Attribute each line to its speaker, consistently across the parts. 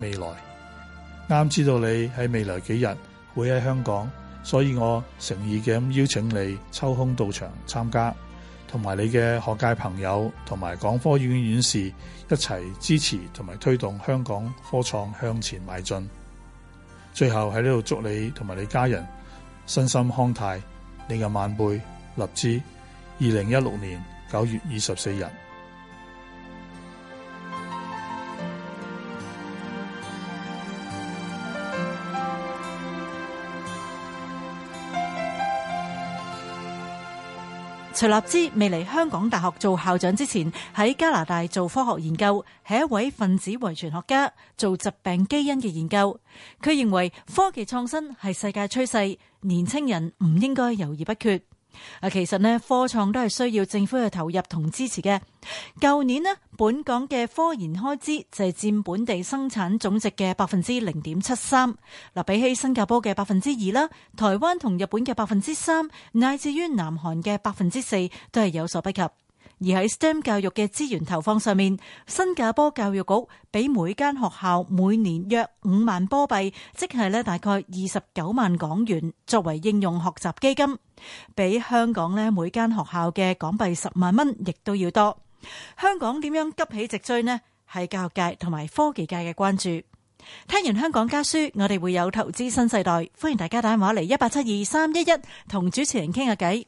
Speaker 1: 未來啱知道你喺未來幾日會喺香港，所以我誠意嘅咁邀請你抽空到場參加，同埋你嘅學界朋友同埋港科院院士一齊支持同埋推動香港科創向前邁進。最後喺呢度祝你同埋你家人身心康泰，你嘅晚輩立之，二零一六年九月二十四日。
Speaker 2: 徐立之未嚟香港大學做校長之前，喺加拿大做科學研究，係一位分子遺傳學家，做疾病基因嘅研究。佢認為科技創新係世界趨勢，年青人唔應該猶豫不決。啊，其實呢，科創都係需要政府嘅投入同支持嘅。舊年呢，本港嘅科研開支就係佔本地生產總值嘅百分之零點七三，嗱，比起新加坡嘅百分之二啦，台灣同日本嘅百分之三，乃至於南韓嘅百分之四，都係有所不及。而喺 STEM 教育嘅資源投放上面，新加坡教育局俾每間學校每年約五萬波幣，即係咧大概二十九萬港元作為應用學習基金，比香港咧每間學校嘅港幣十萬蚊，亦都要多。香港點樣急起直追呢？係教育界同埋科技界嘅關注。聽完香港家書，我哋會有投資新世代，歡迎大家打電話嚟一八七二三一一同主持人傾下偈。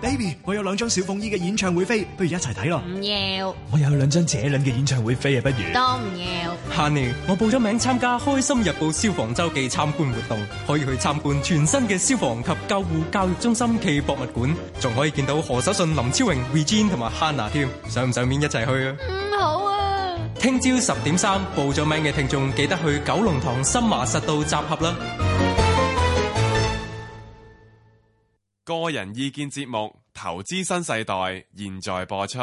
Speaker 3: Baby，我有兩張小鳳依嘅演唱會飛，不如一齊睇咯。
Speaker 4: 唔要，
Speaker 3: 我又有兩張這輪嘅演唱會飛啊，不如。
Speaker 4: 都唔要。
Speaker 5: 下年我報咗名參加《開心日報消防周記》參觀活動，可以去參觀全新嘅消防及救護教育中心暨博物館，仲可以見到何守信、林超榮、Regine 同埋 Hannah 添，想唔想面一齊去啊？
Speaker 4: 唔好啊！
Speaker 6: 嗯
Speaker 5: 聽朝十點三報咗名嘅聽眾記得去九龍塘森麻實道集合啦。
Speaker 7: 個人意見節目《投資新世代》現在播出。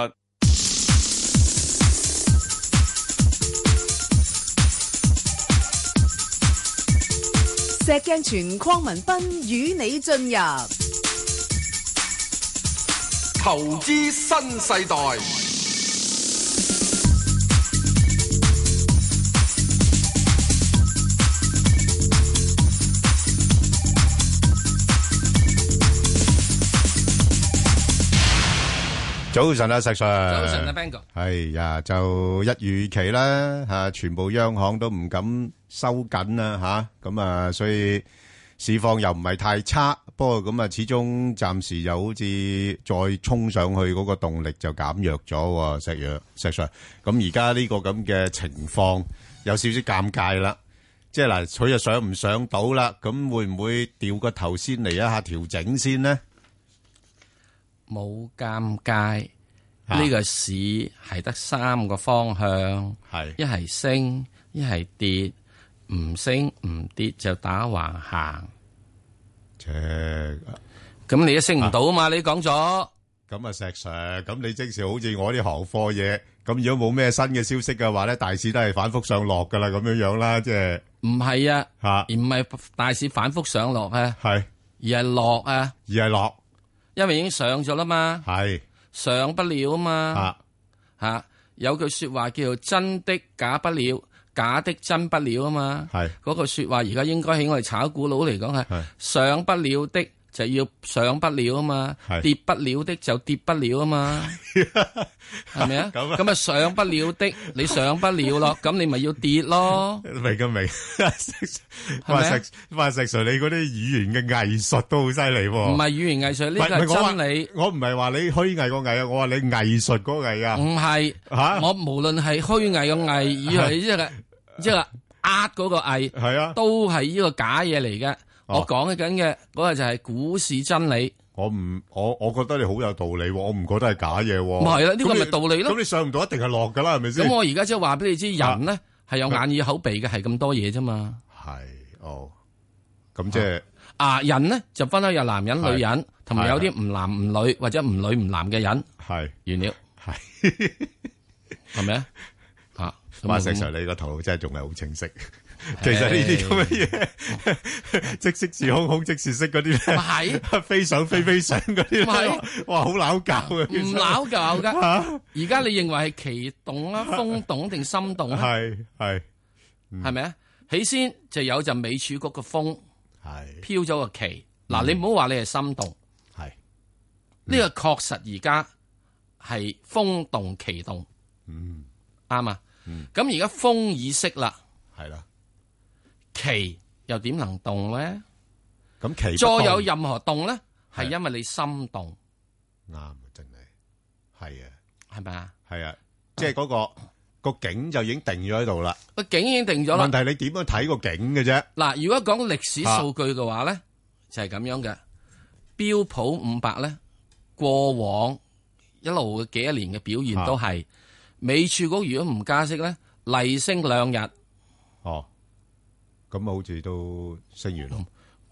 Speaker 6: 石鏡泉鄺民彬與你進入
Speaker 8: 投資新世代。
Speaker 9: 早晨啊，石
Speaker 10: 早
Speaker 9: Sir。
Speaker 10: 晨啊，Bang 哥。
Speaker 9: 係啊，就一如期啦，吓，全部央行都唔敢收緊啦，吓，咁啊，所以市況又唔係太差，不過咁啊，始終暫時又好似再衝上去嗰個動力就減弱咗喎，石藥石 Sir。咁而家呢個咁嘅情況有少少尷尬啦，即係嗱，佢又上唔上到啦，咁會唔會掉個頭先嚟一下調整先呢？
Speaker 10: 冇尷尬，
Speaker 9: 啊
Speaker 10: 呢個市係得三個方向，一係升，一係跌，唔升唔跌就打橫行。
Speaker 9: 誒，
Speaker 10: 咁你都升唔到啊嘛？你講咗。
Speaker 9: 咁啊，石 Sir，咁你即時好似我啲行貨嘢，咁如果冇咩新嘅消息嘅話咧，大市都係反覆上落噶啦，咁樣樣啦，即係。
Speaker 10: 唔係啊，而唔係大市反覆上落啊，
Speaker 9: 係
Speaker 10: 而係落啊，
Speaker 9: 而係落。
Speaker 10: 因為已經上咗啦嘛，
Speaker 9: 係
Speaker 10: 上不了啊嘛，吓、啊、有句說話叫做真的假不了，假的真不了啊嘛，
Speaker 9: 係
Speaker 10: 嗰句說話而家應該喺我哋炒股佬嚟講係上不了的就要上不了啊嘛，跌不了的就跌不了啊 嘛，係咪啊？咁啊上不了的你上不了咯，咁你咪要跌咯，
Speaker 9: 明噶明？話石話石 Sir，你嗰啲語言嘅藝術都好犀利喎。
Speaker 10: 唔係語言藝術，呢個係真理。
Speaker 9: 我唔係話你虛偽個藝啊，我話你藝術嗰個藝啊。
Speaker 10: 唔係
Speaker 9: 吓，
Speaker 10: 我無論係虛偽個藝，以為即係即係呃嗰個藝，
Speaker 9: 係啊，哦
Speaker 10: 都係呢個假嘢嚟嘅。我講緊嘅嗰個就係股市真理。
Speaker 9: 我唔，我我覺得你好有道理，我唔覺得係假嘢。
Speaker 10: 唔係啦，呢個咪道理咯。
Speaker 9: 咁你上唔到一定係落噶啦，係咪先？啊
Speaker 10: 咁我而家即係話俾你知，人咧係有眼耳口鼻嘅，係咁多嘢啫嘛。
Speaker 9: 係哦，咁即係
Speaker 10: 啊，人咧就分開有男人、女人，同埋有啲唔男唔女或者唔女唔男嘅人。
Speaker 9: 係
Speaker 10: 完了，
Speaker 9: 係
Speaker 10: 係咪啊？
Speaker 9: 哇！石 Sir，你個頭腦真係仲係好清晰。其實呢啲咁嘅嘢，即色是空，空即是色嗰啲咧，係 飛上飛飛上嗰啲咧，哇！好撈教嘅，其實
Speaker 10: 唔撈教噶。而家你認為係奇動 啦、風動定心動啊？
Speaker 9: 係係嗯
Speaker 10: 係咪啊？起先就有陣美儲局嘅風
Speaker 9: 係嗯
Speaker 10: 飄咗個旗。嗱，你唔好話你係心動，
Speaker 9: 係
Speaker 10: 呢個確實而家係風動旗動，
Speaker 9: 嗯
Speaker 10: 啱啊。咁而家風已息啦，
Speaker 9: 係啦。
Speaker 10: 旗又點能動咧？
Speaker 9: 咁其
Speaker 10: 再
Speaker 9: 不
Speaker 10: 有
Speaker 9: 當
Speaker 10: 任何動咧，係因為你心動，
Speaker 9: 啱啊，真係係啊
Speaker 10: 係咪啊？
Speaker 9: 係啊，即係嗰個個景就已經定咗喺度啦。
Speaker 10: 個景已經定咗啦
Speaker 9: 問。題你點樣睇個景 嘅啫？
Speaker 10: 嗱，如果講歷史
Speaker 9: 啊
Speaker 10: 數據嘅話咧，就係咁樣嘅。標普五百咧，過往一路嘅幾一年嘅表
Speaker 9: 啊
Speaker 10: 現都係美儲局如果唔加息咧，例升兩日，
Speaker 9: 哦，咁啊好似都升完咯，
Speaker 10: 嗯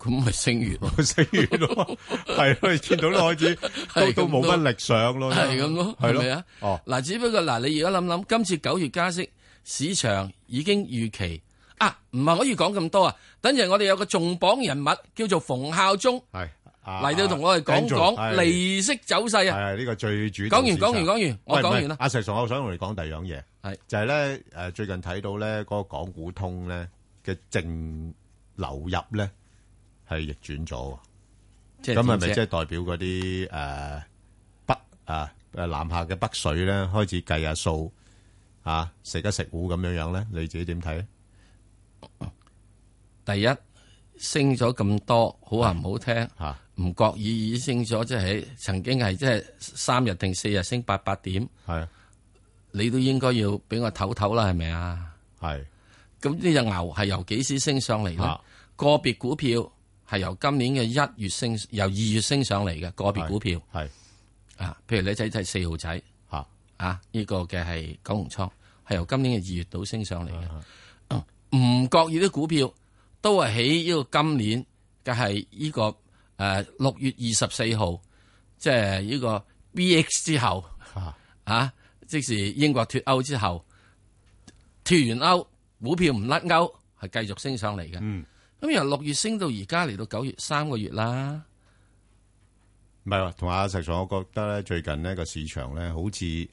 Speaker 10: 咁咪升完咯，
Speaker 9: 升完咯，係咯，你見到都開始都
Speaker 10: 係咁
Speaker 9: 都冇乜力上咯，
Speaker 10: 係咁咯，
Speaker 9: 係
Speaker 10: 係咪啊
Speaker 9: 咯？，哦，
Speaker 10: 嗱，只不過嗱，你而家諗諗，今次九月加息，市場已經預期啊，唔係可以講咁多啊。等陣我哋有個重磅人物叫做馮孝忠
Speaker 9: 係啊
Speaker 10: 嚟到同我哋講
Speaker 9: Andrew，
Speaker 10: 講
Speaker 9: 係
Speaker 10: 利息走勢啊。
Speaker 9: 係呢個最主導
Speaker 10: 講完
Speaker 9: 市場
Speaker 10: 講完講完，我
Speaker 9: 喂
Speaker 10: 講
Speaker 9: 唔係
Speaker 10: 完啦。
Speaker 9: 阿石 Sir，我想同你講第二樣嘢，
Speaker 10: 係
Speaker 9: 就係咧誒，最近睇到咧嗰個港股通咧嘅淨流入咧係逆轉咗喎。
Speaker 10: 即係
Speaker 9: 咁係咪
Speaker 10: 點
Speaker 9: 即
Speaker 10: 啫
Speaker 9: 係代表嗰啲誒北啊誒南下嘅北水咧開始計下數啊食一食糊咁樣樣咧？你自己點睇咧？
Speaker 10: 第一升咗咁多，好話唔好聽，
Speaker 9: 嚇
Speaker 10: 唔覺意已升咗，即係曾經係即係三日定四日升八百點，
Speaker 9: 係啊
Speaker 10: 你都應該要俾我唞唞啦，係咪啊？
Speaker 9: 係
Speaker 10: 咁呢只牛係由幾時升上嚟咧？
Speaker 9: 啊
Speaker 10: 個別股票係由今年嘅一月升，由二月升上嚟嘅個別股票
Speaker 9: 係
Speaker 10: 啊，譬如你仔仔四號仔
Speaker 9: 嚇
Speaker 10: 啊，呢、個嘅係九龍倉，係由今年嘅二月度升上嚟嘅。
Speaker 9: 啊
Speaker 10: 唔覺意啲股票都係喺呢個今年嘅係呢個誒六月二十四號，即係呢個 B X 之後
Speaker 9: 嚇
Speaker 10: 啊，即是英國脱歐之後，脱完歐股票唔甩歐，係繼續升上嚟嘅。
Speaker 9: 嗯
Speaker 10: 咁由六月升到而家嚟到九月三個月啦，
Speaker 9: 唔係喎，同阿石 Sir，我覺得咧最近呢個市場咧好似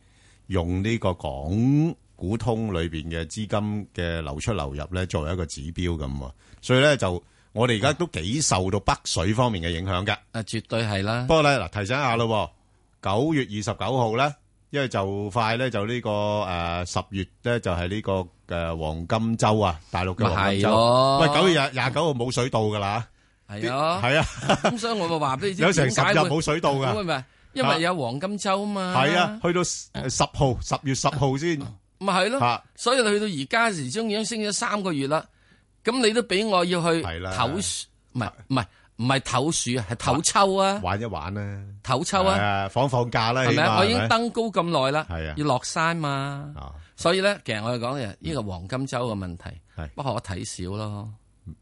Speaker 9: 用呢個港股通裏邊嘅資金嘅流出流入咧作為一個指標咁喎，所以咧就我哋而家都幾受到北水方面嘅影響嘅。
Speaker 10: 啊絕對係啦。
Speaker 9: 不過咧，嗱提醒下咯，九月二十九號咧，因為就快咧就呢、個誒十、月咧就係呢、個誒、呃黃金周啊，大陸嘅黃
Speaker 10: 咪
Speaker 9: 金
Speaker 10: 係
Speaker 9: 周。
Speaker 10: 咯
Speaker 9: 喂，九月廿廿九號冇水到噶啦，
Speaker 10: 係
Speaker 9: 啲
Speaker 10: 咯，
Speaker 9: 係啊，
Speaker 10: 咁所以我咪話俾你知，
Speaker 9: 有成
Speaker 10: 點
Speaker 9: 十
Speaker 10: 解
Speaker 9: 日
Speaker 10: 會
Speaker 9: 冇水到噶，
Speaker 10: 咁啊咪因為有黃金周嘛。
Speaker 9: 係啊，，去到十號十月十號先
Speaker 10: 咪係咯。
Speaker 9: 嚇，
Speaker 10: 所以你去到而家時鐘已經升咗三個月啦，咁你都俾我要去
Speaker 9: 係啦
Speaker 10: 唞暑，唔係唔係唔係唞暑啊，係唞秋啊，
Speaker 9: 玩一玩啦，
Speaker 10: 唞秋啊，
Speaker 9: 誒放放假啦，
Speaker 10: 係
Speaker 9: 起
Speaker 10: 咪啊？
Speaker 9: 碼
Speaker 10: 我已經
Speaker 9: 係咪
Speaker 10: 登高咁耐啦
Speaker 9: 係啊，
Speaker 10: 要落山嘛，
Speaker 9: 啊，
Speaker 10: 所以咧，其實我哋講嘅呢個黃金周嘅問題
Speaker 9: 係，
Speaker 10: 不可睇少咯。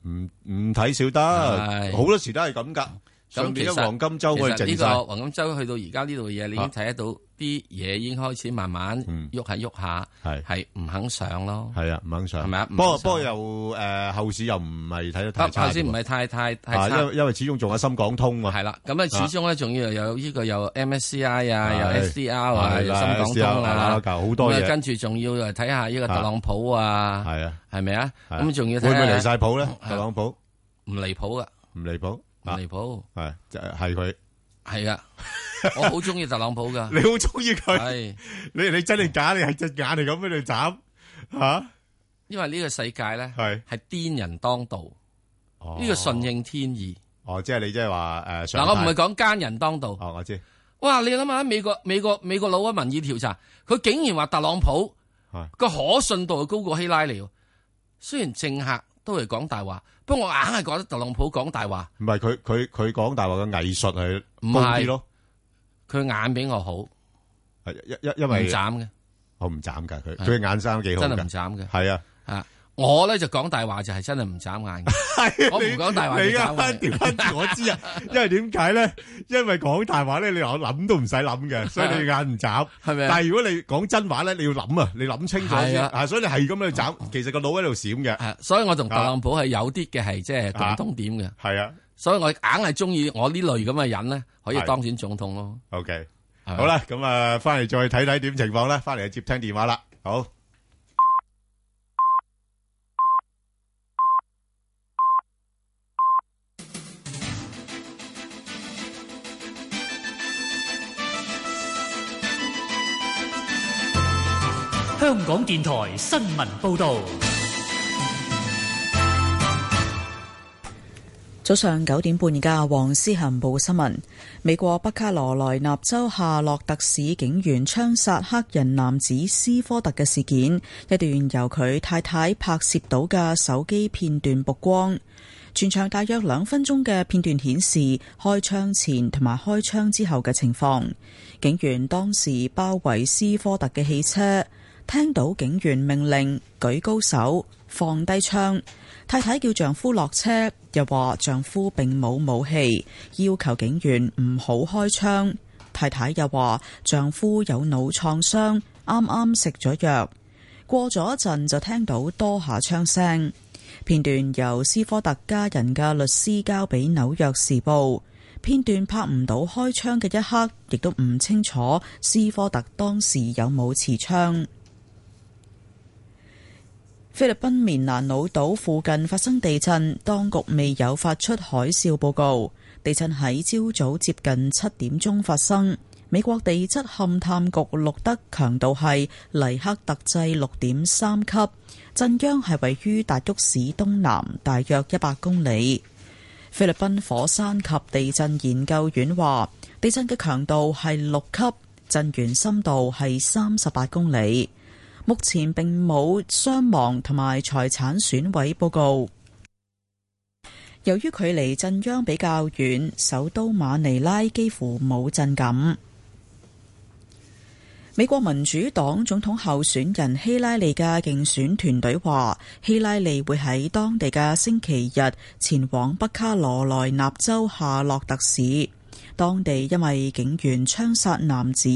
Speaker 9: 唔唔睇少
Speaker 10: 係
Speaker 9: 得，好多時都係咁噶。上
Speaker 10: 咁其
Speaker 9: 年
Speaker 10: 實
Speaker 9: 一黃金周我哋
Speaker 10: 其實呢
Speaker 9: 靜
Speaker 10: 個
Speaker 9: 晒，啊
Speaker 10: 黃金周去到而家呢度嘅嘢，你已經睇得到啲嘢已經開始慢慢
Speaker 9: 嗯
Speaker 10: 喐下喐下，
Speaker 9: 係
Speaker 10: 係唔肯上咯。
Speaker 9: 係啊，唔肯上
Speaker 10: 係咪啊唔肯
Speaker 9: 不過
Speaker 10: 上
Speaker 9: 不過又誒後市又唔係睇得
Speaker 10: 啊
Speaker 9: 太差
Speaker 10: 頭
Speaker 9: 嘅
Speaker 10: 先唔
Speaker 9: 喎。
Speaker 10: 係太太太
Speaker 9: 啊，
Speaker 10: 差
Speaker 9: 因。為因為始終仲有深港通啊，
Speaker 10: 系啦，咁啊，始終咧仲要有呢個有 MSCI 啊，
Speaker 9: 係
Speaker 10: 有 SDR 啊，
Speaker 9: 係
Speaker 10: 有
Speaker 9: 啦
Speaker 10: 深港通
Speaker 9: SDR
Speaker 10: 啊，
Speaker 9: 嗱好多嘢
Speaker 10: 咁啊跟住仲要睇下呢個特朗普啊，
Speaker 9: 係啊，
Speaker 10: 係咪啊？
Speaker 9: 係啊
Speaker 10: 咁仲要
Speaker 9: 會唔會
Speaker 10: 睇下
Speaker 9: 離晒譜咧？
Speaker 10: 啊
Speaker 9: 特朗普唔
Speaker 10: 唔離譜噶，
Speaker 9: 離譜
Speaker 10: 唔
Speaker 9: 啊，
Speaker 10: 離譜，
Speaker 9: 係就係佢，
Speaker 10: 係 噶，我好中意特朗普噶，
Speaker 9: 你好中意佢，
Speaker 10: 係
Speaker 9: 你你真定假？你係隻眼嚟咁俾你斬嚇，
Speaker 10: 因為呢個世界咧
Speaker 9: 係
Speaker 10: 係癲人當道，呢
Speaker 9: 呢
Speaker 10: 個順應天意。
Speaker 9: 哦，即係你即係話誒上
Speaker 10: 嗱，我唔係
Speaker 9: 態
Speaker 10: 講奸人當道，
Speaker 9: 哦，我知
Speaker 10: 哇！你諗下美國美國美國佬嘅民意調查，佢竟然話特朗普
Speaker 9: 係
Speaker 10: 個可信度係高過希拉里喎。雖然政客都係講大話，不過我硬係覺得特朗普講大話，
Speaker 9: 唔係佢佢佢講大話嘅藝術係高啲咯，
Speaker 10: 佢眼比我好，唔
Speaker 9: 係因因因為
Speaker 10: 斬嘅，
Speaker 9: 我唔斬㗎佢，
Speaker 10: 係
Speaker 9: 佢嘅眼生幾好
Speaker 10: 真係唔
Speaker 9: 㗎，
Speaker 10: 斬嘅
Speaker 9: 係啊，
Speaker 10: 啊！我咧就講大話就係真係唔眨眼嘅，我唔講大話就
Speaker 9: 你
Speaker 10: 眨
Speaker 9: 啊，
Speaker 10: 眼。
Speaker 9: 調翻轉我知 啊，因為點解咧？因為講大話咧，你我諗都唔使諗 嘅，所以你眼唔眨，
Speaker 10: 係咪啊
Speaker 9: 但係如果你講真話咧，你要諗啊，你諗清楚
Speaker 10: 係
Speaker 9: 先
Speaker 10: 啊
Speaker 9: 啊，所以你係咁樣眨，其實個腦喺度閃嘅，
Speaker 10: 啊所以我同特朗普係有啲嘅係即係共通點嘅，
Speaker 9: 係啊
Speaker 10: 所以我硬係中意我呢類咁嘅人咧，可以
Speaker 9: 係
Speaker 10: 當選總統咯。
Speaker 9: ，OK，
Speaker 10: 係咪
Speaker 9: 好啦，咁啊，翻嚟再睇睇點情況啦，翻嚟就接聽電話啦，好。
Speaker 11: 香港電台新聞報道，
Speaker 12: 早上九點半，而家黃思恒報新聞：美國北卡羅來納州夏洛特市警員槍殺黑人男子斯科特嘅事件，一段由佢太太拍攝到嘅手機片段曝光。全長大約兩分鐘嘅片段顯示開槍前同埋開槍之後嘅情況。警員當時包圍斯科特嘅汽車，聽到警員命令舉高手放低槍。太太叫丈夫落車，又話丈夫並冇武器，要求警員唔好開槍。太太又話丈夫有腦創傷，啱啱食咗藥。過咗一陣就聽到多下槍聲。片段由斯科特家人嘅律師交俾紐約時報。片段拍唔到開槍嘅一刻，亦都唔清楚斯科特當時有冇持槍。菲律賓棉蘭老島附近發生地震，當局未有發出海嘯報告。地震喺朝早接近七點鐘發生。美國地質勘探局錄得強度係黎克特制六點三級，震央係位於達沃市東南大約一百公里。菲律賓火山及地震研究院話，地震嘅強度係六級，震源深度係三十八公里。目前並冇傷亡同埋財產損毀報告。由於距離震央比較遠，首都馬尼拉幾乎冇震感。美國民主黨總統候選人希拉里嘅競選團隊話，希拉里會喺當地嘅星期日前往北卡羅來納州夏洛特市。當地因為警員槍殺男子、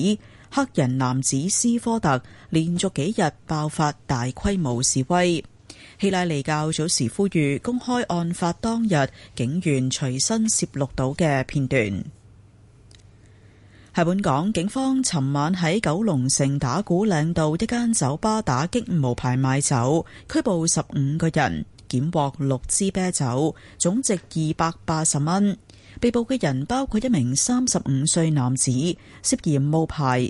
Speaker 12: 黑人男子斯科特，連續幾日爆發大規模示威。希拉里較早時呼籲公開案發當日警員隨身攝錄到嘅片段。喺本港，警方尋晚喺九龍城打鼓嶺道一間酒吧打擊無牌賣酒，拘捕十五個人，檢獲六支啤酒，總值二百八十蚊。被捕嘅人包括一名三十五歲男子，涉嫌無牌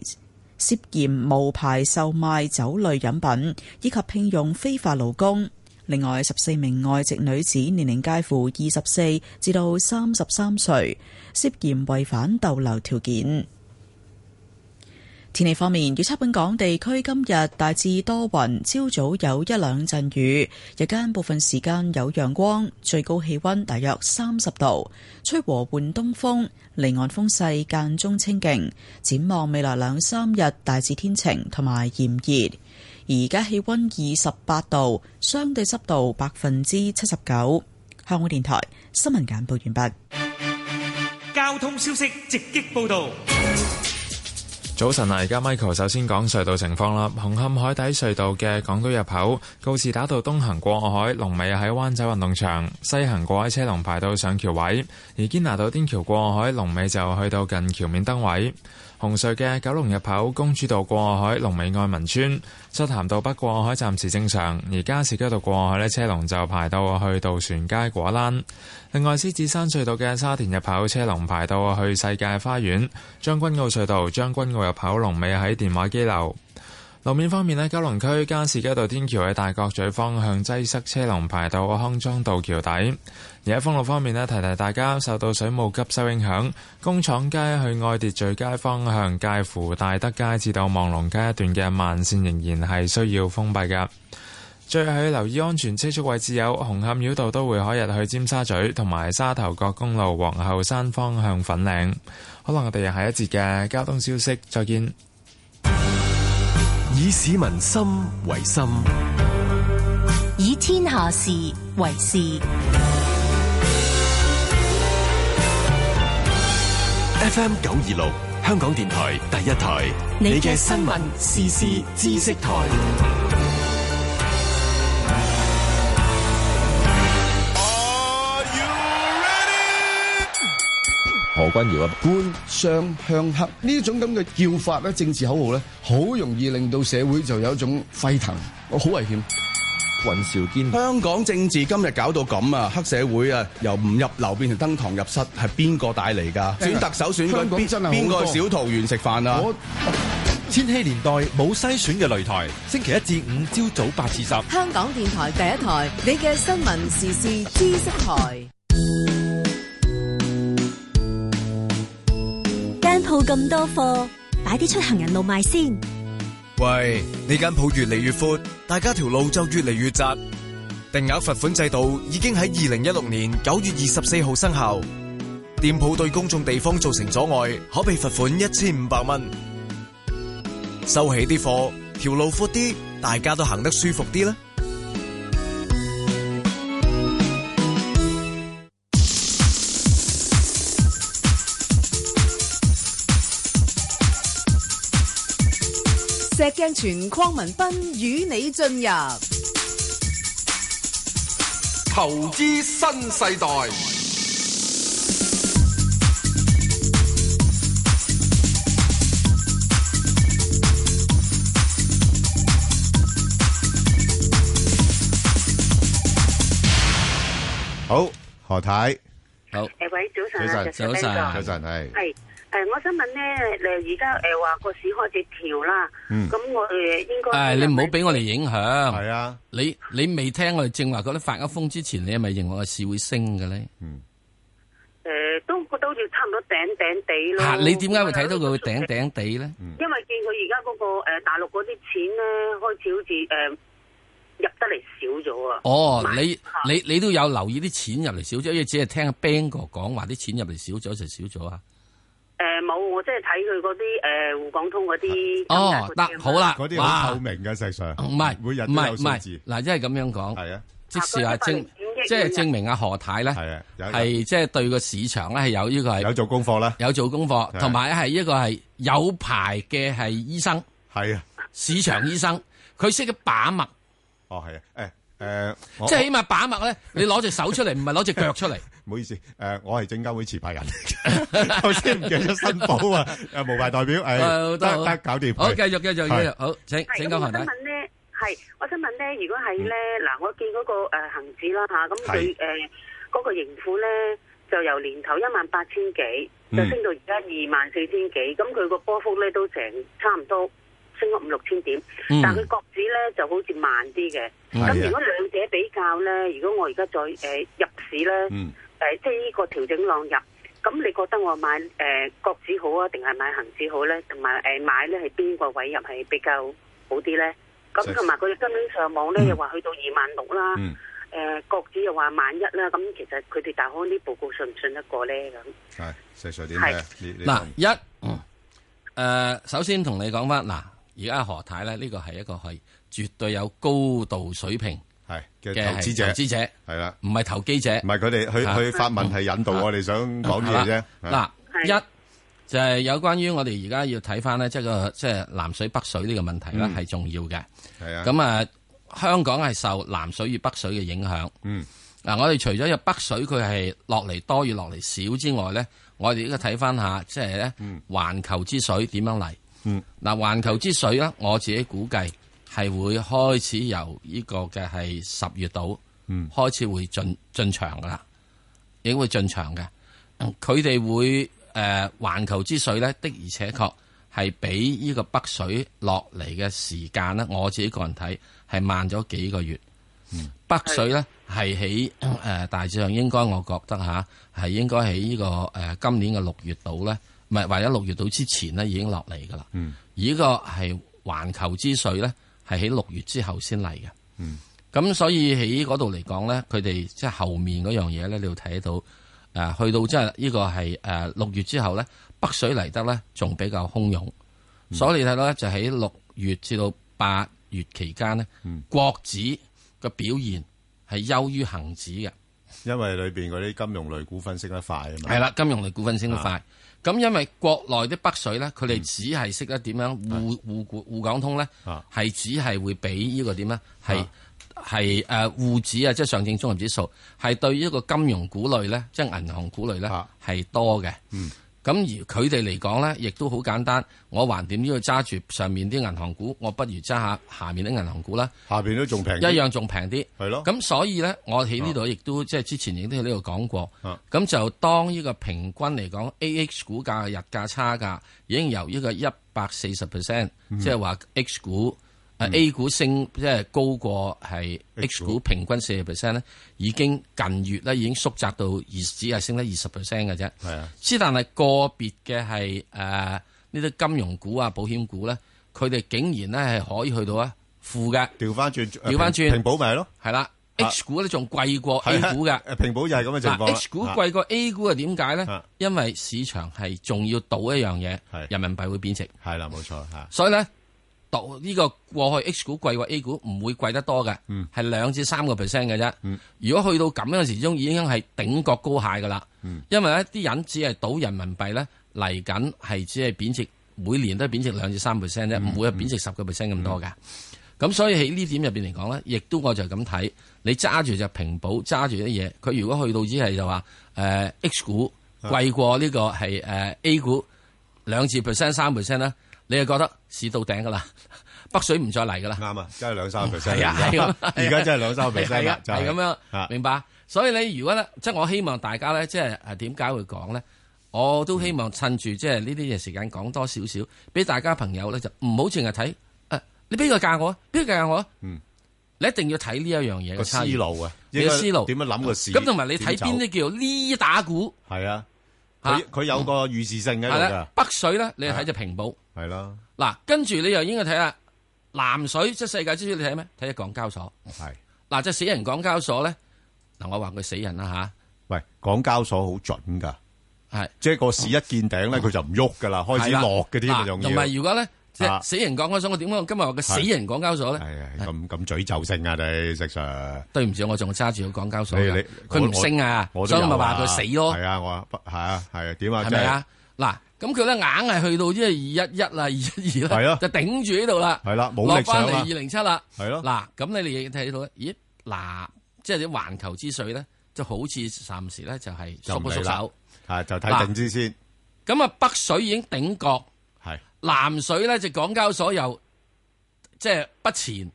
Speaker 12: 涉嫌無牌售賣酒類飲品，以及聘用非法勞工。另外，十四名外籍女子年齡介乎二十四至到三十三歲，涉嫌違反逗留條件。天氣方面，預測本港地區今日大致多雲，朝早有一兩陣雨，日間部分時間有陽光，最高氣溫大約三十度，吹和緩東風，離岸風勢間中清勁。展望未來兩三日大致天晴同埋炎熱，而家氣溫二十八度，相對濕度百分之七十九。香港電台新聞簡報完畢。
Speaker 11: 交通消息直擊報道。
Speaker 13: 早晨啊，而家 Michael 首先講隧道情況啦。紅磡海底隧道嘅港島入口，告士打道東行過海，龍尾喺灣仔運動場；西行過海車龍排到上橋位。而堅拿道天橋過海，龍尾就去到近橋面燈位。紅隧嘅九龍入口，公主道過海，龍尾愛民村；漆咸道北過海暫時正常，而加士居道過海呢，車龍就排到去渡船街果欄。另外，獅子山隧道嘅沙田入口車龍排到去世界花園，將軍澳隧道將軍澳入口龍尾喺電話機樓。路面方面呢，九龍區加士居道天橋喺大角咀方向擠塞，車龍排到康莊道橋底。而喺封路方面呢，提提大家，受到水務急修影響，工廠街去愛秩序街方向介乎大德街至到望龍街一段嘅慢線仍然係需要封閉㗎。最後要留意安全車速位置有紅磡繞道都會海日去尖沙咀，同埋沙頭角公路皇后山方向粉嶺。可能我哋下一節嘅交通消息再見。
Speaker 14: 以市民心為心，
Speaker 7: 以
Speaker 14: 以天下事為事。
Speaker 7: FM 九二六，香港電台第一台，你嘅新聞時事知識台。
Speaker 15: 何君堯啊，官商鄉黑呢種咁嘅叫法咧，政治口號咧，好容易令到社會就有一種沸騰，好危險。
Speaker 16: 尹兆堅，香港政治今日搞到咁啊，黑社會啊，由唔入流變成登堂入室，係邊個帶嚟㗎？選特首選舉，
Speaker 15: 香港
Speaker 16: 邊
Speaker 15: 真係好
Speaker 16: 邊個
Speaker 15: 多
Speaker 16: 去小桃園食飯啊？
Speaker 17: 千禧年代冇篩選嘅擂台，星期一至五朝早八至十。
Speaker 6: 香港電台第一台，你嘅新聞時事知識台。
Speaker 18: 間鋪咁多貨，擺啲出行人路賣先。
Speaker 19: 喂，呢間鋪越嚟越闊，大家條路就越嚟越窄。定額罰款制度已經喺二零一六年九月二十四號生效，店鋪對公眾地方造成阻礙，可被罰款一千五百蚊。收起啲貨，條路闊啲，大家都行得舒服啲啦。
Speaker 6: 石鏡泉鄺民彬與你進入
Speaker 8: 投資新世代，
Speaker 9: 好，何太，
Speaker 10: 好，
Speaker 20: 誒喂，早晨啊，石 Sir，邊個
Speaker 9: 早晨係。
Speaker 20: 係誒，我想問咧，誒而家誒話個市開始調啦，
Speaker 10: 嗯
Speaker 20: 咁我誒應該
Speaker 10: 誒，你唔好俾我哋影響。係
Speaker 9: 啊，
Speaker 10: 你你未聽我哋正話嗰啲發咗風之前，你係咪認為個市會升嘅咧？
Speaker 9: 嗯
Speaker 20: 誒都覺得好似差唔多頂頂地咯。
Speaker 10: 吓，你點解會睇到佢會頂頂地咧？
Speaker 9: 嗯
Speaker 20: 因為見佢而家嗰個誒大陸嗰啲錢咧，開始好似誒入得嚟少咗啊。
Speaker 10: 哦，
Speaker 20: 買
Speaker 10: 你你你都有留意啲錢入嚟少咗，因為只係聽阿 Bang 哥講話啲錢入嚟少咗就少咗啊。
Speaker 20: 誒冇，我即係睇佢嗰啲誒滬港通嗰啲。啊
Speaker 10: 哦，得好啦，
Speaker 9: 嗰啲好
Speaker 10: 哇
Speaker 9: 透明嘅細 Sir
Speaker 10: 唔係
Speaker 9: 每日
Speaker 10: 唔
Speaker 9: 都
Speaker 10: 係
Speaker 9: 有
Speaker 10: 唔
Speaker 9: 數字
Speaker 10: 係嗱，即係咁樣講，
Speaker 9: 係啊，
Speaker 10: 即是話
Speaker 9: 啊
Speaker 10: 證，即係證明阿何太咧，係即係對個市場咧係有呢個係有
Speaker 9: 做功課啦，
Speaker 10: 有做功課，同埋係一個係有牌嘅係醫生，
Speaker 9: 係啊，
Speaker 10: 市場醫生，佢識得把脈，
Speaker 9: 哦係啊，誒誒，我
Speaker 10: 即係起碼把脈咧，你攞隻手出嚟，唔係攞隻腳出嚟。
Speaker 9: 唔好意思，誒，我係證監會持牌人， 頭先 唔記得申 報啊， 誒，無牌代表，誒，
Speaker 10: 誒
Speaker 9: 得
Speaker 10: 得好
Speaker 9: 得，搞掂，
Speaker 10: 好
Speaker 9: 係
Speaker 10: 繼續繼續
Speaker 9: 係
Speaker 10: 繼續好請請講
Speaker 20: 咁
Speaker 10: 恒
Speaker 20: 我想
Speaker 10: 大
Speaker 20: 問咧，係我想問咧，如果係
Speaker 21: 嗯
Speaker 20: 咧，嗱，我見嗰個誒恆指啦嚇，咁佢誒嗰個盈富咧，就由年頭一萬八千幾，就
Speaker 21: 嗯
Speaker 20: 升到而家二萬四千幾，咁佢個波幅咧都成差唔多升咗五六千點，
Speaker 21: 嗯
Speaker 20: 但係佢國指咧就好似慢啲嘅。
Speaker 21: 係啊
Speaker 20: 咁如果兩者比較咧，如果我而家再誒入市咧，誒
Speaker 21: 嗯
Speaker 20: 即係呢個調整浪入。咁你覺得我買誒國指好啊，定係買恒指好咧？同埋誒買咧係邊個位入係比較好啲咧？咁同埋佢哋今年上
Speaker 9: 嗯
Speaker 20: 網咧又話去到二萬六啦，誒、國指又話萬一啦，咁其實佢哋大行啲報告信唔信得過咧？咁
Speaker 9: 係細 Sir 點
Speaker 20: 係
Speaker 9: 睇啊你你
Speaker 10: 嗱一，誒，首先同你講翻嗱，而家何太咧呢個係一個係絕對有高度水平
Speaker 9: 係
Speaker 10: 嘅
Speaker 9: 嘅投資者
Speaker 10: 投資者
Speaker 9: 係啦，
Speaker 10: 唔係投機者，唔
Speaker 9: 係佢哋佢佢發問係引導我哋想講嘢啫
Speaker 10: 嗱，一就係有關於我哋而家要睇翻咧，即係個即係南水北水呢個問題咧
Speaker 9: 嗯
Speaker 10: 係重要嘅。
Speaker 9: 係啊，
Speaker 10: 咁啊，香港係受南水與北水嘅影響。
Speaker 9: 嗯，
Speaker 10: 嗱，我哋除咗有北水佢係落嚟多與落嚟少之外咧，我哋依家睇翻下，即係咧環球之水點樣嚟。
Speaker 9: 嗯，
Speaker 10: 嗱，環球之水咧，我自己估計係會開始由呢個嘅係十月度，
Speaker 9: 嗯，
Speaker 10: 開始會進進場噶啦，已經會進場嘅。嗯佢哋會誒、呃、環球之水咧，的而且確係比呢個北水落嚟嘅時間咧，我自己個人睇係慢咗幾個月。北水咧係喺誒大致上應該，我覺得吓係應該喺呢、個誒、呃今年嘅六月度咧，唔係或者六月度之前咧已經落嚟噶啦。
Speaker 9: 嗯
Speaker 10: 而呢個係環球之水咧，係喺六月之後先嚟嘅。
Speaker 9: 嗯，
Speaker 10: 咁所以喺嗰度嚟講咧，佢哋即係後面嗰樣嘢咧，你要睇到誒、呃去到即係呢個係誒六月之後咧，北水嚟得咧仲比較洶湧，嗯
Speaker 9: 嗯
Speaker 10: 所以你睇到咧就喺六月至到八月期間咧，國指個表現係優於恒指嘅。
Speaker 9: 因為裏邊嗰啲金融類股份升得快啊嘛。
Speaker 10: 係啦，金融類股份升得快
Speaker 9: 啊。嗯
Speaker 10: 咁因為國內啲北水咧，佢哋只係識得點樣互互股互港通咧，
Speaker 9: 啊
Speaker 10: 係只係會俾呢個點咧，係係誒互指啊，即係上證綜合指數，係對呢個金融股類咧，即係銀行股類咧
Speaker 9: 啊
Speaker 10: 係多嘅。
Speaker 9: 嗯
Speaker 10: 咁而佢哋嚟講咧，亦都好簡單。我橫掂都要揸住上面啲銀行股，我不如揸下下面啲銀行股啦。
Speaker 9: 下邊都仲平
Speaker 10: 一
Speaker 9: 啲
Speaker 10: 樣仲平啲。
Speaker 9: 係咯。啊
Speaker 10: 咁所以咧，我喺呢度亦都即係之前亦都喺呢度講過。咁就當呢個平均嚟講，A H 股價嘅日價差價已經由呢個一百四十 percent，
Speaker 22: 嗯
Speaker 10: 即係話 H 股。啊
Speaker 9: 嗯
Speaker 10: A 股升即係高過係 H 股平均四十 percent 咧，已經近月咧已經縮窄到二只係升得二十 percent 嘅啫。
Speaker 9: 係啊，
Speaker 10: 之但係個別嘅係誒呃呢啲金融股啊、保險股咧，佢哋竟然咧係可以去到啊負嘅。
Speaker 9: 調翻轉，
Speaker 10: 調翻轉
Speaker 9: 平平保咪係咯，
Speaker 10: 係啦。
Speaker 9: 啊
Speaker 10: H 股咧仲貴過
Speaker 9: 係
Speaker 10: A
Speaker 9: 啊
Speaker 10: 股嘅，
Speaker 9: 誒平保就係咁嘅情況
Speaker 10: 嗱
Speaker 9: 啊啦
Speaker 10: H 股貴過 A 股係點解咧？因為市場係仲要賭一樣嘢，人民幣會貶值。
Speaker 9: 係啦，冇錯啊嚇。
Speaker 10: 所以咧，賭呢個過去 H 股貴過 A 股唔會貴得多嘅，
Speaker 9: 嗯
Speaker 10: 係兩至三個 percent 嘅啫。如果去到咁樣嘅時鐘，已經係頂角高蟹噶啦。因為咧啲人只係賭人民幣咧嚟緊係只係貶值，每年都係貶值兩至三 percent 啫，唔會係貶值十個 percent 咁多嘅。咁所以喺呢點入邊嚟講咧，亦都我就係咁睇，你揸住隻平保，揸住啲嘢，佢如果去到只係就話誒、呃 H 股貴過呢個係誒、呃 A 股兩至 percent 三 percent 啦，你就覺得市到頂噶啦，北水唔再嚟噶啦。
Speaker 9: 啱啊，真係兩三 percent
Speaker 10: 係啊，
Speaker 9: 而家
Speaker 10: 係啊
Speaker 9: 而家真係兩三 percent 啦
Speaker 10: 係啊係
Speaker 9: 就係
Speaker 10: 咁樣。
Speaker 9: 啊
Speaker 10: 明白。所以你如果咧，即係我希望大家咧，即係誒點解會講咧？我都希望趁住即係呢啲嘢時間講多少少，俾大家朋友咧就唔好淨係睇誒，你俾個價我啊，俾個價我啊。
Speaker 9: 嗯，
Speaker 10: 你一定要睇呢一樣嘢嘅
Speaker 9: 個
Speaker 10: 差
Speaker 9: 思
Speaker 10: 異
Speaker 9: 路啊，
Speaker 10: 你嘅思路
Speaker 9: 點樣諗個市？
Speaker 10: 咁同埋你睇邊
Speaker 9: 點
Speaker 10: 啲叫呢打股？
Speaker 9: 走？係啊，
Speaker 10: 嚇
Speaker 9: 佢佢有個預示性喺度
Speaker 10: 係啦
Speaker 9: 㗎，，
Speaker 10: 北水咧，你就睇只平保。
Speaker 9: 係啦，
Speaker 10: 嗱，跟住你又應該睇下南水，即係世界之最，你睇咩？睇下港交所。
Speaker 9: 係
Speaker 10: 嗱，只死人港交所咧，嗱，我話佢死人啦吓。
Speaker 9: 喂，港交所好準㗎，
Speaker 10: 係
Speaker 9: 即係個市一見頂咧，佢就唔喐㗎啦，開始
Speaker 10: 係啦
Speaker 9: 落嘅添啊，
Speaker 10: 嗱
Speaker 9: 仲要
Speaker 10: 同埋如果咧，即
Speaker 9: 啊
Speaker 10: 係死人港交所，我點解我今日話個死人港交所咧？
Speaker 9: 咁咁詛咒性啊，你石 Sir。
Speaker 10: 對唔住，我仲揸住個港交所
Speaker 9: 你
Speaker 10: 㗎
Speaker 9: 你
Speaker 10: 佢唔
Speaker 9: 我
Speaker 10: 升啊，
Speaker 9: 我
Speaker 10: 所以咪話佢死咯。
Speaker 9: 係啊，我係啊，係啊，點啊？
Speaker 10: 係咪啊？嗱，咁佢咧硬係去到即係二一一啦，二一二
Speaker 9: 係
Speaker 10: 啦
Speaker 9: 啊，
Speaker 10: 就頂住呢度啦。
Speaker 9: 係啦冇
Speaker 10: 落
Speaker 9: 力上
Speaker 10: 翻
Speaker 9: 啊
Speaker 10: 嚟二零七啦。
Speaker 9: 係咯
Speaker 10: 嗱，咁你哋睇到咧，咦？嗱，即係啲環球之水咧，就好似暫時咧就係
Speaker 9: 就
Speaker 10: 縮
Speaker 9: 唔
Speaker 10: 一
Speaker 9: 理
Speaker 10: 縮
Speaker 9: 啦
Speaker 10: 手。，
Speaker 9: 係就睇
Speaker 10: 嗱
Speaker 9: 定啲先。
Speaker 10: 咁啊，北水已經頂角，
Speaker 9: 係
Speaker 10: 南水咧就港交所又即係不前。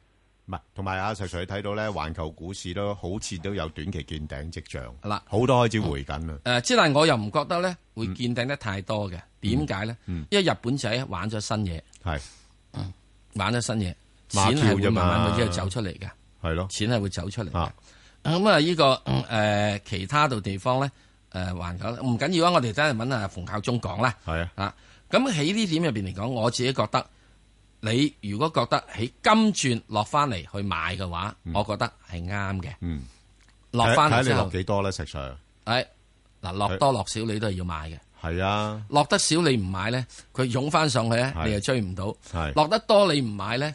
Speaker 9: 唔係，同埋阿石 Sir 你睇到咧，環球股市都好似都有短期見頂跡象，
Speaker 10: 啦，
Speaker 9: 好多開始回緊啦。
Speaker 10: 誒，之但我又唔覺得咧會見頂得太多嘅。點解咧？
Speaker 9: 嗯
Speaker 10: 因為日本仔玩咗新嘢，嗯
Speaker 9: 係
Speaker 10: 玩咗新嘢，
Speaker 9: 馬
Speaker 10: 錢
Speaker 9: 票
Speaker 10: 係會
Speaker 9: 啫嘛
Speaker 10: 慢慢會之後走出嚟嘅。
Speaker 9: 係咯，
Speaker 10: 錢係會走出嚟
Speaker 9: 嘅。
Speaker 10: 咁啊，呢個誒其他度地方咧，誒環球唔緊要啊，我哋真係揾阿馮孝忠講啦。
Speaker 9: 係啊，
Speaker 10: 啊，咁喺呢點入邊嚟講，我自己覺得，你如果覺得喺金轉落翻嚟去買嘅話，我覺得係啱嘅。
Speaker 9: 嗯，
Speaker 10: 落翻
Speaker 9: 睇
Speaker 10: 嚟
Speaker 9: 睇你
Speaker 10: 之
Speaker 9: 落
Speaker 10: 後，
Speaker 9: 幾多咧，石 Sir？
Speaker 10: 誒哎嗱落多落少你都係要買嘅。
Speaker 9: 哎係啊，
Speaker 10: 落得少你唔買咧，佢湧翻上去咧，
Speaker 9: 係
Speaker 10: 你又追唔到
Speaker 9: 係；
Speaker 10: 落得多你唔買咧，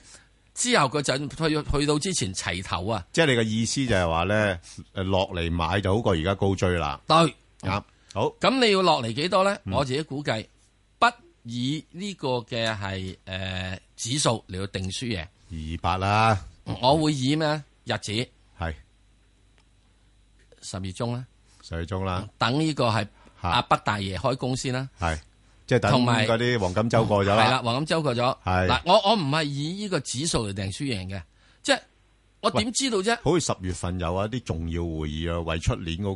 Speaker 10: 之後佢就去去到之前齊頭啊，
Speaker 9: 即係你嘅意思就係話咧，誒落嚟買就好過而家高追啦。
Speaker 10: 對，
Speaker 9: 啱，好。
Speaker 10: 咁你要落嚟幾多咧？
Speaker 9: 嗯
Speaker 10: 我自己估計，不以呢個嘅係誒指數嚟到定輸贏。
Speaker 9: 二八啦，
Speaker 10: 我會以咩啊日子？
Speaker 9: 係
Speaker 10: 十月中啦，
Speaker 9: 十月中啦，
Speaker 10: 等呢個係阿北大爺開工先啦。
Speaker 9: 係即係等
Speaker 10: 同埋
Speaker 9: 嗰啲黃金周過咗
Speaker 10: 係啦，
Speaker 9: 啦。
Speaker 10: 黃金周過咗。
Speaker 9: 係
Speaker 10: 嗱，我我唔係以呢個指數嚟定輸贏嘅，即係我點知道啫？
Speaker 9: 好似十月份有一啲重要會議啊，為出年嗰、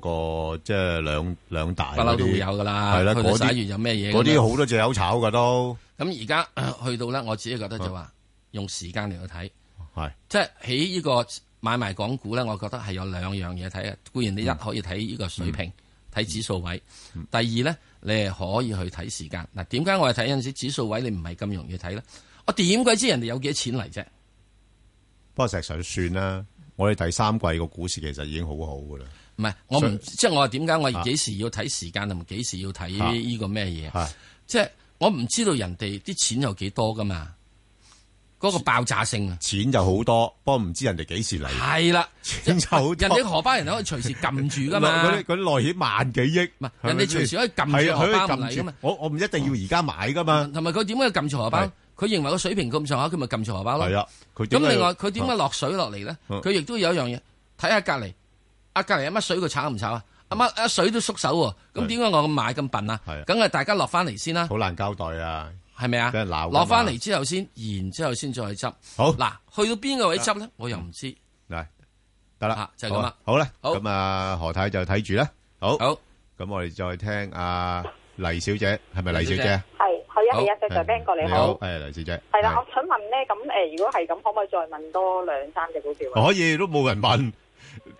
Speaker 9: 個即係兩兩大
Speaker 10: 不
Speaker 9: 嗰啲
Speaker 10: 嬲都會有㗎啦
Speaker 9: 係啦，
Speaker 10: 去到
Speaker 9: 嗰啲
Speaker 10: 11月有咩嘢㗎
Speaker 9: 嗰
Speaker 10: 嘛
Speaker 9: 啲好多隻有炒㗎都
Speaker 10: 咁而家 去到咧，我自己覺得就話用時間嚟去睇，
Speaker 9: 係
Speaker 10: 即係喺呢個買賣港股咧，我覺得係有兩樣嘢睇嘅。固然你一
Speaker 9: 嗯
Speaker 10: 可以睇呢個水平，睇、指數位；第二咧，你係可以去睇時間。嗱，點解我係睇有陣時指數位你唔係咁容易睇咧？我點鬼知人哋有幾多錢嚟啫？
Speaker 9: 不過石 Sir 算啦，我哋第三季個股市其實已經好好㗎啦。
Speaker 10: 唔係，我
Speaker 9: 所以
Speaker 10: 唔即係我話點解
Speaker 9: 啊
Speaker 10: 我幾時要睇時間同埋幾時要睇
Speaker 9: 啊
Speaker 10: 呢個咩嘢
Speaker 9: 係？
Speaker 10: 即係我唔知道人哋啲錢有幾多噶嘛。嗰個爆炸性啊！
Speaker 9: 錢就好多，不過唔知人哋幾時嚟。
Speaker 10: 係啦，
Speaker 9: 錢就好多。
Speaker 10: 人哋荷包人可以隨時撳住噶嘛。
Speaker 9: 嗰啲嗰啲內險萬幾億，
Speaker 10: 唔係人哋隨時可以撳
Speaker 9: 啊
Speaker 10: 住荷包唔嚟噶嘛。嗯
Speaker 9: 我我唔一定要而家買噶嘛。
Speaker 10: 同埋佢點解要撳住荷包？佢認為個水平咁上下，佢咪撳住荷包咯。
Speaker 9: 係啊，佢點
Speaker 10: 咁
Speaker 9: 解
Speaker 10: 另
Speaker 9: 要啊
Speaker 10: 外佢點解落水落嚟咧？
Speaker 9: 嗯
Speaker 10: 佢亦都有一樣嘢，睇下隔離，阿隔離阿乜水佢炒唔炒啊？阿
Speaker 9: 嗯
Speaker 10: 乜阿水都縮手喎，咁點解我咁買咁笨啊？梗係大家落翻嚟先啦。
Speaker 9: 好難交代啊，
Speaker 10: 係咪啊？
Speaker 9: 俾人鬧㗎嘛
Speaker 10: 落翻嚟之後先，然之後先再去執。
Speaker 9: 好
Speaker 10: 嗱，去到邊個位執
Speaker 9: 啊
Speaker 10: 咧？我又唔知。
Speaker 9: 嗱，得啦，
Speaker 10: 就係咁啦
Speaker 9: 好啦，
Speaker 10: 好
Speaker 9: 咁啊，何太就睇住啦。好，好，咁我哋再聽阿黎小姐，係咪黎小姐？
Speaker 22: 係係啊係啊，石 Sir
Speaker 9: 係
Speaker 22: Ben 過你
Speaker 9: 你
Speaker 22: 好
Speaker 9: 好，。係黎小姐。
Speaker 22: 係啦，我想問咧，咁誒，如果係咁，可唔可以再問多兩三隻股票啊？
Speaker 9: 可以都冇人問，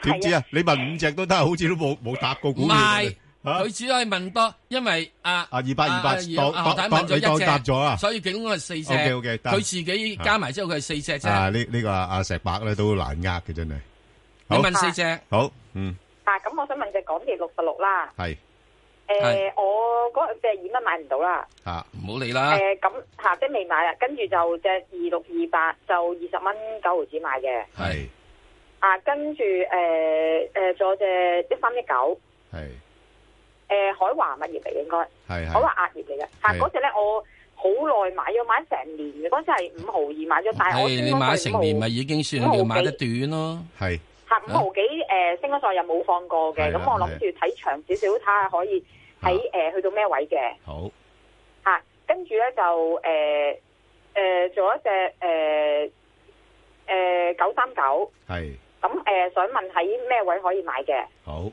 Speaker 9: 點知啊？你問五隻都得，好似都冇冇答過
Speaker 10: 唔
Speaker 9: 股票。
Speaker 10: 係，佢只可以問多，因為啊
Speaker 9: 啊200 200當
Speaker 10: 何太
Speaker 9: 當
Speaker 10: 問咗
Speaker 9: 你當
Speaker 10: 一隻
Speaker 9: 答咗啊
Speaker 10: 所以總共係四隻。
Speaker 9: OK，OK，得
Speaker 10: 佢自己加埋之後，佢係四隻
Speaker 9: 啊，
Speaker 10: 啫。
Speaker 9: 呢呢個阿阿石伯咧都難呃嘅真係。
Speaker 10: 你
Speaker 9: 好
Speaker 10: 問四隻，
Speaker 9: 好，嗯，
Speaker 22: 啊，咁我想問隻港鐵六十六啦，
Speaker 9: 係
Speaker 22: 誒，我嗰隻二蚊買唔到啦，
Speaker 9: 啊，
Speaker 10: 唔好理啦。
Speaker 22: 誒，咁嚇即係未買啦，啊跟住就隻二六二八就二十蚊九毫子買嘅，
Speaker 9: 係
Speaker 22: 啊，跟住誒誒，仲有隻一三一九，
Speaker 9: 係
Speaker 22: 誒，海華物業嚟嘅應該。
Speaker 9: 係
Speaker 22: 我
Speaker 9: 係
Speaker 22: 話壓業嚟嘅，但
Speaker 9: 係
Speaker 22: 嗰只咧我好耐買咗，買成年嘅，嗰陣係五毫二買咗，但係我
Speaker 10: 係你
Speaker 22: 升
Speaker 10: 買
Speaker 22: 咗上
Speaker 10: 成年
Speaker 22: 去
Speaker 10: 咪
Speaker 22: 五毫，
Speaker 10: 已經算叫買得短咯。
Speaker 9: 係
Speaker 22: 嚇五毫幾誒升咗上去又冇放過嘅，
Speaker 10: 係
Speaker 22: 咁
Speaker 10: 啊
Speaker 22: 我諗住睇長少少，睇下可以喺誒去到咩位嘅
Speaker 9: 好
Speaker 22: 嚇，跟住咧就誒誒仲有一隻誒誒九三九，
Speaker 9: 係
Speaker 22: 咁誒想問喺咩位可以買嘅？
Speaker 9: 好。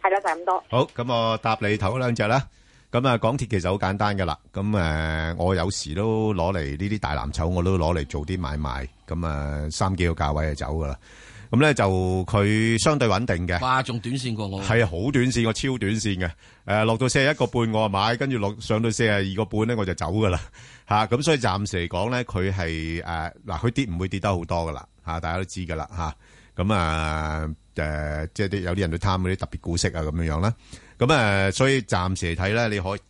Speaker 22: 係啦，就係咁多。
Speaker 9: 好，咁我答你頭嗰兩隻啦。咁啊，港鐵其實好簡單噶啦。咁誒、呃我有時都攞嚟呢啲大藍籌，我都攞嚟做啲買賣。咁啊、三幾個價位就走噶啦。咁咧就佢相對穩定嘅。
Speaker 10: 哇，仲短線過我。
Speaker 9: 係啊，好短線，我超短線嘅。誒、落到四十一個半我就買，跟住落上到四十二個半咧我就走噶啦。 嚇、咁所以暫時嚟講咧，佢係誒嗱，佢、跌唔會跌得好多噶啦嚇，大家都知噶啦嚇。咁啊誒，即係啲有啲人都貪嗰啲特別股息啊咁樣樣啦。咁啊，所以暫時嚟睇咧，你可以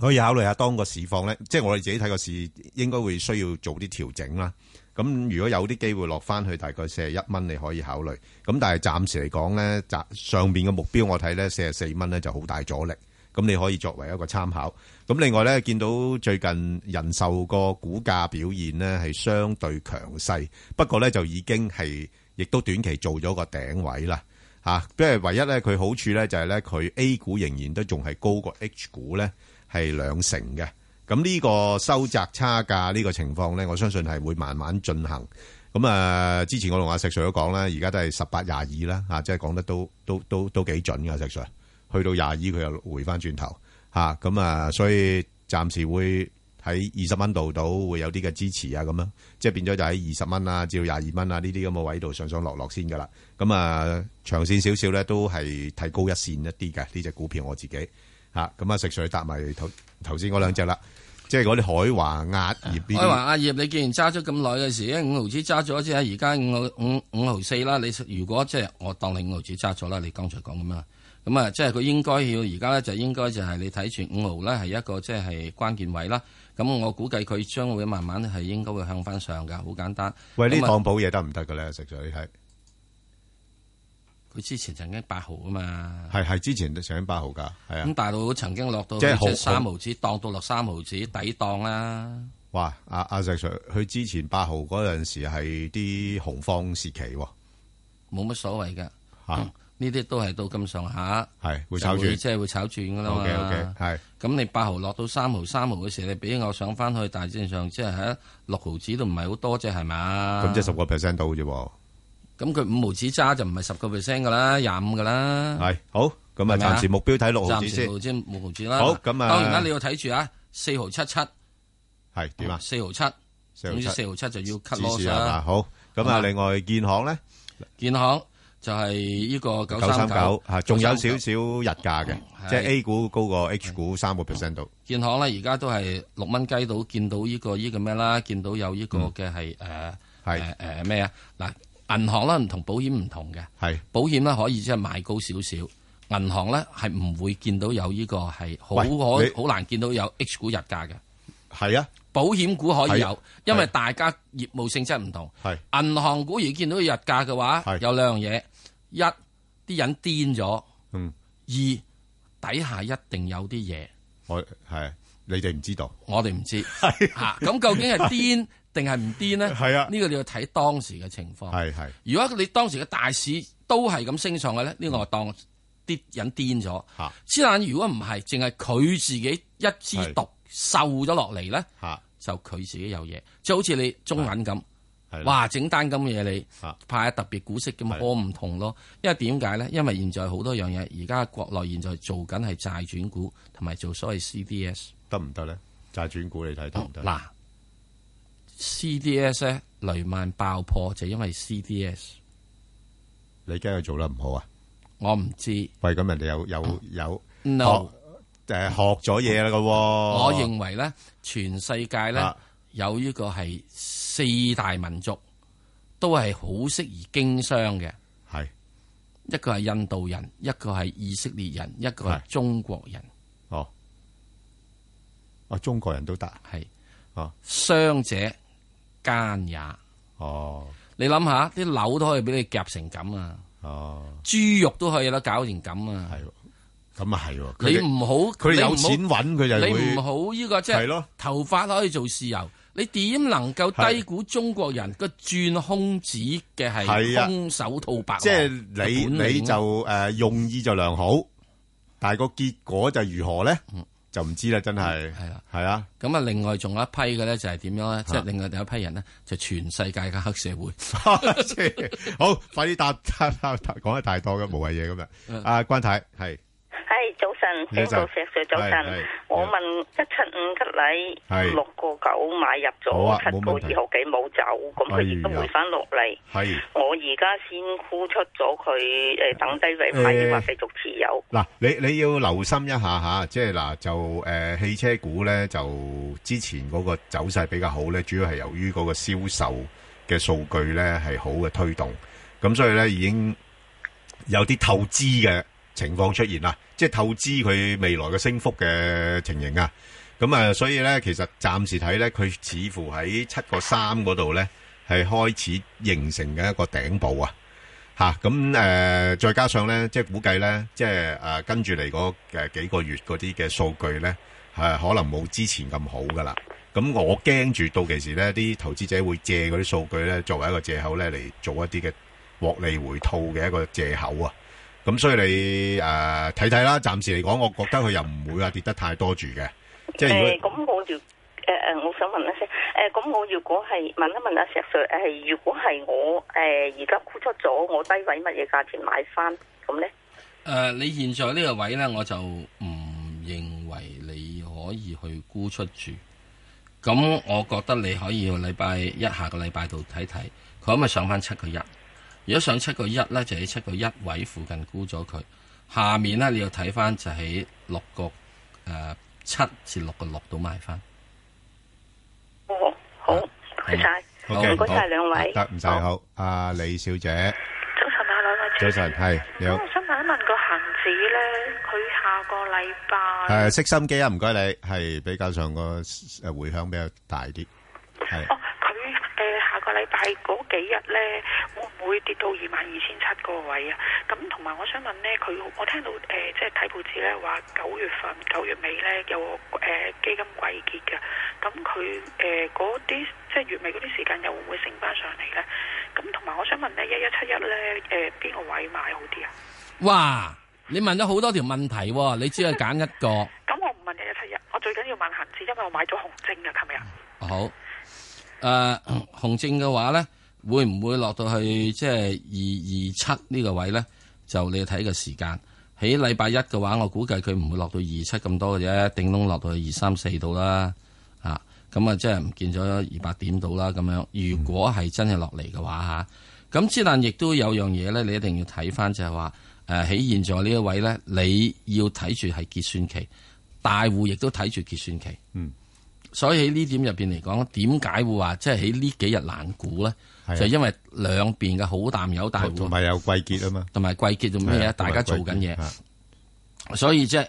Speaker 9: 可以考慮下當個市況咧，即係我哋自己睇個市應該會需要做啲調整啦。咁如果有啲機會落翻去大概四十一蚊，你可以考慮。咁但係暫時嚟講咧，暫上邊嘅目標我睇咧四十四蚊咧就好大阻力。咁你可以作為一個參考。咁另外咧，見到最近人壽個股價表現咧係相對強勢，不過咧就已經係亦都短期做咗個頂位啦。嚇，因啊為唯一咧佢好處咧就係咧佢 A 股仍然都仲係高過 H 股咧係兩成嘅，咁呢個收窄差價呢個情況咧，我相信係會慢慢進行。咁啊，之前我同阿石 Sir 都講啦，而家都係十八廿二啦，啊嚇，即係講得都都都都幾準噶，石 Sir。去到廿二佢又回翻轉頭嚇，咁啊，所以暫時會喺二十蚊度度會有啲嘅支持啊，咁樣即係變咗就喺二十蚊啊，至到廿二蚊啊呢啲咁嘅位度上上落落先噶啦。咁啊，長線少少咧都係睇高一線一啲嘅呢只股票我自己嚇，咁啊食水搭埋頭頭先嗰兩隻啦，即係嗰啲海華壓業呢
Speaker 10: 我話
Speaker 9: 啲
Speaker 10: 阿葉，你既然揸咗咁耐嘅時，因為五毫子揸咗之後，而家五五五毫四啦。你如果即係我當你五毫子揸咗啦，你剛才講咁啊，咁啊，即係佢應該要而家咧就應該就係你睇住五毫咧係一個即係關鍵位啦。咁我估計佢將會慢慢係應該會向翻上㗎，好簡單。
Speaker 9: 喂，呢
Speaker 10: 咁啊
Speaker 9: 檔保嘢得唔得嘅咧？食水係
Speaker 10: 佢之前曾經八毫啊嘛，
Speaker 9: 係係之前都上緊八毫㗎，係啊
Speaker 10: 咁。大佬曾經落到
Speaker 9: 即
Speaker 10: 即
Speaker 9: 係毫
Speaker 10: 係三毫子，當到落三毫子抵當啦。
Speaker 9: 哇！阿阿石 Sir，佢之前八號嗰陣時係啲洪荒時期喎，
Speaker 10: 冇乜所謂噶
Speaker 9: 嚇，
Speaker 10: 嗯呢啲都係到咁上下，
Speaker 9: 係會炒轉
Speaker 10: 就即係會炒轉噶啦嘛。
Speaker 9: OK，OK，係。
Speaker 10: 咁你八毫落到三毫，三毫嘅時候，你俾我上翻去，大致上即係喺六毫子都唔係好多啫，係嘛？
Speaker 9: 咁即係十個 percent 到啫喎。
Speaker 10: 咁佢五毫子揸就唔係十個 percent 噶啦，廿五噶啦。
Speaker 9: 係好，咁啊
Speaker 10: 係咪啊
Speaker 9: 暫時目標睇六毫子
Speaker 10: 暫時
Speaker 9: 先
Speaker 10: 六，毫子六毫子啦。
Speaker 9: 好咁啊
Speaker 10: 當然啦，你要睇住啊，四毫七七
Speaker 9: 係點啊？
Speaker 10: 四毫七，
Speaker 9: 四毫
Speaker 10: 總
Speaker 9: 七
Speaker 10: 之四毫七就要 cut
Speaker 9: 指示
Speaker 10: loss
Speaker 9: 係嘛
Speaker 10: 啦。
Speaker 9: 好，咁啊，另外建行咧，
Speaker 10: 建行就係呢個九三
Speaker 9: 939
Speaker 10: 九
Speaker 9: 嚇，啊仲有少少日價嘅，
Speaker 10: 係
Speaker 9: 即係 A 股高過 H 股三個 percent 度。
Speaker 10: 建行咧，而家都係六蚊雞到，見到呢、個呢、個咩啦，見到有呢個
Speaker 9: 嗯
Speaker 10: 嘅係誒誒誒咩啊？嗱，銀行咧唔同保險唔同嘅，
Speaker 9: 係
Speaker 10: 保險咧可以即係賣高少少，銀行咧係唔會見到有呢個係好
Speaker 9: 喂
Speaker 10: 可
Speaker 9: 你
Speaker 10: 好難見到有 H 股日價嘅。
Speaker 9: 係啊，
Speaker 10: 保險股可以
Speaker 9: 係
Speaker 10: 有，因為大家業務性質唔同。
Speaker 9: 係
Speaker 10: 銀行股如果見到日價嘅話，有兩樣嘢：一啲人癲咗，
Speaker 9: 嗯；
Speaker 10: 二底下一定有啲嘢。
Speaker 9: 我系你哋唔知道，
Speaker 10: 我哋唔知吓。啊咁究竟係癲定係唔癲呢？係啊，呢個你要睇當時嘅情況。
Speaker 9: 係係
Speaker 10: 如果你當時嘅大市都係咁升上去咧，呢、
Speaker 9: 嗯
Speaker 10: 個我當啲人癲咗。之但如果唔係，淨係佢自己一支毒瘦咗落嚟咧，就佢自己有嘢。即係好似你中銀咁，哇整單咁嘅嘢你派下特別股息咁，我唔同咯。因為點解咧？因為現在好多樣嘢，而家國內現在做緊係債轉股同埋做所謂 CDS，
Speaker 9: 得唔得咧？債轉股你睇得唔得？
Speaker 10: 嗱，CDS 咧雷曼爆破就因為 CDS。
Speaker 9: 你驚佢做得唔好啊？
Speaker 10: 我唔知。
Speaker 9: 喂，咁人哋有有有
Speaker 10: No
Speaker 9: 學誒學咗嘢啦嘅喎。啊我
Speaker 10: 我認為咧，全世界咧有呢個係四大民族，都係好適宜經商嘅。
Speaker 9: 係
Speaker 10: 一個係印度人，一個係以色列人，一個係中國人。
Speaker 9: 哦，啊，中國人都得
Speaker 10: 係
Speaker 9: 哦，
Speaker 10: 商者奸也。
Speaker 9: 哦，
Speaker 10: 你諗下，啲樓都可以俾你夾成咁啊！
Speaker 9: 哦，
Speaker 10: 豬肉都可以啦，搞成咁啊！
Speaker 9: 係，咁啊係喎。佢
Speaker 10: 你
Speaker 9: 哋
Speaker 10: 唔好，
Speaker 9: 佢
Speaker 10: 你唔
Speaker 9: 哋
Speaker 10: 好
Speaker 9: 有錢揾佢就會
Speaker 10: 你唔好呢個即
Speaker 9: 係
Speaker 10: 係
Speaker 9: 咯
Speaker 10: 頭髮可以做豉油，你點能夠低估中國人個轉空子嘅係
Speaker 9: 係啊
Speaker 10: 空手套白狼
Speaker 9: 即係你
Speaker 10: 嘅本領
Speaker 9: 你就誒用意就良好， 但係個結果就如何咧？就唔知啦，真係
Speaker 10: 嗯係啦，
Speaker 9: 係啊。
Speaker 10: 咁啊，另外仲有一批嘅咧就係點樣咧？即係
Speaker 9: 啊
Speaker 10: 另外有一批人呢，就全世界嘅黑社 會。
Speaker 9: 好，快啲答答答答，講得太多嘅無謂嘢咁啊！阿關太係
Speaker 23: 系早晨，
Speaker 9: 早晨
Speaker 23: 邊個石 Sir 早
Speaker 9: 係係
Speaker 23: 晨，我問一七五吉禮
Speaker 9: 係
Speaker 23: 六個九買入
Speaker 9: 好啊
Speaker 23: 咗，七個
Speaker 9: 冇問題
Speaker 23: 二毫幾冇走，咁佢亦都
Speaker 9: 哎呀
Speaker 23: 回翻落嚟。
Speaker 9: 係
Speaker 23: 我而家先沽出咗佢，诶等低位買，抑或繼續持有？
Speaker 9: 嗱，你你要留心一下吓，即係嗱就誒、呃汽車股咧，就之前嗰個走勢比較好咧，主要係由於嗰個銷售嘅數據咧係好嘅推動，咁所以咧已經有啲透支嘅情況出現啦，即係透支佢未來嘅升幅嘅情形啊。咁啊，所以咧，其實暫時睇咧，佢似乎喺七個三嗰度咧，係開始形成嘅一個頂部啊。吓咁誒，再加上咧，即係估計咧，即係誒跟住嚟嗰誒幾個月嗰啲嘅數據咧，誒、可能冇之前咁好噶啦。咁我驚住到期時咧，啲投資者會借嗰啲數據咧，作為一個借口咧嚟做一啲嘅獲利回吐嘅一個借口啊。咁所以你誒睇睇啦，暫時嚟講，我覺得佢又唔會話跌得太多住嘅。即係如果
Speaker 23: 誒咁我如誒誒，我想問一聲，誒咁我如果係問一問阿石 Sir，誒如果係我誒而家沽出咗，我低位乜嘢價錢買翻咁咧？
Speaker 10: 誒、呃你現在呢個位呢，我就唔認為你可以去沽出住。咁我覺得你可以禮拜一下個禮拜度睇睇，佢可唔可以上翻七個一？如果上七個一呢，就喺七個一位附近沽咗佢。下面呢，你要睇翻就喺六個誒、七至六個六度買翻。
Speaker 23: 唔該晒，
Speaker 9: OK，
Speaker 23: 唔該
Speaker 9: 好
Speaker 23: 晒兩位。
Speaker 9: 得唔使好，阿、李小姐，
Speaker 24: 早晨啊，兩位
Speaker 9: 早晨，係你好
Speaker 24: 咁。我想問一問個恒指咧，佢下個禮拜
Speaker 9: 诶，熄心機啊，唔該你，係比較上個诶回響比較大啲，係
Speaker 24: 哦，佢誒下個禮拜嗰幾日咧，會唔會跌到二萬二千七個位啊？咁同埋我想問咧，佢我聽到誒、呃即係睇報紙咧話九月份九月尾咧有個誒、呃基金季結嘅，咁佢誒嗰啲即係月尾嗰啲時間又會唔會升翻上嚟咧？咁同埋我想問咧，一一七一咧誒邊個位買好啲啊？
Speaker 10: 哇！你問咗好多條問題喎、你只係揀一個。
Speaker 24: 咁我唔問一一七一，我最緊要問恒指，因為我買咗紅晶嘅，琴日。
Speaker 10: 好，誒、 紅證嘅話咧，會唔會落到去即係二二七呢個位咧？就你要睇個時間。喺禮拜一嘅話，我估計佢唔會落到二七咁多嘅啫，頂籠落到去二三四度啦。啊，咁啊，即係唔見咗二百點度啦。咁樣，如果係真係落嚟嘅話嚇，咁之但亦都有樣嘢咧，你一定要睇翻就係話，誒、喺現在呢一位咧，你要睇住係結算期，大户亦都睇住結算期。
Speaker 9: 嗯。
Speaker 10: 所以喺呢點入邊嚟講，點解會話即係喺呢幾日難估咧
Speaker 9: 係啊？
Speaker 10: 就因為兩邊嘅好淡有大户，
Speaker 9: 同埋有季結啊嘛，
Speaker 10: 同埋季結做咩
Speaker 9: 係啊
Speaker 10: 嘢？大家做緊嘢
Speaker 9: 同埋，
Speaker 10: 所 以即係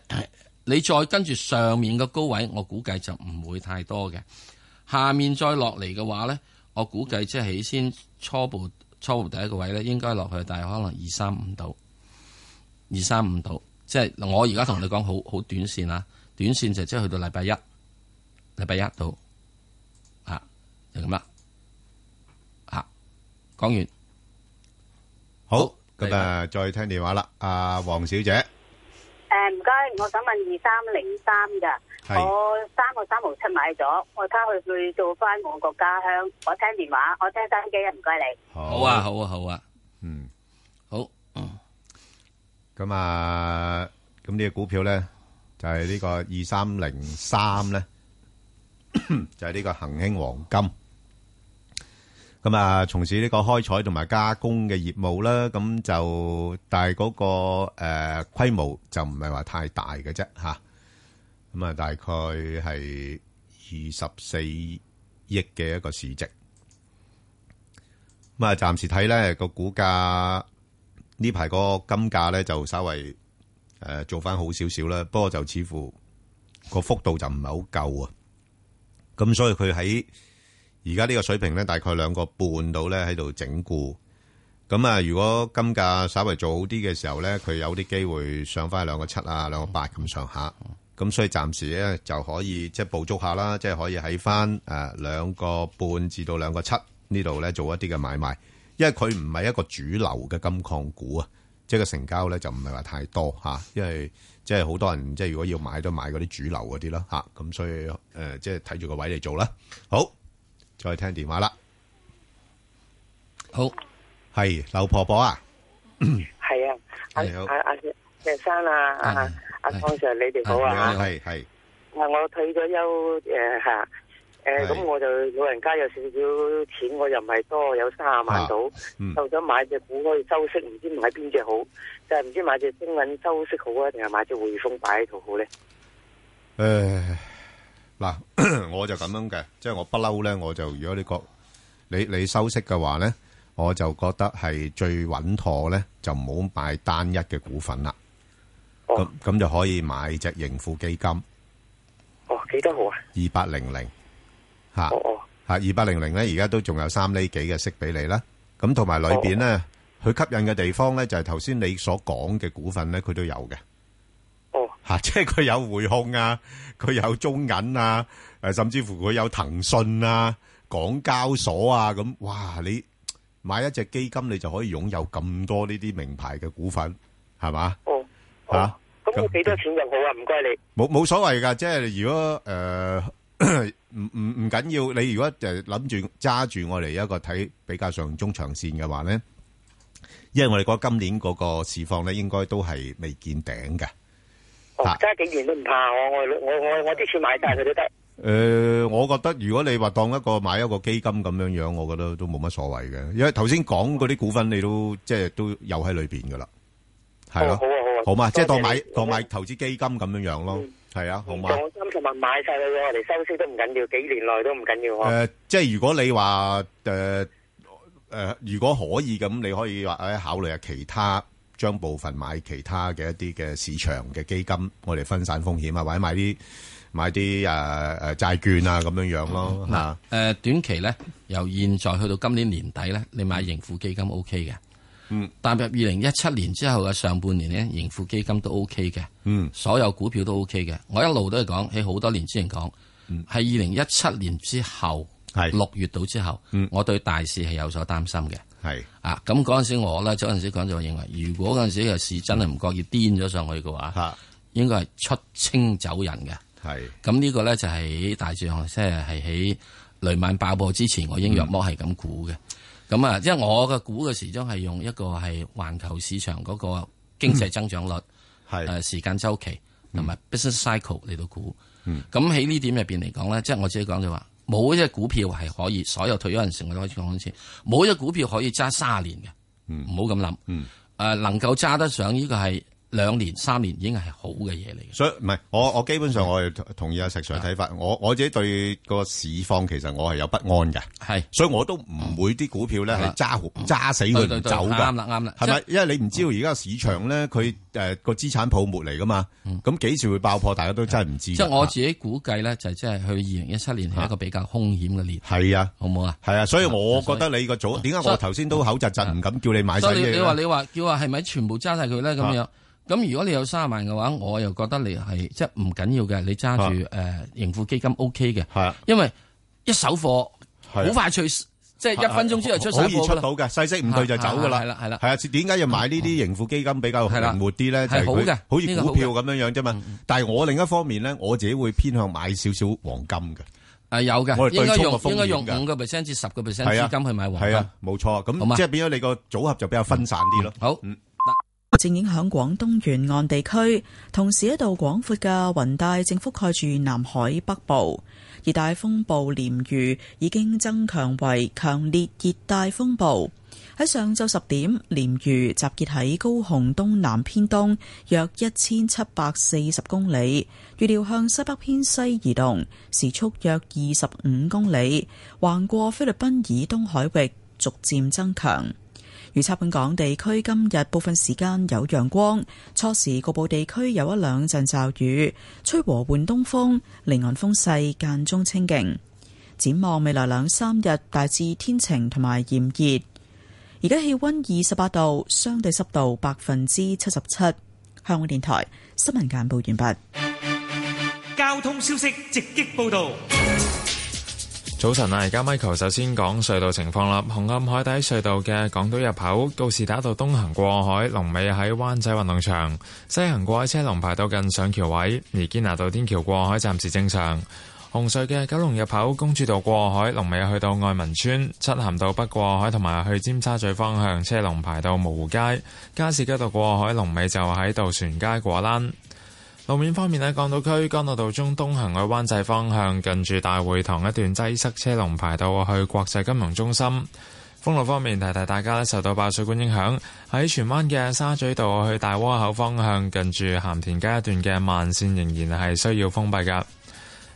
Speaker 10: 你再跟住上面嘅高位，我估計就唔會太多嘅。下面再落嚟嘅話咧，我估計即係起先初步初步第一個位咧，應該落去大概可能二三五度，二三五度。即係我而家同你講好好短線啊，短線就即係去到禮拜一，禮拜一度啊，就咁啦。啊，講完。
Speaker 9: 好，咁啊，再聽電話啦，阿黃小姐，
Speaker 24: 诶，唔該，我想問二三零三㗎，
Speaker 9: 係
Speaker 24: 我三個三毫七買咗，我睇下佢去到翻我個家鄉，我聽電話，我聽收音機啊，唔該你。
Speaker 10: 好啊，好啊，好啊，
Speaker 9: 嗯，
Speaker 10: 好，
Speaker 9: 咁啊，咁呢個股票咧就係呢個二三零三咧， 就係呢個恒興黃金。咁啊，從事呢個開採同埋加工嘅業務啦，咁就但係嗰、個誒、呃、規模就唔係話太大嘅啫嚇。咁啊，大概係二十四億嘅一個市值。咁啊，暫時睇咧個股價呢排個金價咧就稍微誒、呃做翻好少少啦，不過就似乎個幅度就唔係好夠啊。咁所以佢喺而家呢個水平咧，大概兩個半到咧喺度整固。咁啊，如果金價稍微做好啲嘅時候咧，佢有啲機會上翻兩個七啊、兩個八咁上下。咁所以暫時咧就可以即係捕捉下啦，即係可以喺翻誒兩個半至到兩個七呢度咧做一啲嘅買賣，因為佢唔係一個主流嘅金礦股啊，即係個成交咧就唔係話太多嚇、因為即係好多人即係如果要買都買嗰啲主流嗰啲啦嚇，咁、所以誒、呃即係睇住個位嚟做啦。好，再聽電話啦。
Speaker 10: 好，
Speaker 9: 係劉婆婆啊，
Speaker 25: 系啊，阿
Speaker 9: 你好
Speaker 25: 阿阿石生啊，阿阿湯 Sir，你哋好啊，
Speaker 9: 係係
Speaker 25: 啊，我退咗休誒嚇，誒咁我就老人家有少少錢，我又唔係多，有三十
Speaker 9: 啊
Speaker 25: 萬到，
Speaker 9: 嗯
Speaker 25: 就想買只股可以收息，唔知買邊只好，就係唔知買只中銀收息好啊，定係買只匯豐擺喺度好咧？
Speaker 9: 誒嗱、 我就咁樣嘅，即係我不嬲咧，我就如果你覺你你收息嘅話咧，我就覺得係最穩妥咧，就唔好買單一嘅股份啦。咁咁、就可以買只盈富基金二
Speaker 25: 哦，幾多號啊？
Speaker 9: 八零零嚇嚇二八零零咧，而家都仲有三厘幾嘅息俾你啦。咁同埋裏邊咧，佢、吸引嘅地方咧就係頭先你所講嘅股份咧，佢都有嘅。吓、 即係佢有匯控啊，佢有中銀啊，诶、甚至乎佢有騰訊啊、港交所啊，咁哇，你買一隻基金，你就可以擁有咁多呢啲名牌嘅股份，係嘛？
Speaker 25: 哦，
Speaker 9: 吓、
Speaker 25: 咁我幾多錢入好啊？唔該你。
Speaker 9: 冇冇所謂㗎，即係如果诶 唔唔唔緊要，你如果就諗住揸住我嚟一個睇比較上中長線嘅話咧，因為我哋覺得今年嗰個市況咧，應該都係未見頂嘅。
Speaker 25: 哦，
Speaker 9: 啊
Speaker 25: 揸幾年都唔怕，我我我我我啲錢買晒佢都得。
Speaker 9: 诶、我覺得如果你話當一個買一個基金咁樣樣，我覺得都冇乜所謂嘅，因為頭先講嗰啲股份你都即係都有喺裏边噶啦，係咯、
Speaker 25: 哦好啊好啊
Speaker 9: 好嘛，即係
Speaker 25: 多
Speaker 9: 當
Speaker 25: 謝
Speaker 9: 買
Speaker 25: 你
Speaker 9: 當買投資基金咁樣樣咯，係啊，好嘛。
Speaker 25: 我三十萬買晒佢嘅，我嚟收息都唔緊要，幾年內都唔緊要
Speaker 9: 誒、
Speaker 25: 喎。
Speaker 9: 呃即係如果你話誒誒，如果可以咁，你可以話誒考慮下啊其他將部分買其他嘅一啲嘅市場嘅基金，我哋分散風險啊，或者買啲買啲誒誒債券啊咁樣樣咯嚇。
Speaker 10: 誒、短期咧，由現在去到今年年底咧，你買盈富基金 O K 嘅。
Speaker 9: 嗯，
Speaker 10: 踏入二零一七年之後嘅上半年咧，盈富基金都 O K 嘅。
Speaker 9: 嗯，
Speaker 10: 所有股票都 O K 嘅。我一路都係講喺好多年之前講，係二零一七年之後，
Speaker 9: 係
Speaker 10: 六月到之後，我對大市係有所擔心嘅。
Speaker 9: 係
Speaker 10: 啊，咁嗰陣時我咧，嗰陣時講就認為，如果嗰陣時嘅市真係唔覺意癲咗上去嘅話，應該係出清走人嘅。
Speaker 9: 係
Speaker 10: 咁呢個咧就係大致上，即係係喺雷曼爆破之前，我已經約莫係咁估嘅。咁啊、因為我嘅估嘅時鐘係用一個係環球市場嗰個經濟增長率、係誒時間週期同埋 business cycle 嚟到估。咁喺呢點入邊嚟講咧，即係我自己講就話，冇一隻股票係可以所有退休人士，我都開始講多次，冇
Speaker 9: 嗯
Speaker 10: 啊一隻股票可以揸三十年嘅，唔好咁諗。誒、能夠揸得上呢個係兩年三年已經係好嘅嘢嚟嘅。
Speaker 9: 所以唔係，我我基本上我係同同意阿石
Speaker 10: 啊
Speaker 9: Sir 嘅睇法。我我自己對個市況其實我係有不安嘅，
Speaker 10: 係，嗯
Speaker 9: 所以我都唔會啲股票咧係揸揸死佢
Speaker 10: 對對
Speaker 9: 唔
Speaker 10: 對
Speaker 9: 走㗎。
Speaker 10: 啱啦啱啦
Speaker 9: 係咪
Speaker 10: 即？
Speaker 9: 因為你唔知道而家市場咧，佢誒個資產泡沫嚟㗎嘛，咁幾時會爆破，大家都真係唔知
Speaker 10: 嗯即
Speaker 9: 㗎。啊
Speaker 10: 係我自己估計咧，就係即係去二零一七年係一個比較兇險嘅年。
Speaker 9: 係啊，
Speaker 10: 好唔好啊？
Speaker 9: 係啊，所以我覺得你個組點解我頭先都口窒窒唔敢叫你買晒
Speaker 10: 嗯所
Speaker 9: 啲
Speaker 10: 以
Speaker 9: 嘢
Speaker 10: 你
Speaker 9: 呢
Speaker 10: 你話你話叫話係咪全部揸晒佢咧
Speaker 9: 啊
Speaker 10: 咁樣？咁如果你有三十萬嘅話，我又覺得你係即係唔緊要嘅，你揸住誒盈富基金 OK 嘅，
Speaker 9: 啊係啊
Speaker 10: 因為一手貨好快脆，即係一分鐘之內出手
Speaker 9: 好易
Speaker 10: 貨
Speaker 9: 出
Speaker 10: 㗎啦
Speaker 9: 到嘅，細息唔對就走㗎啦。
Speaker 10: 係啦係啦
Speaker 9: 係啊，點解要買呢啲盈富基金比較
Speaker 10: 係啦
Speaker 9: 靈活啲咧？就
Speaker 10: 係好
Speaker 9: 佢
Speaker 10: 嘅
Speaker 9: 好
Speaker 10: 呢
Speaker 9: 似
Speaker 10: 個
Speaker 9: 股
Speaker 10: 好
Speaker 9: 票咁樣樣啫嘛。但係我另一方面咧，我自己會偏向買少少黃金嘅。
Speaker 10: 誒有
Speaker 9: 我
Speaker 10: 嘅，
Speaker 9: 哋
Speaker 10: 應該
Speaker 9: 對沖
Speaker 10: 用
Speaker 9: 個風
Speaker 10: 應該用
Speaker 9: 險㗎
Speaker 10: 五個 percent 至十個 percent
Speaker 9: 係啊
Speaker 10: 資金去買黃
Speaker 9: 係
Speaker 10: 金
Speaker 9: 啊。，冇錯。
Speaker 10: 好嘛
Speaker 9: 咁即係變咗你個組合就比較分散啲咯。
Speaker 10: 好，
Speaker 12: 正影響廣東沿岸地區，同時一道廣闊嘅雲帶正覆蓋住南海北部。熱帶風暴鲢魚已經增強為強烈熱帶風暴。喺上晝十點，鲢魚集結喺高雄東南偏東約一千七百四十公里，預料向西北偏西移動，時速約二十五公里，橫過菲律賓以東海域，逐漸增強。預測本港地區今日部分時間有陽光，初時局部地區有一兩陣驟雨，吹和緩東風，離岸風勢間中清勁。展望未來兩三日大致天晴同埋炎熱。而家氣温二十八度，相對濕度百分之七十七。香港電台新聞簡報完畢。
Speaker 11: 交通消息直擊報道。
Speaker 13: 早晨啊，而家 Michael 首先講隧道情況啦。紅磡海底隧道嘅港島入口告士打道東行過海，龍尾喺灣仔運動場；西行過海車龍排到近上橋位，而堅拿道天橋過海暫時正常。紅隧嘅九龍入口公主道過海，龍尾去到愛民村；漆咸道北過海同埋去尖沙咀方向車龍排到蕪湖街；加士居道過海龍尾就喺渡船街果欄。路面方面呢，港島區干諾道中東行去灣仔方向，近住大會堂一段擠塞車龍排到去國際金融中心。封路方面，提提大家呢，受到爆水管影響，喺荃灣嘅沙咀道去大窩口方向，近住鹹田街一段嘅慢線仍然係需要封閉㗎。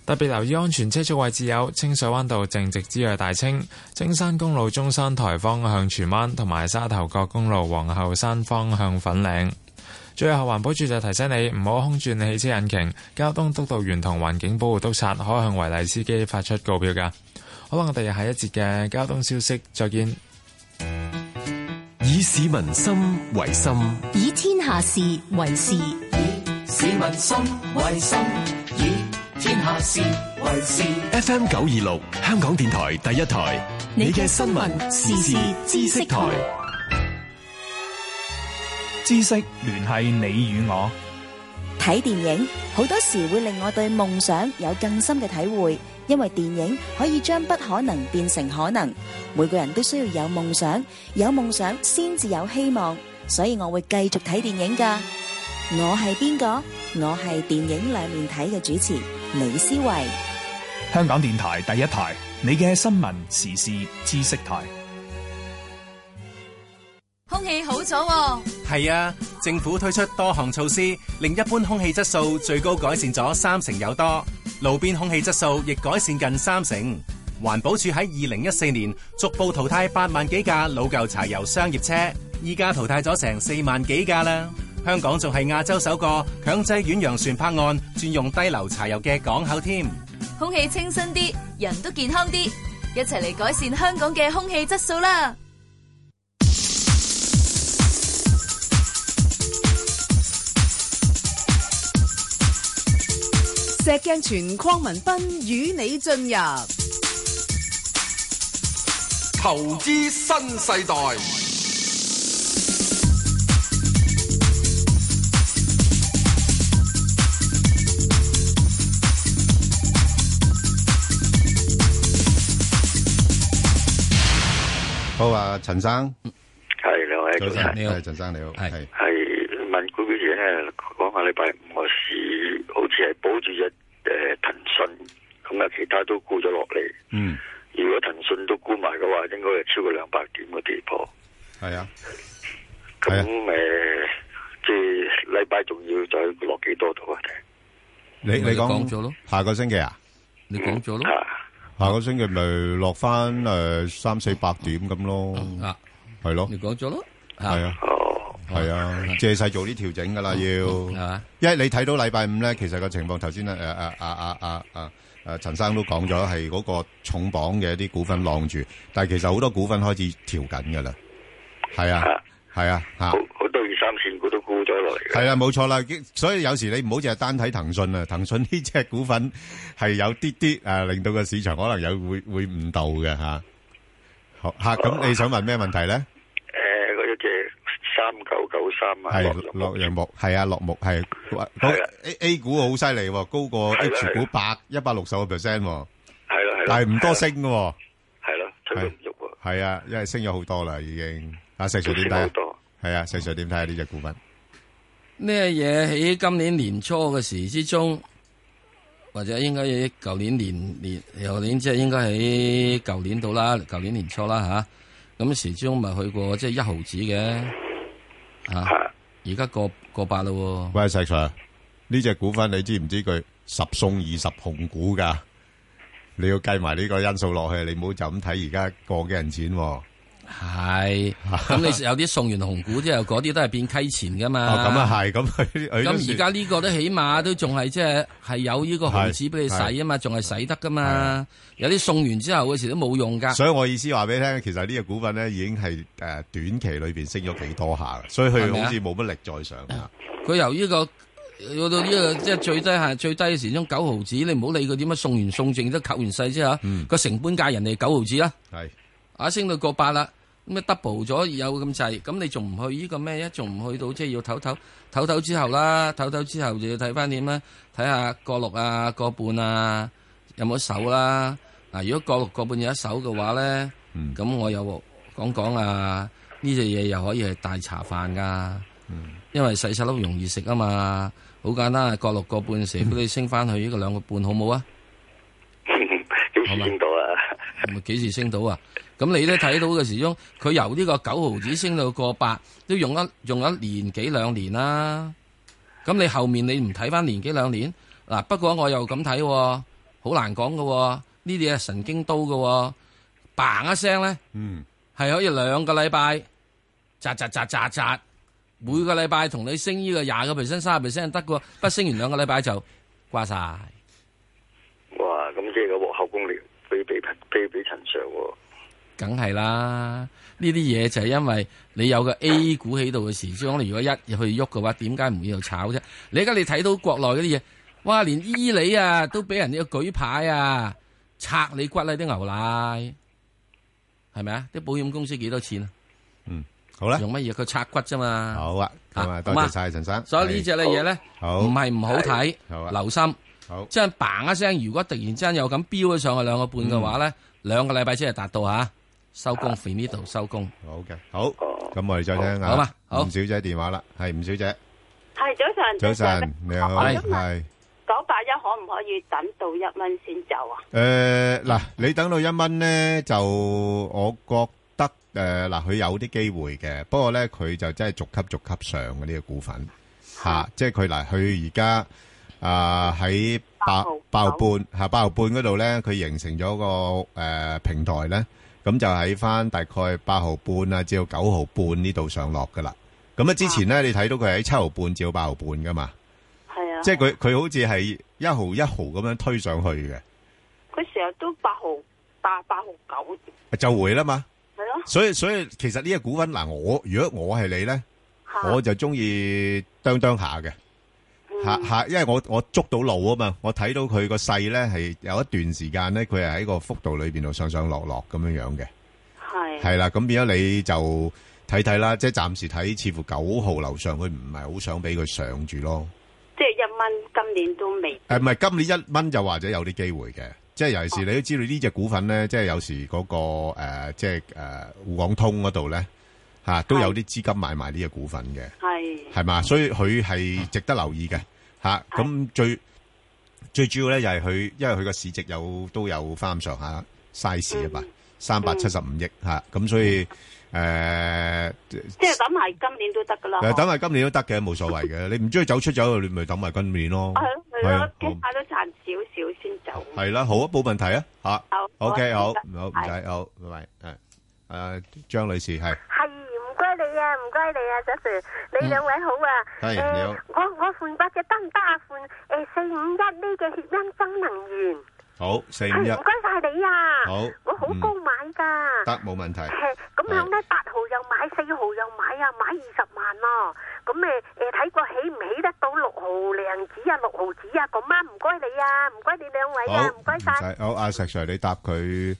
Speaker 13: 特別留意安全車速位置有清水灣道正直之去大清、青山公路中山台方向荃灣，同埋沙頭角公路皇后山方向粉嶺。最後，環保署就提醒你唔好空轉你汽車引擎。交通督導員同環境保護督察可向違例司機發出告票㗎。好啦，我哋下一節嘅交通消息再見。
Speaker 7: 以市民心為心，
Speaker 14: 以天下事為事，
Speaker 26: 市民心為心，以天下事為事。
Speaker 7: FM 九二六，香港電台第一台，你嘅新聞時事知識台，
Speaker 23: 知識聯繫你與我。
Speaker 27: 睇電影好多時會令我對夢想有更深嘅體會，因為電影可以將不可能變成可能。每個人都需要有夢想，有夢想先至有希望，所以我會繼續睇電影㗎。我係邊個？我係電影兩面睇嘅主持李思維。
Speaker 23: 香港電台第一台，你嘅新聞時事知識台。
Speaker 28: 空氣好咗、喎，
Speaker 29: 係啊，政府推出多項措施，令一般空氣質素最高改善咗三成有多，路邊空氣質素亦改善近三成。環保署喺二零一四年逐步淘汰八萬幾架老舊柴油商業車，依家淘汰咗成四萬幾架啦。香港仲係亞洲首個強制遠洋船泊岸轉用低硫柴油嘅港口添。
Speaker 28: 空氣清新啲，人都健康啲，一齊嚟改善香港嘅空氣質素啦！
Speaker 6: 石鏡泉邝文斌與你進入
Speaker 8: 投資新世代，
Speaker 9: 好啊，陳生，
Speaker 30: 係兩位
Speaker 9: 早
Speaker 30: 早晨
Speaker 9: 晨，係陳生你好，係
Speaker 30: 係問股票嘢咧，講下禮拜五個市好似係保住只誒騰訊，咁啊其他都沽咗落嚟。
Speaker 9: 嗯，
Speaker 30: 如果騰訊都沽埋嘅話，應該係超過兩百點嘅地步。
Speaker 9: 係啊，啊
Speaker 30: 咁誒，即係禮拜
Speaker 9: 你-你
Speaker 10: 咪
Speaker 9: 講
Speaker 10: 講咗咯。
Speaker 9: 下個星期啊？
Speaker 10: 你講咗咯。
Speaker 9: 下個星期咪落返，誒，300-400點咁咯。係咯。係啊。係啊，借勢做啲調整㗎啦，要。因為你睇到禮拜五呢，其實個情況頭先呢，誒，啊，啊，啊，啊，啊，陳生都講咗係嗰個重磅嘅啲股份晾住，但係其實好多股份開始調緊㗎啦。係啊，係啊，嚇。
Speaker 30: 好多二三線股都沽咗落嚟嘅。
Speaker 9: 系啦，冇錯啦，所以有時你唔好淨係單睇騰訊啊，騰訊 呢只股份係有啲啲诶，令到個市場可能有會会误導嘅吓。好吓，咁你想問咩問題咧？
Speaker 30: 誒嗰一隻三九九三啊，
Speaker 9: 係落陽木，係啊，落木係嗰 A A 股好犀利喎，高過
Speaker 30: 係啦
Speaker 9: H 股
Speaker 30: 係
Speaker 9: 百一百六十個 percent，喎
Speaker 30: 係啦係啦，
Speaker 9: 但係唔多升嘅喎。
Speaker 30: 係啦，推佢唔喐喎。
Speaker 9: 係啊，因為升咗好多啦，已經。阿石 Sir 點睇
Speaker 30: 升咗好
Speaker 9: 啊？
Speaker 30: 多
Speaker 9: 係啊，石 Sir 點睇啊？呢只股份？
Speaker 10: 呢嘢喺今年年初嘅時之中，或者應該喺舊年年年，舊年即係應該喺舊年度啦，舊年年初啦吓。咁、時中咪去過即係一毫子嘅吓，而家、過過百咯
Speaker 9: 喂，石 Sir，呢只股份你知唔知佢十送二十紅股噶？你要計埋呢個因素落去，你唔好就咁睇而家個幾人錢喎。
Speaker 10: 係，喎。咁你有啲送完紅股之後，嗰啲都係變溪錢噶嘛。
Speaker 9: 哦，咁啊係，咁佢佢都
Speaker 10: 咁而
Speaker 9: 算
Speaker 10: 家呢個都起碼都仲係即係係有呢個紅紙俾你使
Speaker 9: 係
Speaker 10: 啊嘛，仲係使得噶嘛。有啲送完之後嘅時都冇用㗎。
Speaker 9: 所以我意思話俾你聽，其實呢只股份咧已經係誒短期裏邊升咗幾多下啦，所以佢
Speaker 10: 係咪啊
Speaker 9: 好似冇乜力再上啊啦。
Speaker 10: 佢由呢、個去到呢、個即係最低下最低嘅時鐘九毫子，你唔好理佢點樣送完送剩都扣完細之後，個、成本價人哋九毫子啦，
Speaker 9: 係
Speaker 10: 啊升到個八啦，咁啊 double 咗有咁滯，咁你仲唔去呢個咩？一啊仲唔去到即係要唞唞唞唞之後啦，唞唞之後就要睇翻點啦，睇下個六啊個半啊有冇一手啦。嗱，如果個六個半有一手嘅話咧，咁、我又講講啊呢隻嘢又可以係大茶飯㗎。因為細細粒容易食啊嘛，好簡單啊，各六個半成，
Speaker 30: 嗯
Speaker 10: 俾你升翻去呢個兩個半，好冇 啊？
Speaker 30: 幾時升到啊？
Speaker 10: 咪幾時升到啊？咁你都睇到嘅時鐘，佢由呢個九毫子升到個八，都用一用一年幾兩年啦。咁你後面你唔睇翻年幾兩年嗱？不過我又咁睇喎，好難講嘅喎，呢啲係神經刀嘅喎，嘭一聲咧，
Speaker 9: 嗯，
Speaker 10: 係可以兩個禮拜，扎扎扎扎扎，每個禮拜同你升呢個廿個 percent、三十 percent 得嘅喎，不升完兩個禮拜就掛晒。
Speaker 30: 哇！咁即係個幕後功力比比比比陳上喎。
Speaker 10: 梗係啦，呢啲嘢就係因為你有個 A 股喺度嘅時，所以我哋如果一去喐嘅話，點解唔喺度炒啫？你而家你睇到國內嗰啲嘢，哇！連伊利啊都俾人呢個舉牌啊，拆你骨啦啲牛奶，係咪啊？啲保險公司幾多錢啊？
Speaker 9: 嗯，好啦，
Speaker 10: 用乜嘢？佢拆骨啫嘛。
Speaker 9: 好啊，咁啊，多
Speaker 10: 好
Speaker 9: 謝
Speaker 10: 嘛
Speaker 9: 晒陳生。
Speaker 10: 所以呢隻
Speaker 9: 係
Speaker 10: 嘅嘢咧，
Speaker 9: 好
Speaker 10: 唔係唔好睇，
Speaker 9: 好啊
Speaker 10: 留心。
Speaker 9: 好
Speaker 10: 即係嘭一聲，如果突然之間有咁飆咗上去兩個半嘅話咧，兩個禮拜先係達到吓，收工 f 呢度收工。
Speaker 9: 好嘅，好，咁我哋再聽下啊
Speaker 10: 好嘛好
Speaker 9: 吳小姐電話啦，係吳小姐，
Speaker 24: 係早晨，
Speaker 9: 早晨，你好，
Speaker 24: 我想問
Speaker 9: 係。
Speaker 24: 九八一可唔可以等到一蚊先走啊？
Speaker 9: 呃誒，嗱，你等到1蚊呢，就我覺得，誒，嗱，佢有啲機會嘅。不過呢，佢就真係逐級逐級上嘅，呢個股份。嚇，即係佢嗱，佢而家，啊，喺八-八毫半，呃嚇，八毫半嗰度呢，佢形成咗個，誒，平台呢，咁就喺返大概八毫半啊，至到九毫半呢度上落㗎啦。咁啊，之前呢，你睇到佢係七毫半至到八毫半㗎嘛。
Speaker 24: 啊
Speaker 9: 即係佢-佢好似係一毫一毫咁樣推上去嘅。
Speaker 24: 佢成日都八毫八八毫九，
Speaker 9: 就回啦嘛。
Speaker 24: 係咯
Speaker 9: 所以所以其實呢只股份嗱，我如果我係你咧，我就中意啄啄下嘅。下
Speaker 24: 嗯
Speaker 9: 下，因為我我捉到路啊嘛，我睇到佢個勢咧係有一段時間咧，佢係喺個幅度裏邊度上上落落咁樣樣嘅。
Speaker 24: 係
Speaker 9: 係啦，咁變咗你就睇睇啦，即係暫時睇，似乎九號樓上佢唔係好想俾佢上住咯。
Speaker 24: 即係一蚊，今年都未
Speaker 9: 诶，唔係今年一蚊就或者有啲機會嘅，即係尤
Speaker 24: 哦
Speaker 9: 其是你都知道呢只股份咧，即係有時嗰、個呃即係诶沪港通嗰度咧吓都有啲資金買埋呢只股份嘅，
Speaker 24: 哦係哦
Speaker 9: 係嘛，所以佢係值得留意嘅吓。咁、最最主要咧，又係佢因為佢個市值有都有翻咁上下 size 啊嘛，
Speaker 24: 嗯
Speaker 9: 三百七十五億吓，咁、所以
Speaker 24: 嗯
Speaker 9: 诶。呃
Speaker 24: 即係等埋今年都得㗎啦。
Speaker 9: 誒，等埋今年都得嘅，冇所謂嘅。你唔中意走出走入，你咪等埋今年咯。
Speaker 24: 啊係咯，佢
Speaker 9: 係
Speaker 15: 咯
Speaker 9: 啊，
Speaker 15: 驚下都賺少少先走。
Speaker 9: 系啦，好啊，冇問題啊，吓
Speaker 15: 好
Speaker 9: ，OK，好，
Speaker 15: 好
Speaker 9: 好唔使，好，拜拜，诶，诶，張女士係，
Speaker 16: 係唔該你啊，唔該你啊，石 Sir，你兩位好啊。
Speaker 9: 係
Speaker 16: 誒
Speaker 9: 你好
Speaker 16: 我我換八隻得唔得啊？換誒四五一呢隻血因新能源，
Speaker 9: 好，四五一
Speaker 16: 係唔該晒你啊！
Speaker 9: 好
Speaker 16: 我好高買㗎。
Speaker 9: 得冇問題，
Speaker 16: 係 咁樣咧，八號又買，四號又買啊，買二十萬咯。咁誒誒睇過起唔起得到六號零子啊，六毫子啊，咁啊，唔該你啊，唔該你兩位
Speaker 9: 好，
Speaker 16: 啊，唔該晒。
Speaker 9: 唔使，好，阿石Sir，你答佢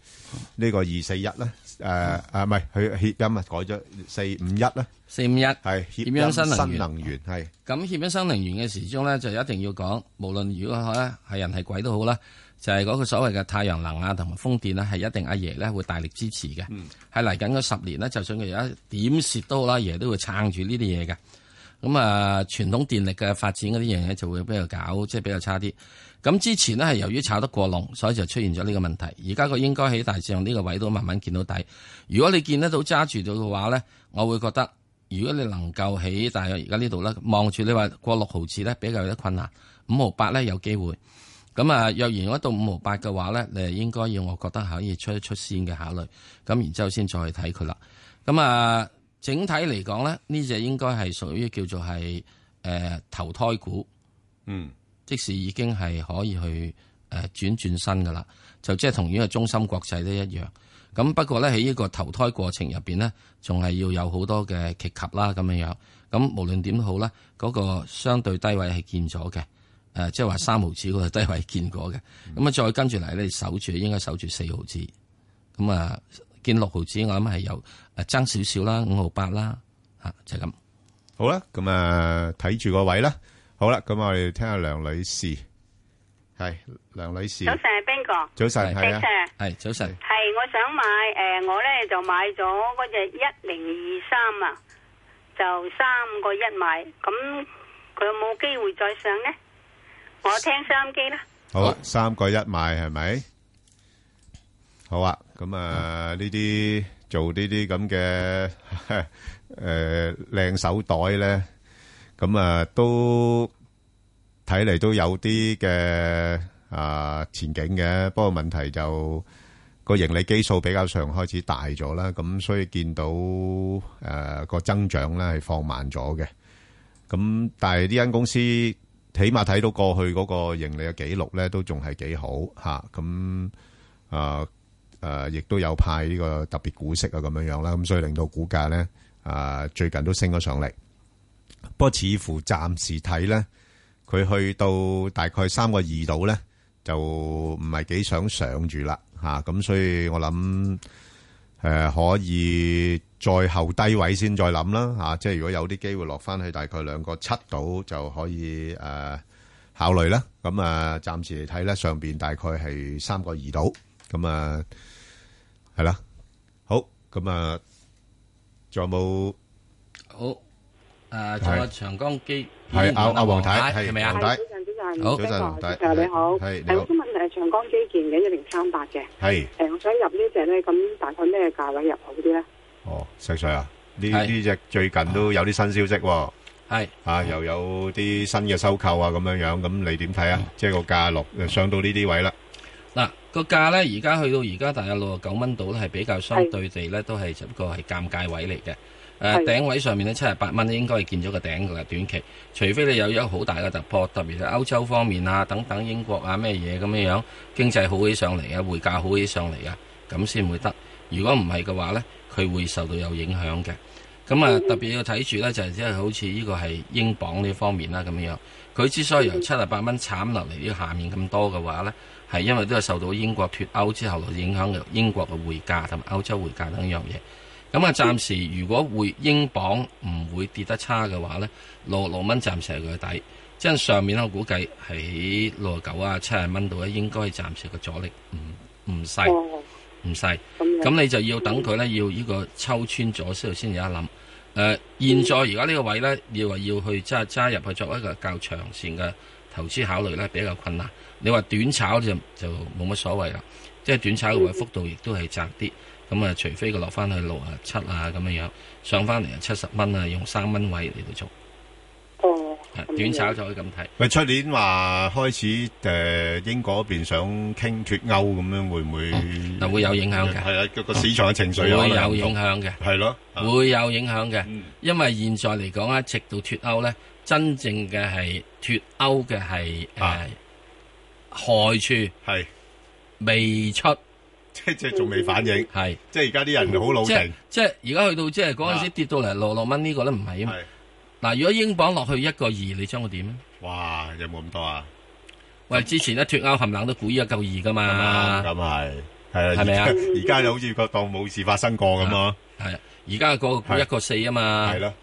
Speaker 9: 呢個241啦，誒，啊，唔係，佢協鑫啊，改咗451啦。係，協
Speaker 10: 協鑫
Speaker 9: 鑫
Speaker 10: 新能源。
Speaker 9: 新能源，係，
Speaker 10: 咁協鑫新能源嘅時鐘咧，就一定要講，無論如果咧係人係鬼都好啦，就係嗰個所謂嘅太陽能啊同埋風電咧，係一定阿爺咧會大力支持嘅。喺嚟緊嗰十年咧，就算佢而家點蝕都好啦，阿爺都會撐住呢啲嘢嘅。咁啊，傳統電力嘅發展嗰啲樣嘢就會比較搞，即係比較差啲。咁之前呢，係由於炒得過籠，所以就出現咗呢個問題。而家佢應該喺大致上呢個位都慢慢見到底。如果你見得到揸住到嘅話呢，我會覺得如果你能夠喺大約而家呢度呢，望住你話過六毫子呢，比較有啲困難，五毫八呢，有機會。咁啊，若然我到五毫八嘅話咧，你係應該要我覺得可以出一出先嘅考慮，咁然之後先再去睇佢啦。咁啊，整體嚟講咧，呢只應該係屬於叫做係誒、呃、投胎股，
Speaker 9: 嗯，
Speaker 10: 即使已經係可以去誒、呃、轉轉身噶啦，就即係同呢個中心國際都一樣。咁不過咧喺呢個投胎過程入邊咧，仲係要有好多嘅劇及啦咁樣樣。咁無論點都好啦，嗰、個相對低位係見咗嘅。誒、即係話三毫子嗰個低位見過嘅，咁啊、再跟住嚟咧，你守住應該守住四毫子，咁啊見六毫子，我諗係有誒爭少少啦，五毫八啦，嚇、就係咁。
Speaker 9: 好啦，咁啊，睇住個位啦。好啦，咁我哋聽下梁女士。係，梁女士。
Speaker 17: 早晨，Ben 哥。
Speaker 9: 早晨，係啊。
Speaker 17: Sir，
Speaker 10: 係，早晨。
Speaker 17: 係我想買诶、呃我咧就買咗嗰只一零二三啊，就三個一買，咁佢有冇機會再上呢？我聽收音機啦。
Speaker 9: 好啊，三個一買係咪？好啊，咁啊， 呢啲做呢啲咁嘅 Ờ, à, À, à, 誒，靚手袋呢，咁啊，都睇嚟都有啲嘅，啊，前景嘅，不過問題就個盈利基數比較上開始大咗啦，咁所以見到，誒，個增長呢係放慢咗嘅。咁但係呢間公司起碼睇到過去嗰個盈利嘅記錄咧，都仲係幾好嚇。咁啊誒，亦、都有派呢個特別股息啊咁樣樣啦。咁所以令到股價咧啊最近都升咗上嚟。不過似乎暫時睇咧，佢去到大概三個二度咧，就唔係幾想上住啦嚇。咁、所以我諗。誒、呃可以再後低位先再諗啦嚇，即係如果有啲機會落翻去大概兩個七度就可以誒、呃考慮啦。咁、啊，暫時嚟睇咧，上邊大概係三個二度，咁啊係啦。好，咁啊，仲有冇？
Speaker 10: 好，誒仲有長江基，
Speaker 9: 係阿阿黃太係
Speaker 10: 係咪啊？
Speaker 9: 黃太
Speaker 15: 早晨，早晨，
Speaker 10: 好
Speaker 15: 邊個
Speaker 9: 早晨大
Speaker 15: 早晨你好，
Speaker 9: 係你
Speaker 15: 誒
Speaker 9: 好
Speaker 15: 我想問誒長江基建嘅一零三八嘅，
Speaker 9: 係
Speaker 15: 誒，我想入呢只咧，咁大概咩價位入好啲咧？
Speaker 9: 哦，石 Sir 啊，呢呢只最近都有啲新消息喎。
Speaker 10: 啊係
Speaker 9: 啊，又有啲新嘅收購啊，咁樣樣，咁你點睇
Speaker 10: 嗯
Speaker 9: 啊？即係個價落上到呢啲位啦。
Speaker 10: 嗱，個價咧而家去到而家大約六十九蚊度咧，係比較相對地咧都係只不過係呃尷尬位嚟嘅。誒
Speaker 18: 係
Speaker 10: 頂位上面咧七十八蚊應該係見咗個頂㗎啦，短期除非你有一個好大嘅突破，特別係歐洲方面啊，等等英國啊咩嘢咁樣樣，經濟好起上嚟啊，匯價好起上嚟啊，咁先會得。如果唔係嘅話咧，佢會受到有影響嘅。咁啊，特別要睇住咧，就係即係好似呢個係英鎊呢方面啦咁樣。佢之所以由七十八蚊慘落嚟呢下面咁多嘅話咧，係因為都係受到英國脱歐之後影響嘅英國嘅匯價同埋歐洲匯價等一樣嘢。咁啊，暫時如果匯英鎊唔會跌得差嘅話咧，六六蚊暫時係佢嘅底，即係上面咧我估計喺六十九啊七十蚊度咧，應該係暫時個阻力唔唔細。唔細，咁你就要等佢咧，要呢個抽穿咗之後先有得諗。誒、現在而家呢個位咧，要話要去揸揸入去作為一個較長線嘅投資考慮咧，比較困難。你話短炒就就冇乜所謂啦，即係短炒嘅位幅度亦都係窄啲。咁啊，除非佢落翻去六啊七啊咁樣樣，上翻嚟啊七十蚊啊，用三蚊位嚟到做。
Speaker 15: 哦
Speaker 10: 係
Speaker 15: 咁
Speaker 10: 短炒就可以咁睇。
Speaker 9: 喂，出年話開始，誒，英國嗰邊想傾脫歐咁樣，會唔會-係啊，個-個市場嘅情緒有
Speaker 10: 嗯會有
Speaker 9: 可能有唔同。
Speaker 10: 影響嘅，
Speaker 9: 係咯，啊嗯
Speaker 10: 會有影響嘅，因為現在嚟講咧，直到脱歐咧，真正嘅係脱歐嘅係誒害處
Speaker 9: 啊係
Speaker 10: 未出，
Speaker 9: 即即係仲未反應，
Speaker 10: 係
Speaker 9: 即係而家啲人好老啊
Speaker 10: 即
Speaker 9: 勁
Speaker 10: 即係而家去到即係嗰陣時跌到嚟六六蚊呢個咧唔係啊嘛嗱，如果英鎊落去一個二，你將佢點啊？
Speaker 9: 哇！有冇咁多啊？
Speaker 10: 喂，之前一脱歐冚冷都估依一嚿二噶嘛，
Speaker 9: 咁係，係啊，
Speaker 10: 係咪啊？
Speaker 9: 而家-而家就好似個當冇事發生過咁啊。
Speaker 10: 係啊，而家個股一個四啊嘛，
Speaker 9: 係咯，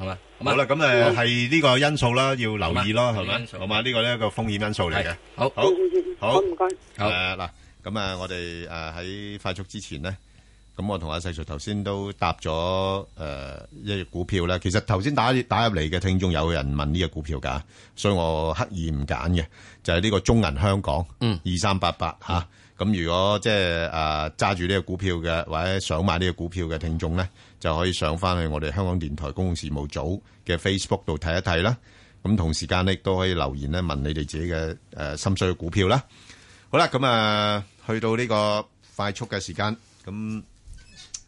Speaker 10: 係嘛？好啦，
Speaker 9: 好啦，咁，誒，係呢個因素啦，要留意咯，
Speaker 10: 好嘛，呢個
Speaker 9: 係咪？
Speaker 10: 因素。
Speaker 9: 好嘛，呢個呢，一個風險因素嚟嘅。
Speaker 10: 好。
Speaker 9: 好，好。
Speaker 10: 好。
Speaker 9: 呃誒，嗱，咁啊，我哋，誒，喺快速之前呢，咁我同阿細Sir頭先都答咗，誒，一隻股票啦。其實頭先打-打入嚟嘅聽眾有人問呢隻股票㗎，所以我刻意唔揀嘅，就係呢個中銀香港，2388吓，咁如果即係，誒，揸住呢個股票嘅，或者想買呢個股票嘅聽眾呢，就可以上返去我哋香港電台公共事務組嘅Facebook度睇一睇啦。咁同時間呢，亦都可以留言呢，問你哋自己嘅，誒，心水嘅股票啦。好啦，咁啊，去到呢個快速嘅時間，咁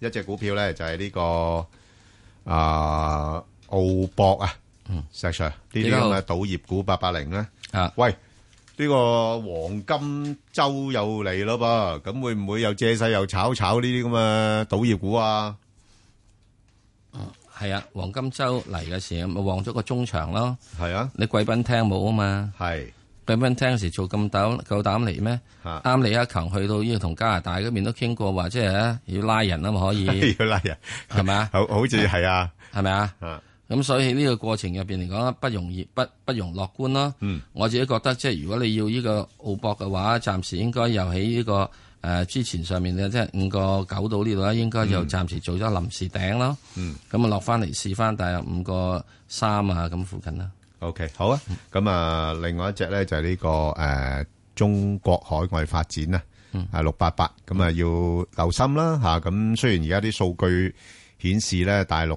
Speaker 9: 一隻股票咧就係呢、個啊、澳博啊，石 Sir 呢啲咁嘅賭業股八八零咧，
Speaker 10: 啊，
Speaker 9: 喂，呢、個黃金周又嚟咯噃，咁會唔會又借勢又炒炒呢啲咁嘅賭業股啊？
Speaker 10: 係啊，黃金周嚟嘅時候咪旺咗個中場咯。
Speaker 9: 係啊，
Speaker 10: 你貴賓廳冇啊嘛。
Speaker 9: 係
Speaker 10: 貴賓廳時做咁膽夠膽嚟咩？
Speaker 9: 啊
Speaker 10: 啱李克強去到呢個同加拿大嗰邊都傾過話，即係啊要拉人啊嘛可以。
Speaker 9: 要拉人
Speaker 10: 係咪啊？
Speaker 9: 好好似係啊，
Speaker 10: 係咪
Speaker 9: 啊？
Speaker 10: 咁所以呢個過程入邊嚟講，不容易不不容樂觀咯。
Speaker 9: 嗯，
Speaker 10: 我自己覺得即係如果你要呢個澳博嘅話，暫時應該又喺呢、個誒、呃之前上面嘅即係五個九到呢度啦，應該又
Speaker 22: 嗯
Speaker 10: 暫時做咗臨時頂咯。
Speaker 9: 嗯，
Speaker 10: 咁啊落翻嚟試翻大約五個三啊咁附近啦。
Speaker 9: OK，好啊。咁啊，另外一隻咧就係呢、個呃中國海外發展啊，啊六八八咁啊要留心啦嚇。咁、雖然而家啲數據顯示咧，大陸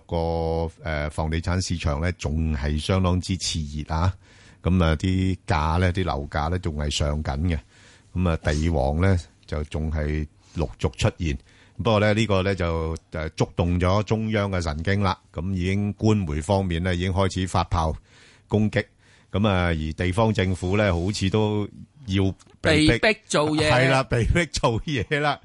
Speaker 9: 個誒房地產市場咧仲係相當之熾熱啊。咁啊，啲價咧，啲樓價咧仲係上緊嘅。咁啊，地王咧就仲係陸續出現。不過咧，呢個咧就誒觸動咗中央嘅神經啦。咁已經官媒方面咧已經開始發炮攻擊。咁啊，而地方政府咧好似都要
Speaker 10: 被
Speaker 9: 逼
Speaker 10: 逼做嘢
Speaker 9: 係啦， 被逼做嘢啦。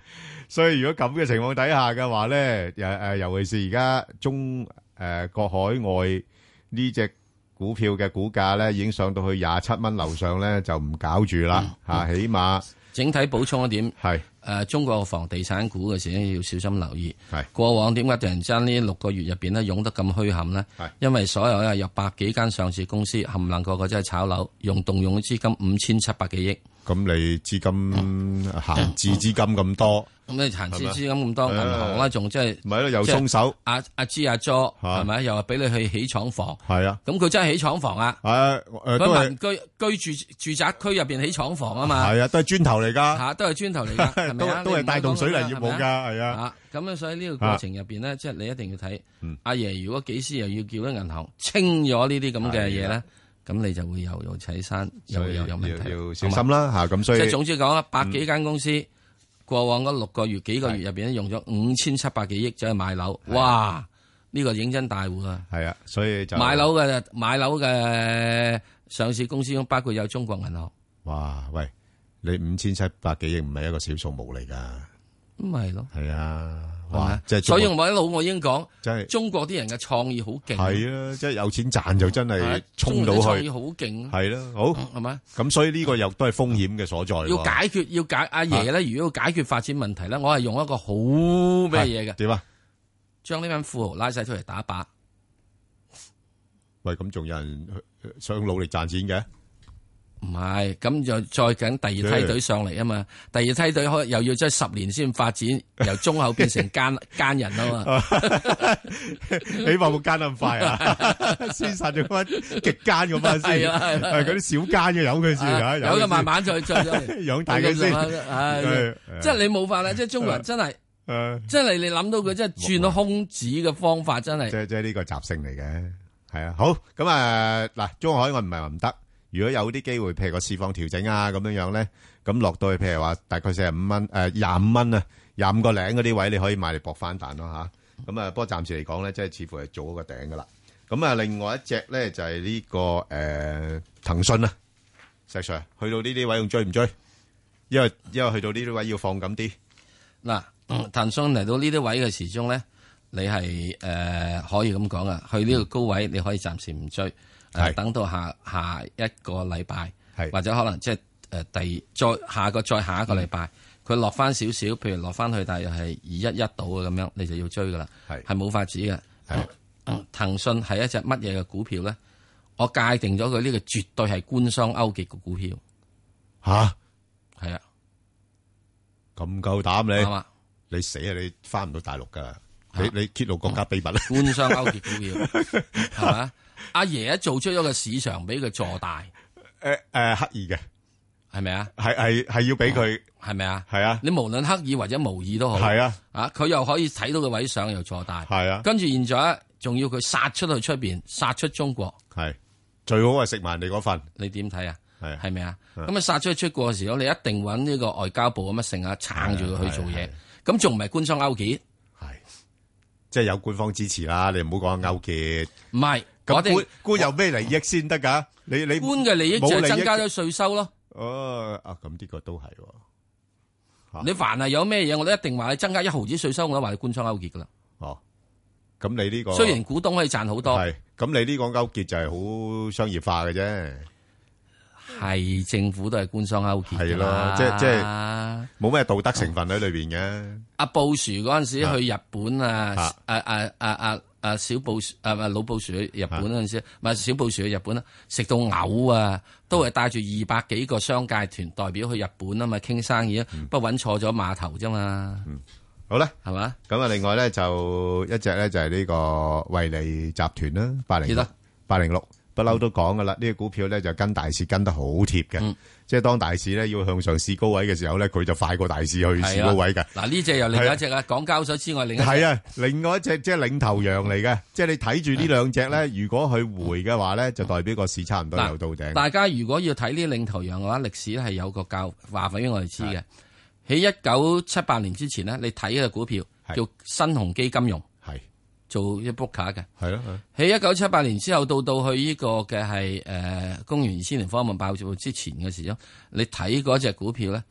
Speaker 9: 所以如果咁嘅情況底下嘅話咧，尤誒尤其是而家中誒國海外呢只股票嘅股價咧，已經上到去廿七蚊樓上咧，就唔搞住啦嚇，起碼
Speaker 10: 整體補充一點
Speaker 9: 係
Speaker 10: 誒中國嘅房地產股嘅時咧要小心留意。
Speaker 9: 係
Speaker 10: 過往點解突然之間呢六個月入邊咧湧得咁虛冚咧？因為所有咧啊有百幾間上市公司冚唪唥個個真係炒樓，用動用嘅資金五千七百幾億。
Speaker 9: 咁你資金閒置資金咁多，
Speaker 10: 咁你閒
Speaker 9: 係
Speaker 10: 置
Speaker 9: 咪
Speaker 10: 資金咁多，
Speaker 9: 係
Speaker 10: 銀行啦，仲即係
Speaker 9: 咪係咯又
Speaker 10: 即係
Speaker 9: 鬆手
Speaker 10: 阿阿芝阿 Jo 係咪？又話俾你去起廠房，
Speaker 9: 係啊，
Speaker 10: 咁佢真係起廠房啊！
Speaker 9: 誒誒都係
Speaker 10: 佢民居居住住宅區入邊起廠房啊嘛，
Speaker 9: 係啊，都係磚頭嚟㗎，
Speaker 10: 嚇都係磚頭嚟㗎，係咪啊？
Speaker 9: 都
Speaker 10: 你唔
Speaker 9: 都係
Speaker 10: 好
Speaker 9: 帶動水泥
Speaker 10: 講佢啦
Speaker 9: 業務
Speaker 10: 係
Speaker 9: 㗎
Speaker 10: 咪啊
Speaker 9: 係啊
Speaker 10: 嚇咁啊，所以呢個過程入邊咧，即係你一定要睇
Speaker 9: 嗯
Speaker 10: 阿爺，如果幾時又要叫啲銀行清咗呢啲咁嘅嘢
Speaker 9: 係啊
Speaker 10: 咧，咁你就會又又睇山，又
Speaker 9: 所以
Speaker 10: 又有問題，
Speaker 9: 要要小心啦
Speaker 10: 好嘛
Speaker 9: 嚇咁所以嗯
Speaker 10: 即係總之講啦，百幾間公司。過往嗰六個月、幾個月入邊咧，用咗五千七百幾億走去買樓，哇！呢個認真大戶啊！
Speaker 9: 係啊，所以就
Speaker 10: 買樓嘅買樓嘅上市公司中，包括有中國銀行，
Speaker 9: 哇喂，你五千七百幾億唔係一個小數目嚟㗎，
Speaker 10: 咁咪係咯。
Speaker 9: 係啊，
Speaker 10: 係咪
Speaker 9: 哇
Speaker 10: 啊，
Speaker 9: 即係
Speaker 10: 所以
Speaker 9: 中國
Speaker 10: 我一路我已經講，
Speaker 9: 真係
Speaker 10: 中國啲人嘅創意好勁，
Speaker 9: 係啊，即係有錢賺就真
Speaker 10: 係
Speaker 9: 係
Speaker 10: 啊
Speaker 9: 衝到
Speaker 10: 中國人嘅創
Speaker 9: 去，
Speaker 10: 意好勁啊
Speaker 9: 係啦，好
Speaker 10: 係咪？
Speaker 9: 咁所以呢個又都係風險嘅所在喎，
Speaker 10: 要解決要解阿
Speaker 9: 啊
Speaker 10: 爺咧，如果要解決發展問題咧，我係用一個好咩嘢嘅
Speaker 9: 係點啊？
Speaker 10: 將呢班富豪拉晒出嚟打靶，
Speaker 9: 喂，咁仲有人去想努力賺錢嘅？
Speaker 10: 唔係咁就再緊第二梯隊上嚟啊嘛，第二梯隊可又要即係十年先發展，由忠厚變成 奸奸人啊嘛，
Speaker 9: 你話冇奸得咁快 啊？先殺咗班極奸嗰班先，
Speaker 10: 係啊係啊
Speaker 9: 係嗰啲小奸嘅由佢先啊，
Speaker 10: 啊有
Speaker 9: 佢
Speaker 10: 嘅
Speaker 9: 先
Speaker 10: 慢慢再再再
Speaker 9: 養大佢先
Speaker 10: 唉
Speaker 9: 係
Speaker 10: 即係你冇法啦，即係中國人真係。
Speaker 9: 誒
Speaker 10: 真係你諗到佢真係轉到空子嘅方法，真係
Speaker 9: 即係即係呢個習性嚟嘅，系啊，好咁啊嗱，中海我唔係話唔得，如果有啲機會，譬如個市況調整啊咁樣樣咧，咁落到去譬如話大概四十五蚊誒廿五蚊啊，廿五個零嗰啲位，你可以買嚟搏翻彈咯吓，咁啊，不過暫時嚟講咧，即係似乎係做一個頂噶啦。咁啊，另外一隻咧就係、呢、個誒、呃、騰訊啊，石 Sir 去到呢啲位仲追唔追？因為因為去到呢啲位要放緊啲。
Speaker 10: 嗱，嗯騰訊嚟到呢啲位嘅時鐘咧，你係誒、呃可以咁講啊，去呢個高位你可以暫時唔追，呃等到下下一個禮拜，或者可能即係誒第再下個再下一個禮
Speaker 9: 嗯
Speaker 10: 拜，佢落翻少少，譬如落翻去大約係二一一度啊嘅咁樣，你就要追噶啦，係冇法子嘅。嗯騰訊係一隻乜嘢嘅股票咧？我界定咗佢呢個絕對係官商勾結嘅股票。
Speaker 9: 吓，
Speaker 10: 系啊，
Speaker 9: 咁夠膽你，
Speaker 10: 啱啊
Speaker 9: 你死啊！你翻唔到大陸噶，你你揭露國家秘密啦，
Speaker 10: 官商勾結股 票係嘛？阿爺一做出咗個市場俾佢坐大，
Speaker 9: 誒誒刻意嘅，
Speaker 10: 係咪啊？
Speaker 9: 係係係要俾佢，
Speaker 10: 係咪啊？
Speaker 9: 係啊，
Speaker 10: 你無論刻意或者無意都好，
Speaker 9: 係啊，
Speaker 10: 啊佢又可以睇到個位上又坐大，
Speaker 9: 係啊
Speaker 10: 跟住現在仲要佢殺出去出邊，殺出中國，
Speaker 9: 係最好係食埋人哋嗰份。
Speaker 10: 你點睇啊？
Speaker 9: 係
Speaker 10: 係咪啊？
Speaker 9: 係
Speaker 10: 咁啊殺出去出國嘅時候，你一定揾呢個外交部咁乜成啊撐住佢去做
Speaker 9: 係
Speaker 10: 嘢，咁仲唔係官商勾結？
Speaker 9: 即係有官方支持啦，你唔好講勾結。
Speaker 10: 唔係，我
Speaker 9: 咁
Speaker 10: 哋
Speaker 9: 官官有咩利益先得㗎？你你
Speaker 10: 官嘅利益就
Speaker 9: 冇
Speaker 10: 係增加咗税收咯。
Speaker 9: 哦，啊咁呢個都係喎。
Speaker 10: 你凡係有咩嘢，我都一定話你增加一毫子税收，我都話你官商勾結噶啦。
Speaker 9: 哦，咁你呢個
Speaker 10: 雖然股東可以賺好多，
Speaker 9: 係咁，你呢個勾結就係好商業化嘅啫。
Speaker 10: 係政府都係官商勾結
Speaker 9: 係
Speaker 10: 㗎
Speaker 9: 咯
Speaker 10: 啦，
Speaker 9: 即係即係冇咩道德成分喺裏邊嘅。
Speaker 10: 阿布殊嗰陣時去日本啊
Speaker 9: 啊，
Speaker 10: 啊啊啊啊啊小布殊啊啊老布殊去日本嗰陣時，唔係小布殊去日本啦，食到嘔啊，都係帶住二百幾個商界團代表去日本啊嘛，傾生意啊，不過揾錯咗碼頭啫嘛。
Speaker 9: 嗯好啦，
Speaker 10: 係嘛？
Speaker 9: 咁啊，另外咧就一隻咧就係呢個惠利集團啦，八零
Speaker 10: 幾
Speaker 9: 六
Speaker 10: 多，
Speaker 9: 八零六不嬲都講噶啦，呢、個股票咧就跟大市跟得好貼嘅，即係當大市咧要向上試高位嘅時候咧，佢就快過大市去試
Speaker 10: 係
Speaker 9: 高
Speaker 10: 啊
Speaker 9: 位嘅。
Speaker 10: 嗱呢只又另外一隻啊，港交所之外另一隻
Speaker 9: 係啊，另外一隻即係領頭羊嚟嘅，即係你睇住呢兩隻咧，如果佢回嘅話咧，就代表個市差唔多
Speaker 10: 嗱
Speaker 9: 又到頂。
Speaker 10: 大家如果要睇呢領頭羊嘅話，歷史係有個教話俾我哋知嘅。喺一九七八年之前呢，你睇嘅股票叫新鴻基金融，
Speaker 9: 係
Speaker 10: 做一 book 卡嘅。
Speaker 9: 係咯，係咯
Speaker 10: 喺一九七八年之後，到到去呢個嘅係誒公元二千年科網爆炸之前嘅時候，你睇嗰只股票咧，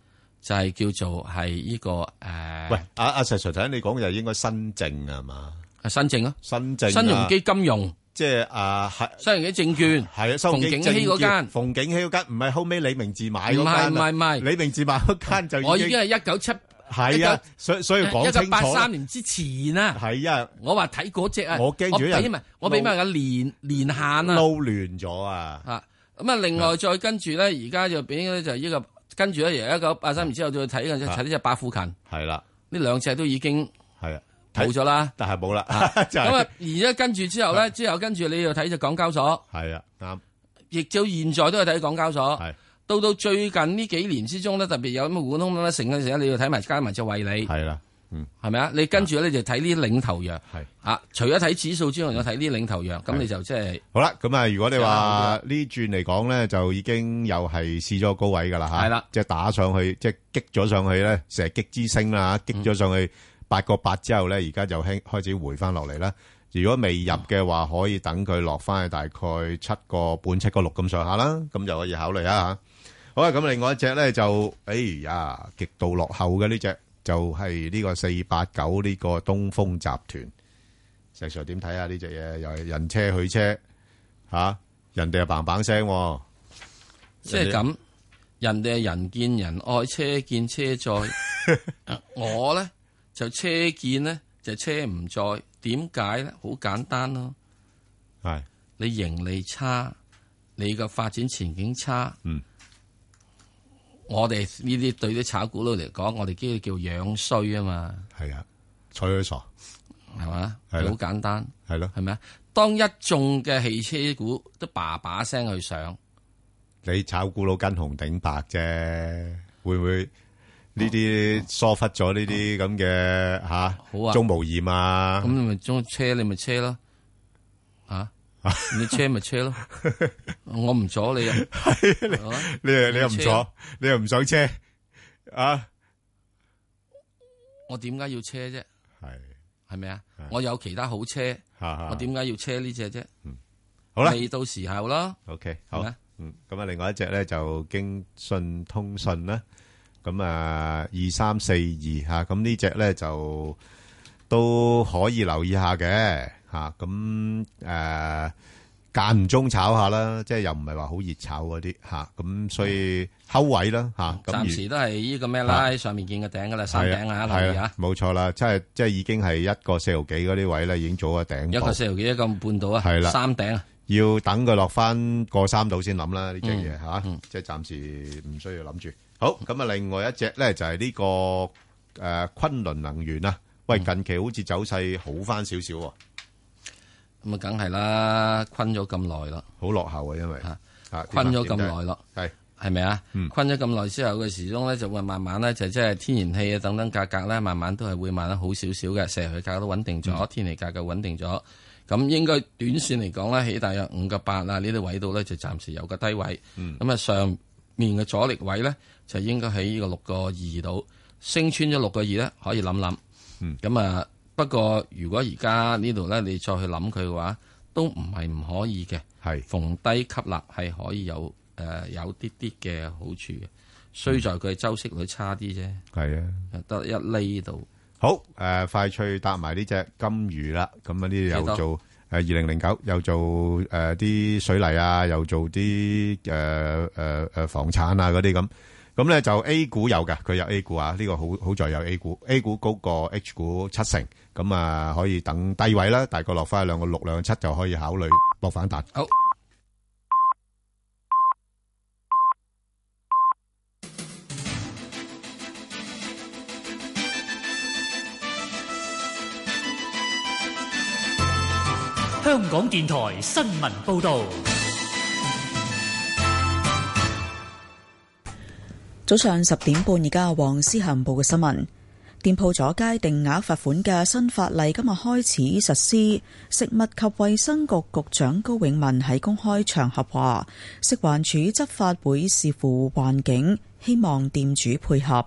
Speaker 10: 就係、叫做係呢、個呃誒、
Speaker 9: 喂，阿阿石 Sir 睇你講就應該新政啊嘛，
Speaker 10: 新政啊，
Speaker 9: 新政啊
Speaker 10: 新鴻基金融，
Speaker 9: 即係啊係
Speaker 10: 新鴻基證券
Speaker 9: 係啊，新鴻基
Speaker 10: 馮景禧嗰間
Speaker 9: 證券，馮景禧嗰間唔係後尾李明治買
Speaker 10: 唔
Speaker 9: 嗰
Speaker 10: 係
Speaker 9: 間，
Speaker 10: 唔係唔係，
Speaker 9: 李明治買嗰間就
Speaker 10: 我已經係一九七
Speaker 9: 係啊，所以所以講
Speaker 10: 一
Speaker 9: 清
Speaker 10: 九
Speaker 9: 楚
Speaker 10: 八
Speaker 9: 啦
Speaker 10: 三。年之前啊，
Speaker 9: 係啊，
Speaker 10: 我話睇嗰只啊，
Speaker 9: 我驚住有人
Speaker 10: 俾埋我俾埋個年年限啊，
Speaker 9: 撈亂咗啊！
Speaker 10: 啊，咁啊，另外再跟住咧，而家就俾咧就呢個跟住咧，由一九八三年之後再睇嘅就睇呢只百富勤，
Speaker 9: 係啦，
Speaker 10: 呢兩隻都已經
Speaker 9: 係啊，
Speaker 10: 冇咗啦，
Speaker 9: 但係冇啦， 就
Speaker 10: 咁啊，
Speaker 9: 係
Speaker 10: 而家跟住之後咧，之後跟住你又睇只港交所，
Speaker 9: 係啊，啱
Speaker 10: 亦照現在都係睇港交所，到到最近呢幾年之中咧，特別有咁嘅股通咧，成嘅時候你要睇埋加埋只惠理，
Speaker 9: 係啦，嗯，
Speaker 10: 係咪啊？你跟住咧就睇呢啲領頭羊，
Speaker 9: 係
Speaker 10: 啊，除咗睇指數之外，仲有睇呢啲領頭羊，咁你就即係。
Speaker 9: 好啦，咁啊，如果你話呢轉嚟講咧，就已經又係試咗高位噶啦吓，
Speaker 10: 係啦，
Speaker 9: 即係打上去，即係激咗上去咧，成日激之星啦，激咗上去八個八之後咧，而家就輕開始回翻落嚟啦。如果未入嘅話，可以等佢落翻去大概七個半、七個六咁上下啦，咁就可以考慮一下吓。好啊，咁另外一隻咧就，哎呀，極度落後嘅呢隻就係呢個四八九呢個東風集團。石 Sir 點睇啊？呢只嘢又係人車佢車吓、人哋又棒棒聲喎，
Speaker 10: 即係咁，人哋係人見人愛，車見車 載。啊我咧就車見咧就車唔載，點解咧？好簡單咯，
Speaker 9: 係
Speaker 10: 你盈利差，你個發展前景差。
Speaker 9: 嗯，
Speaker 10: 我哋呢啲對啲炒股佬嚟講，我哋叫叫樣衰啊嘛。
Speaker 9: 係啊，睬佢傻
Speaker 10: 係嘛？
Speaker 9: 係
Speaker 10: 好
Speaker 9: 咯
Speaker 10: 簡單。
Speaker 9: 係咯，
Speaker 10: 係咪啊？當一眾嘅汽車股都叭叭聲去上，
Speaker 9: 你炒股佬跟紅頂白啫，會唔會呢啲疏忽咗呢啲咁嘅吓？好
Speaker 10: 啊
Speaker 9: 中無厭啊，
Speaker 10: 咁你咪中車你咪車咯，啊
Speaker 9: 係
Speaker 10: 你車咪車咯，我唔阻你啊，
Speaker 9: 你又你又唔
Speaker 10: 車啊
Speaker 9: 坐，你又唔上車啊？
Speaker 10: 我點解要車啫？
Speaker 9: 係
Speaker 10: 係咪啊？我有其他好車，
Speaker 9: 嚇
Speaker 10: 我點解要車呢只啫？
Speaker 9: 嗯好啦
Speaker 10: 未到時候啦。
Speaker 9: OK，好。
Speaker 10: 係咪？
Speaker 9: 嗯，咁啊，另外一隻呢，就京信通訊啦。咁啊，2342嚇，咁呢隻呢，就都可以留意下嘅，嚇，咁，誒，間唔中炒下啦，即係又唔係話好熱炒嗰啲，嚇，咁所以睺位啦，嚇，咁
Speaker 10: 暫
Speaker 9: 如-
Speaker 10: 時都係呢個咩
Speaker 9: 啊
Speaker 10: 啦，上面見嘅頂噶啦，山頂啊，留意
Speaker 9: 係啊，係啊，
Speaker 10: 下，
Speaker 9: 冇錯啦，即係-即係已經係一個四毫幾嗰啲位呢，已經做咗頂部。
Speaker 10: 一個四毫幾，一個半到啊，
Speaker 9: 係啦。
Speaker 10: 三頂啊。
Speaker 9: 要等佢落翻過三度先諗啦，呢只
Speaker 10: 嗯
Speaker 9: 嘢吓，即係暫時唔需要諗住。好，咁啊，另外一隻咧就係呢個诶昆侖能源啊，
Speaker 10: 嗯
Speaker 9: 喂，近期好似走勢好翻少少喎，
Speaker 10: 咁啊，梗係啦，困咗咁耐啦，
Speaker 9: 好落後啊，因為啊
Speaker 10: 困咗咁耐咯，
Speaker 9: 係嗯
Speaker 10: 係咪啊？困咗咁耐之後嘅時鐘咧，就會慢慢咧就即係天然氣啊等等價格咧，慢慢都係會慢得好少少嘅，石油嘅價格都穩定
Speaker 9: 嗯
Speaker 10: 咗，天然氣價格穩定咗。咁應該短線嚟講咧，起大約五個八啊呢啲位度咧，就暫時有個低位。
Speaker 22: 嗯
Speaker 10: 咁啊，上面嘅阻力位咧，就應該喺呢個六個二度，升穿咗六個二咧，可以諗諗。
Speaker 9: 嗯
Speaker 10: 咁啊、不過如果而家呢度咧，你再去諗佢嘅話，都唔係唔可以嘅。
Speaker 9: 係
Speaker 10: 逢低吸納係可以有誒、呃有啲啲嘅好處嘅，衰在佢周息率差啲啫，
Speaker 9: 係啊。
Speaker 10: 得一厘度。
Speaker 9: 好，誒，快脆答埋呢隻金魚啦。咁啊，呢啲又
Speaker 10: 幾多？
Speaker 9: 做，誒，2009又做，誒，啲水泥啊，又做啲，誒，誒，誒，房產啊嗰啲咁。咁呢，就 A 股有嘅，佢有 A 股啊，呢個好-好在有A股。A 股高過 H 股七成，咁啊，可以等低位啦，大概落返去2.6 2.7就可以考慮博反彈。
Speaker 2: 香港電台新聞報導，
Speaker 12: 早上十點半，而家黃思恒報嘅新聞。店鋪阻街定額罰款嘅新法例今日開始實施。食物及衛生局局長高永文喺公開場合話，食環署執法會視乎環境，希望店主配合。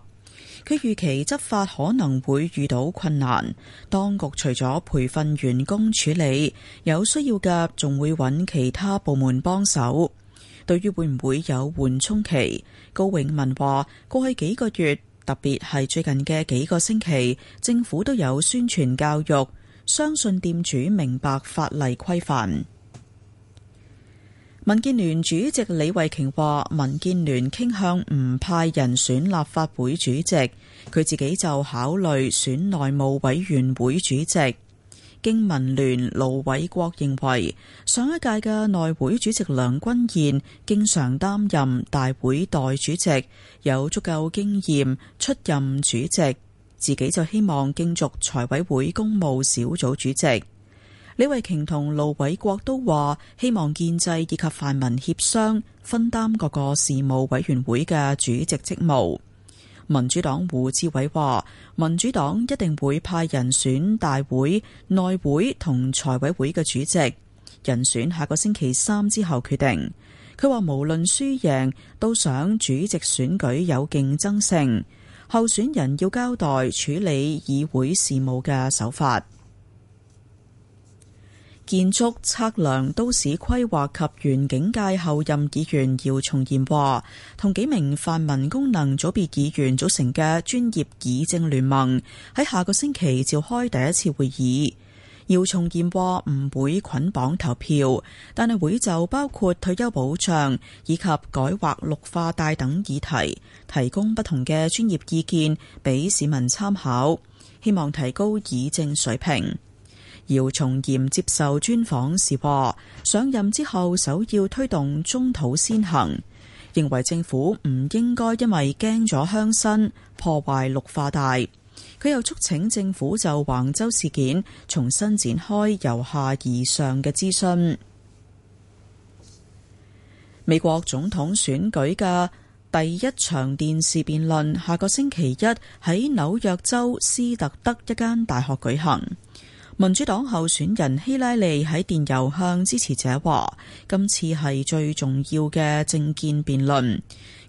Speaker 12: 佢預期執法可能會遇到困難，當局除咗培訓員工處理，有需要嘅仲會揾其他部門幫手。對於會唔會有緩衝期，高永文話：過去幾個月，特別係最近嘅幾個星期，政府都有宣傳教育，相信店主明白法例規範。民建聯主席李慧瓊話：民建聯傾向唔派人選立法會主席，佢自己就考慮選內務委員會主席。經民聯盧偉國認為，上一屆嘅內會主席梁君彥經常擔任大會代主席，有足夠經驗出任主席，自己就希望競逐財委會公務小組主席。李慧瓊同盧偉國都話，希望建制以及泛民協商分擔各個事務委員會嘅主席職務。民主黨胡志偉話：民主黨一定會派人選大會、內會同財委會嘅主席，人選下個星期三之後決定。佢話無論輸贏，都想主席選舉有競爭性，候選人要交代處理議會事務嘅手法。建築測量、都市規劃及園境界後任議員姚松炎話，同幾名泛民功能組別議員組成嘅專業議政聯盟喺下個星期召開第一次會議。姚松炎話唔會捆綁投票，但係會就包括退休保障以及改劃綠化帶等議題，提供不同嘅專業意見俾市民參考，希望提高議政水平。姚松炎接受專訪時話：上任之後首要推動中土先行，認為政府唔應該因為驚咗鄉紳破壞綠化帶。佢又促請政府就橫州事件重新展開由下而上嘅諮詢。美國總統選舉嘅第一場電視辯論下個星期一喺紐約州斯特德一間大學舉行。民主黨候選人希拉里喺電郵向支持者話：今次係最重要嘅政見辯論，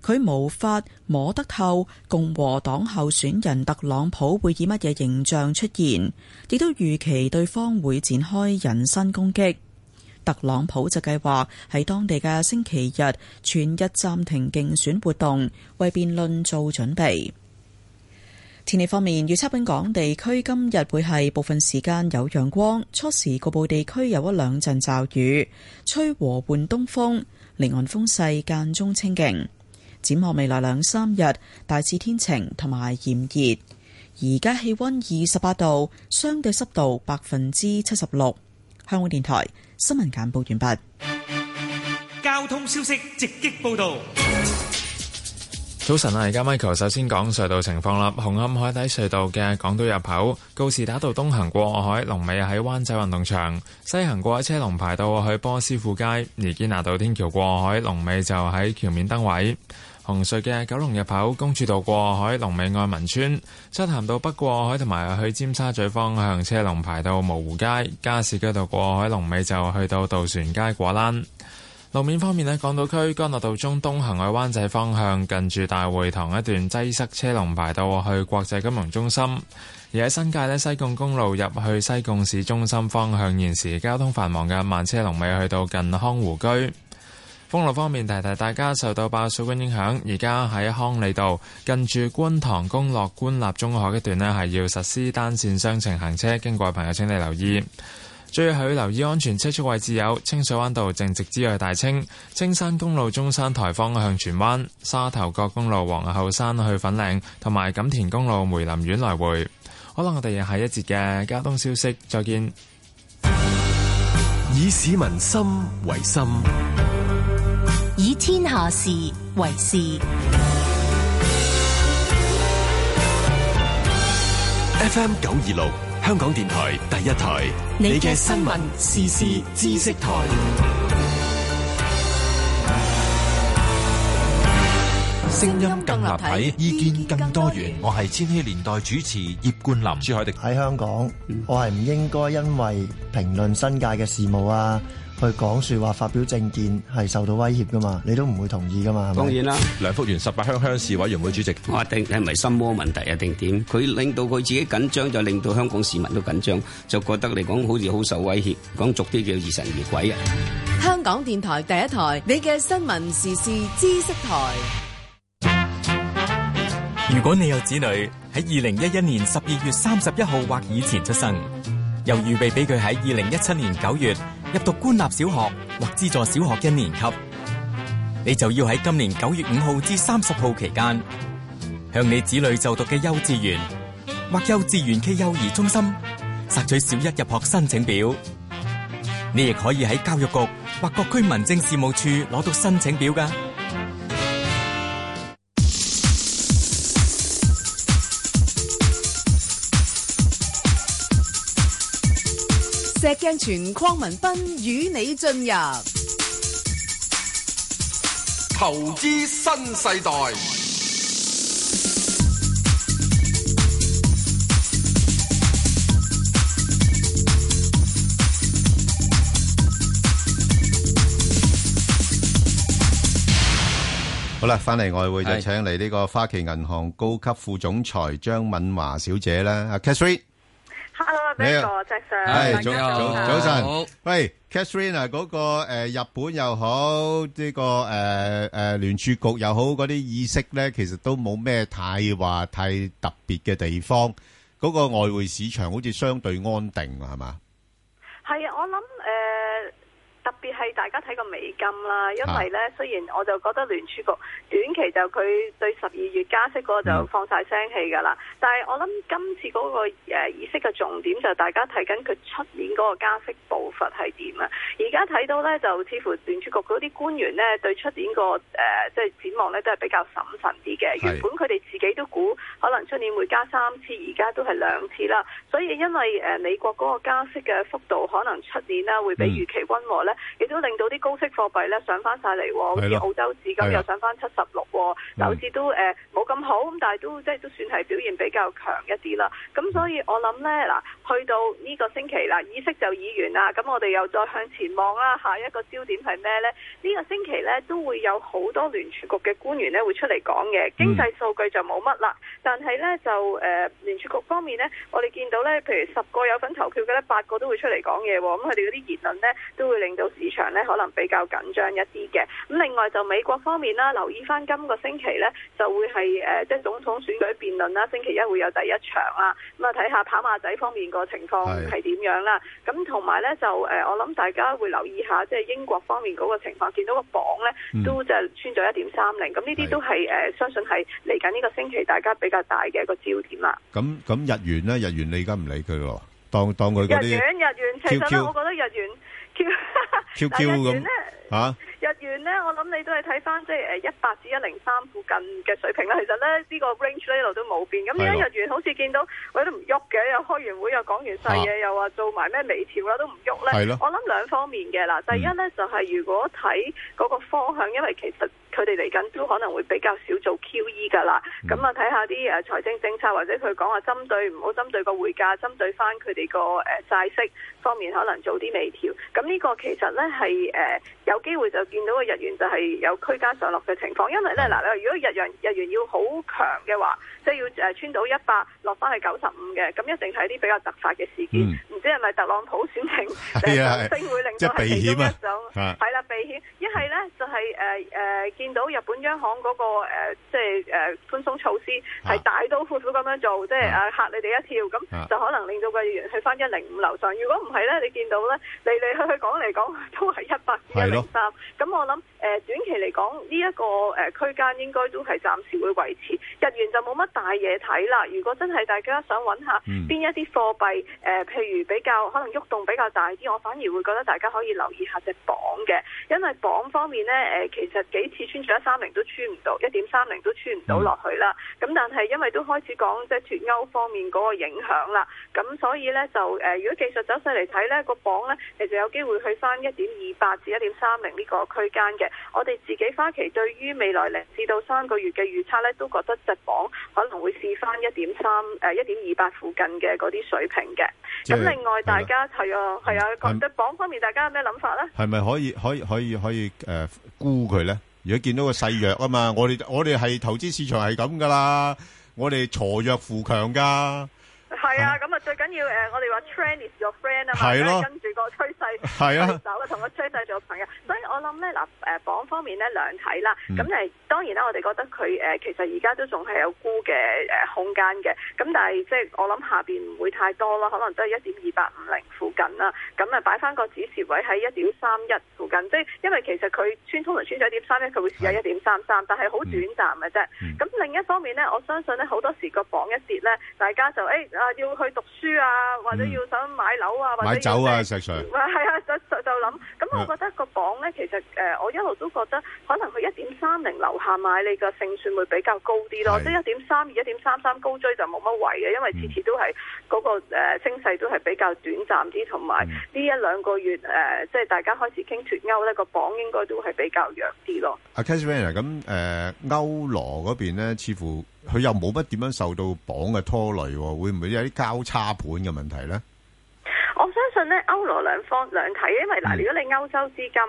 Speaker 12: 佢無法摸得透共和黨候選人特朗普會以乜嘢形象出現，亦都預期對方會展開人身攻擊。特朗普就計劃喺當地嘅星期日全日暫停競選活動，為辯論做準備。天氣方面，預測本港地區今日會係部分時間有陽光，初時局部地區有一兩陣驟雨，吹和緩東風，離岸風勢間中清勁。展望未來兩三日，大致天晴同埋炎熱。而家氣温二十八度，相對濕度百分之七十六。香港電台新聞簡報完
Speaker 11: 畢。交通消息直擊報道。
Speaker 13: 早晨啊，而家 Michael 首先講隧道情況啦。紅磡海底隧道嘅港島入口，告士打道東行過海，龍尾喺灣仔運動場；西行過海車龍排到去波斯富街，而堅拿道天橋過海，龍尾就喺橋面燈位。紅隧嘅九龍入口，公主道過海，龍尾愛民村；漆咸道北過海同埋去尖沙咀方向，車龍排到蕪湖街；加士居道過海，龍尾就去到渡船街果欄。路面方面呢，港島區干諾道中東行去灣仔方向，近住大會堂一段擠塞車龍排到去國際金融中心；而喺新界呢，西貢公路入去西貢市中心方向，現時交通繁忙嘅慢車龍尾去到近康湖居。封路方面，提提大家受到爆水管影響，而家喺康利道近住觀塘公落官立中學一段呢，係要實施單線雙程行車，經過嘅朋友請你留意。最後要留意安全車速位置有清水灣道正直之去大清、青山公路中山台方向荃灣、沙頭角公路皇后山去粉嶺，同埋錦田公路梅林苑來回。好啦，我哋下一節嘅交通消息再見。
Speaker 7: 以市民心為心，
Speaker 14: 以天下事為事。
Speaker 7: FM 九二六。香港電台第一台，你嘅新聞時事知識台。
Speaker 22: 聲音更立體，意見更多元。
Speaker 25: 我係千禧年代主持葉冠霖、朱海迪。
Speaker 18: 喺香港，
Speaker 19: 嗯
Speaker 18: 我係唔應該因為評論新界嘅事務啊，去講説話、發表政見係受到威脅噶嘛，你都唔會同意噶嘛。
Speaker 19: 當然啦，
Speaker 7: 梁福源十八鄉鄉事委員會主席，
Speaker 19: 我定係咪心魔問題啊？定點？佢令到佢自己緊張，就令到香港市民都緊張，就覺得嚟講好似好受威脅，講俗啲叫疑神疑鬼啊！
Speaker 6: 香港電台第一台，你嘅新聞時事知識台。
Speaker 20: 如果你有子女喺二零一一年十二月三十一號或以前出生，又預備俾佢喺二零一七年九月，入讀官立小學或資助小學一年級，你就要喺今年九月五號至三十號期間，向你子女就讀嘅幼稚園或幼稚園暨幼兒中心索取小一入學申請表。你亦可以喺教育局或各區民政事務處攞到申請表㗎。
Speaker 6: 石鏡泉鄺民彬與你進入
Speaker 8: 投資新世代。
Speaker 9: 好啦，翻嚟外匯就請嚟呢個花旗銀行高級副總裁張敏華小姐啦，阿 Catherine。
Speaker 21: Hello 啊，邊個隻
Speaker 9: 係早早早晨，喂，Catherine 啊，嗰個誒日本又好，呢個誒誒聯儲局又好，嗰啲意識咧，其實都冇咩太話太特別嘅地方，嗰個外匯市場好似相對安定啦，係嘛？
Speaker 21: 係啊，我諗呃誒。特別係大家睇個美金啦，因為呢，雖然我就覺得聯儲局短期就佢對十二月加息嗰個就放晒聲氣㗎啦，但係我諗今次嗰個誒呃議息嘅重點就大家睇緊佢出年嗰個加息步伐係點啊！而家睇到呢，就似乎聯儲局嗰啲官員呢對出年個誒呃即係展望呢都係比較審慎啲嘅。原本佢哋自己都估可能出年會加三次，而家都係兩次啦。呃所以因為誒美國嗰個加息嘅幅度可能出年啦會比預期溫和呢。亦都令到啲高息貨幣咧上翻晒嚟喎，好似
Speaker 9: 係咯
Speaker 21: 澳洲
Speaker 9: 係
Speaker 21: 紙咁
Speaker 9: 啊
Speaker 21: 又上翻七十六喎，
Speaker 9: 嗯
Speaker 21: 樓市都誒冇咁好，咁但係都即係都算係表現比較強一啲啦。咁
Speaker 9: 嗯
Speaker 21: 所以我諗咧嗱，去到呢個星期啦，議息就議完啦，咁我哋又再向前望啦，下一個焦點係咩咧？呢個星期咧都會有好多聯儲局嘅官員咧會出嚟講嘅，經濟數據就冇乜啦，但係咧就誒、呃、聯儲局方面咧，我哋見到咧，譬如十個有份投票嘅咧，八個都會出嚟講嘢喎，咁佢哋嗰啲言論咧都會令到市場咧可能比較緊張一啲嘅。咁另外就美國方面啦，留意翻今個星期咧就會係誒、呃即係總統選舉辯論啦，星期一會有第一場啦，咁啊睇下跑馬仔方面個情況
Speaker 26: 係
Speaker 21: 係點樣啦。咁同埋咧就誒、呃我諗大家會留意下即係英國方面嗰個情況，見到個磅咧
Speaker 26: 嗯
Speaker 21: 都即係穿咗一點三零，咁呢啲都係誒、呃相信係嚟緊呢個星期大家比較大嘅一個焦點啦。
Speaker 9: 咁-咁日元呢？日元你而家唔理佢咯，當-當佢嗰啲
Speaker 21: 日元日元，其實咧，
Speaker 9: QQ
Speaker 21: 我覺得日元 Q
Speaker 9: QQ
Speaker 21: 但 日元
Speaker 9: 咁
Speaker 21: 咧，日元咧，我諗你都係睇翻即係誒一百至一零三附近嘅水平啦。其實咧呢個 range 呢一路都冇變。咁而
Speaker 26: 係
Speaker 21: 家
Speaker 26: 咯
Speaker 21: 日元好似見到喂都唔喐嘅，又開完會又講完細嘢，又話做埋咩微調啦，都唔喐
Speaker 26: 啊係
Speaker 21: 咧
Speaker 26: 咯。
Speaker 21: 我諗兩方面嘅啦。第一咧就係如果睇嗰個方向，因為其實佢哋嚟緊都可能會比較少做 QE 㗎啦。咁啊睇下啲誒財政政策或者佢講話針對唔好針對個匯價，針對翻佢哋個誒債息方面可能做啲微調。咁呢個其實咧係誒有機會就見到個日元就係有區間上落嘅情況，因為咧嗱，你話如果日元日元要好強嘅話，即係要誒呃穿到一百落翻去九十五嘅，咁一定係一啲比較突發嘅事件。唔知係咪特朗普選情
Speaker 9: 係啊係
Speaker 21: 上升會令
Speaker 9: 即
Speaker 21: 到
Speaker 9: 係避
Speaker 21: 係其中
Speaker 9: 險啊
Speaker 21: 一種
Speaker 9: 啊
Speaker 21: 係啦避險，一係咧就係誒誒見到日本央行嗰、個、呃、即係誒、呃、寬鬆措施係大刀闊斧咁樣做，即係誒嚇你哋一跳，
Speaker 9: 啊
Speaker 21: 咁就可能令到個日元去翻一零五樓上。如果唔係咧，你見到咧嚟嚟去去講嚟講去都係一百至一
Speaker 9: 係
Speaker 21: 零
Speaker 9: 咯
Speaker 21: 三，咁我諗誒、呃短期嚟講呢一個誒區間應該都係暫時會維持，日元就冇乜大嘢睇啦。如果真係大家想揾下
Speaker 9: 嗯
Speaker 21: 邊一啲貨幣誒、呃譬如比較可能喐動比較大啲，我反而會覺得大家可以留意下隻鎊嘅，因為鎊方面呢，誒、其實幾次穿咗一三零都穿唔到，一點三零都穿唔到落去啦。咁但係因為都開始講即係脱歐方面嗰個影響啦，咁所以呢，就誒、呃如果技術走勢嚟睇呢個鎊呢，其實有機會去翻一點二八至一點三零呢個區間嘅。我哋自己花旗對於未來零至到三個月嘅預測呢，都覺得隻鎊可能會試翻一點三呃誒一點二八附近嘅嗰啲水平嘅。
Speaker 9: 即
Speaker 21: 咁
Speaker 9: 係嗯
Speaker 21: 另外大家係啊係啊，覺得鎊方面大家有咩諗法呢？
Speaker 9: 係咪可以-可以-可以-可以，誒，沽佢呢？如果見到個勢弱啊嘛，我哋-我哋係投資市場係咁㗎啦，我哋挫弱扶強㗎。
Speaker 21: 係啊，咁啊最緊要誒，呃我哋話 trend is your friend 啊
Speaker 9: 嗯
Speaker 21: 嘛，
Speaker 9: 係咯
Speaker 21: 梗係跟住個趨勢
Speaker 9: 係啊
Speaker 21: 去走啊，同個趨勢做朋友。所以我諗咧嗱誒榜方面咧兩睇啦，
Speaker 9: 嗯
Speaker 21: 咁誒、當然啦，我哋覺得佢誒、呃其實而家都仲係有沽嘅誒空間嘅，咁但係即係我諗下邊唔會太多啦，可能都係一點二八五零附近啦，咁啊擺翻個指示位喺一點三一附近，即係因為其實佢穿通常穿咗一點三一，佢會試下一點三三，但係
Speaker 9: 嗯
Speaker 21: 好短暫嘅啫。咁、另一方面咧，我相信咧好多時個榜一跌咧，大家就誒、哎啊要去讀書啊，或者要想買樓啊，或者
Speaker 9: 嗯買酒啊
Speaker 21: 要
Speaker 9: 石 Sir
Speaker 21: 唔係係啊，就就就諗。咁我覺得個榜咧，其實誒、呃我一路都覺得可能佢一點三零樓下買你個勝算會比較高啲咯，
Speaker 26: 係
Speaker 21: 即係一點三二、一點三三高追就冇乜謂嘅，因為次次都係嗰、個、呃、升勢都係比較短暫啲，同埋呢一兩個月誒、呃即係大家開始傾脱歐咧，個榜應該都係比較弱啲咯。
Speaker 9: 阿 Cashman 咁誒歐羅嗰邊咧，似乎佢又冇乜點樣受到榜嘅拖累喎，會唔會有啲交叉盤嘅問題咧？
Speaker 21: 我相信咧歐羅兩方兩睇，因為嗱，如果你歐洲資金，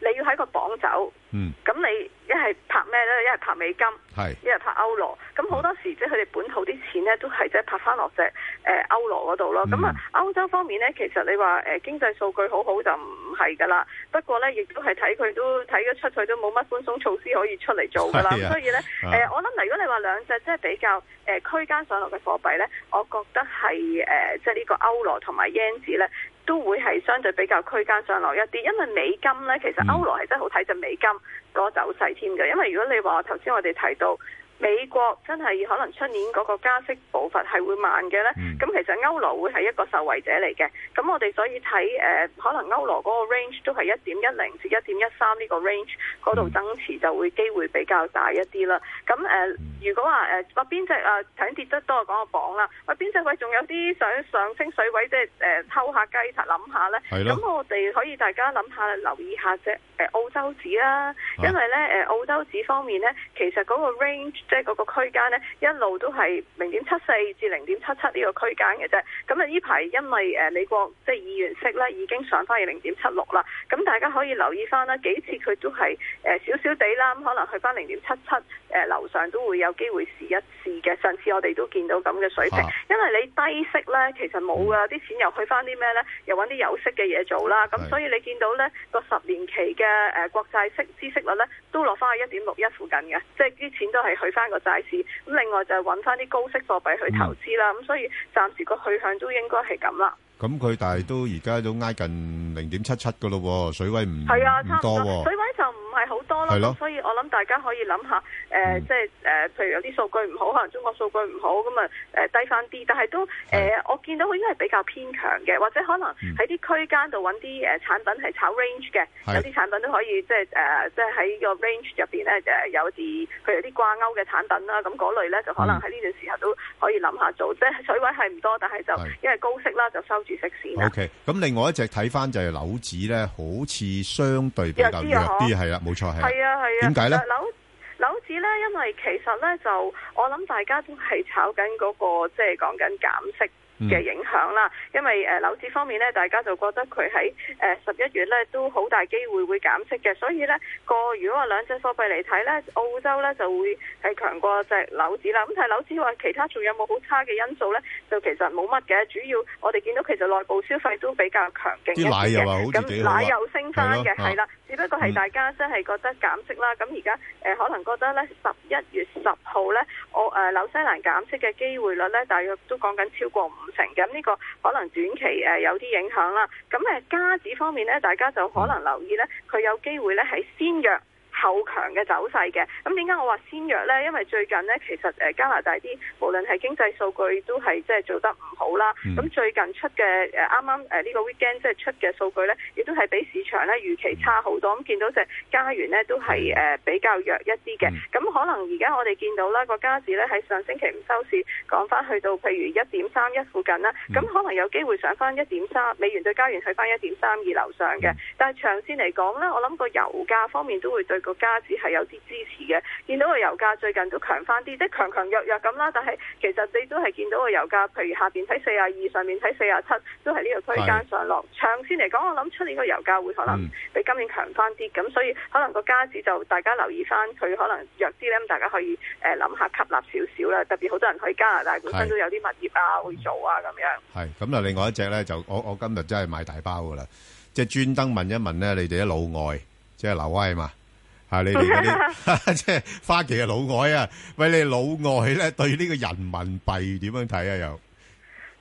Speaker 21: 你要喺個榜走，
Speaker 9: 嗯
Speaker 21: 咁你一係拍咩咧？一係拍美金。
Speaker 9: 係
Speaker 21: 一係拍歐羅，咁好多時即係佢哋本土啲錢咧，都係即係拍翻落隻誒歐羅嗰度
Speaker 26: 嗯
Speaker 21: 咯。咁啊、歐洲方面咧，其實你話誒、呃、經濟數據好好就唔係㗎啦，不過咧亦都係睇佢都睇得出佢都冇乜寬鬆措施可以出嚟做㗎啦。
Speaker 26: 係
Speaker 21: 咁
Speaker 26: 啊
Speaker 21: 所以咧誒、
Speaker 26: 啊
Speaker 21: 呃我諗嗱，如果你話兩隻即係比較誒、呃、區間上落嘅貨幣咧，我覺得係誒、呃即係呢個歐羅同埋 yen 紙咧。都會係相對比較區間上落一啲，因為美金
Speaker 26: 嗯
Speaker 21: 咧其實歐羅係真係好睇隻美金嗰個走勢添嘅，因為如果你話頭先我哋提到。誒、美國真係可能出年嗰個加息步伐係會慢嘅呢？
Speaker 26: 嗯
Speaker 21: 咁、其實歐羅會係一個受惠者嚟嘅。咁我哋所以睇誒、呃可能歐羅嗰個 range 都係一點一零至一點一三呢個 range
Speaker 26: 嗯
Speaker 21: 嗰度增持就會機會比較大一啲啦。咁誒、呃
Speaker 26: 嗯
Speaker 21: 如果話誒話邊只啊想跌得多，講個磅啦，話邊只位仲有啲想上升水位，即係誒偷下雞諗下呢？
Speaker 26: 係咯
Speaker 21: 咁我哋可以大家諗下留意下只誒澳洲紙啦，因為呢，誒澳洲紙方面呢，其實嗰個 range 即係嗰個區間呢，一路都係零點七四至零點七七呢個區間嘅啫。咁啊呢排因為誒美國即係議員息呢已經上翻去零點七六啦，咁大家可以留意翻啦，幾次佢都係誒少少地啦，咁可能去翻零點七七誒樓上都會有機會試一試嘅。上次我哋都見到咁嘅水平，
Speaker 23: 啊嗯
Speaker 21: 因為你低息呢，其實冇噶，啲錢又去翻啲咩呢？又揾啲有息嘅嘢做啦。咁
Speaker 23: 係
Speaker 21: 所以你見到呢個十年期嘅誒、呃、國債息孳息率呢，都落翻去一點六一附近嘅，即係啲錢都係去翻個債市。咁另外就係揾翻啲高息貨幣去投資
Speaker 23: 嗯
Speaker 21: 啦。咁、所以暫時個去向都應該係咁啦。
Speaker 9: 咁佢但係都而家都挨近0.77㗎喇喎，水位唔-
Speaker 21: 係啊，
Speaker 9: 唔
Speaker 21: 差唔
Speaker 9: 多
Speaker 21: 多
Speaker 9: 喎。
Speaker 21: 水位就唔係好多
Speaker 9: 係咯
Speaker 21: 咯，
Speaker 9: 嗯
Speaker 21: 咁所以我諗大家可以諗下，誒、即係誒、譬如有啲數據唔好，可能中國數據唔好，咁啊誒低翻啲，但係都誒、我見到應該係比較偏強嘅，或者可能
Speaker 9: 嗯
Speaker 21: 喺啲區間度揾啲誒產品係炒 range 嘅，
Speaker 27: 係
Speaker 21: 有啲產品都可以即係誒，即係喺個 range 入邊咧誒有啲，譬如啲掛鈎嘅產品啦，咁嗰類咧就可
Speaker 9: 嗯
Speaker 21: 能喺呢段時候都可以諗下做，即係水位係唔多，但係就
Speaker 9: 係
Speaker 21: 因為高息啦，就收住息先啦。
Speaker 9: OK，咁另外一隻睇返就係樓指呢，好似相對比較
Speaker 21: 弱啲啊，
Speaker 9: 弱啲，
Speaker 21: 嗬？
Speaker 9: 係啦，冇錯，係啦。
Speaker 21: 係啊係啊。
Speaker 9: 點解呢？
Speaker 21: 樓樓指咧，因為其實咧就我諗大家都係炒緊嗰、個即係講緊減息。
Speaker 9: 嗯
Speaker 21: 嘅影響啦，因為誒樓指方面咧，大家就覺得佢喺誒十一月咧都好大機會會減息嘅，所以咧個如果話兩隻貨幣嚟睇咧，澳洲咧就會係強過隻樓指啦。咁但係樓指話其他仲有冇好差嘅因素咧，就其實冇乜嘅，主要我哋見到其實內部消費都比較強勁一
Speaker 9: 啲奶又
Speaker 21: 嘅
Speaker 9: 話好似
Speaker 21: 咁
Speaker 9: 幾好啊
Speaker 21: 奶又升翻嘅，
Speaker 9: 係咯啊
Speaker 21: 係啦。只不過係大家真係覺得減息啦，咁而家誒可能覺得咧十一月十號咧，我誒、呃、紐西蘭減息嘅機會率咧，大約都講緊超過五成嘅，咁呢個可能短期誒、呃有啲影響啦。咁誒加指方面咧，大家就可能留意咧，佢有機會咧係先弱。後強嘅走勢嘅，咁點解我話先弱呢？因為最近呢，其實誒加拿大啲無論係經濟數據都係即係做得唔好啦。咁、最近出嘅誒呃啱啱誒呢個 weekend 即係出嘅數據呢，亦都係比市場呢預期差好多。咁見到隻加元呢，都係呃誒比較弱一啲嘅。咁、可能而家我哋見到啦，個加指呢喺上星期五收市講翻去到譬如一點三一附近啦，咁、可能有機會上翻一點三美元對加元去翻一點三二樓上嘅。但係長線嚟講呢，我諗個油價方面都會對個加指係有啲支持嘅。見到個油價最近都強翻啲，即係強強弱弱咁啦。但係其實你都係見到個油價，譬如下邊睇四啊二，上面睇四啊七，都係呢個區間
Speaker 23: 係
Speaker 21: 上落。長線嚟講，我諗出年個油價會可能比今年強翻啲，咁所以可能個加指就大家留意翻佢可能弱啲咧，咁大家可以誒諗下吸納少少啦。特別好多人去加拿大本身
Speaker 9: 係
Speaker 21: 都有啲物業啊會做啊咁樣。
Speaker 9: 係，咁啊，另外一隻呢，就-我-我今日真係買大包㗎喇，即係專登問一問呢，你哋啲老外，即係留威嘛，啊，你哋嗰啲- 即係花旗嘅老外啊，喂，你老外呢，對呢個人民幣點樣睇啊，又？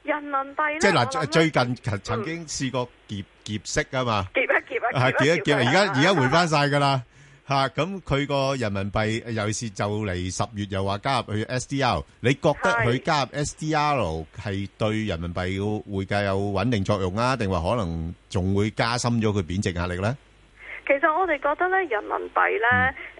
Speaker 21: 人民幣咧，
Speaker 9: 即係嗱，
Speaker 21: 我諗呢
Speaker 9: 最近曾-曾經試過劫-劫息啊嘛。
Speaker 21: 夾一夾啊，
Speaker 9: 啊，
Speaker 21: 夾一
Speaker 9: 幾
Speaker 21: 夾
Speaker 9: 多-幾多-而家-而家回返晒㗎啦。嚇，咁佢個人民幣，尤其是就嚟十月又話加入去 SDR，你覺得佢加入 SDR 係對人民幣個匯價有穩定作用啊，定話可能仲會加深咗佢貶值壓力呢？
Speaker 21: 其實我哋覺得咧，人民幣咧，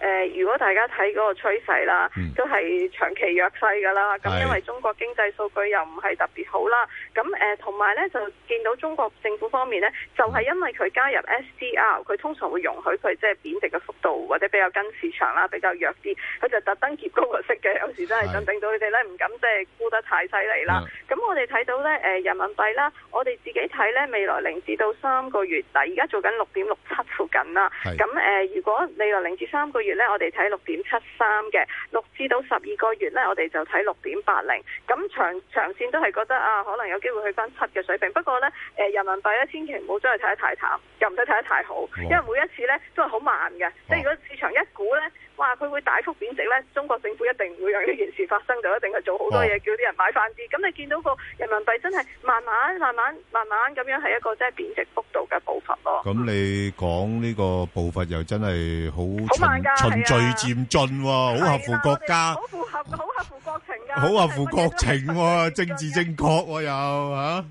Speaker 21: 誒、
Speaker 9: 嗯
Speaker 21: 如果大家睇嗰個趨勢啦，都係長期弱勢㗎啦。咁
Speaker 23: 係
Speaker 21: 因為中國經濟數據又唔係特別好啦。咁誒，同埋咧就見到中國政府方面咧，就係、因為佢加入 SDR，佢通常會容許佢即係貶值嘅幅度或者比較跟市場啦，比較弱啲，佢就特登劫高個息嘅。有時真係想整到佢哋咧唔敢即係沽得太犀利啦。咁我哋睇到咧，誒、人民幣啦，我哋自己睇咧，未來零至到三個月，嗱而家做緊六點六七附近啦。
Speaker 23: 係
Speaker 21: 咁誒、如果未來零至三個月咧，我哋睇六點七三嘅，六至到十二個月咧，我哋就睇六點八零。咁長長線都係覺得啊，可能有機會去翻七嘅水平。不過咧，誒、人民幣咧，千祈唔好將佢睇得太淡，又唔使睇得太好，
Speaker 9: 嗯
Speaker 21: 因為每一次咧都係好慢嘅。即係如果市場一估咧，哇，佢會大幅貶值咧，中國政府一定唔會讓呢件事發生，就一定係做好多嘢
Speaker 9: 嗯
Speaker 23: 哦
Speaker 21: 叫啲人買翻啲。咁你見到個人民幣真係慢慢、慢慢、慢慢咁樣係一個即係貶值幅度嘅步伐咯。
Speaker 9: 咁你講呢個步伐又真係好
Speaker 21: 好慢
Speaker 9: 循-
Speaker 21: 㗎，
Speaker 9: 循序漸進喎，好合乎國家
Speaker 21: 好符合合好合乎國情㗎，
Speaker 9: 好合乎國情喎，政治正確喎又吓。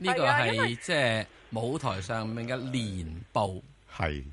Speaker 10: 呢個係即係舞台上面嘅年報，
Speaker 9: 係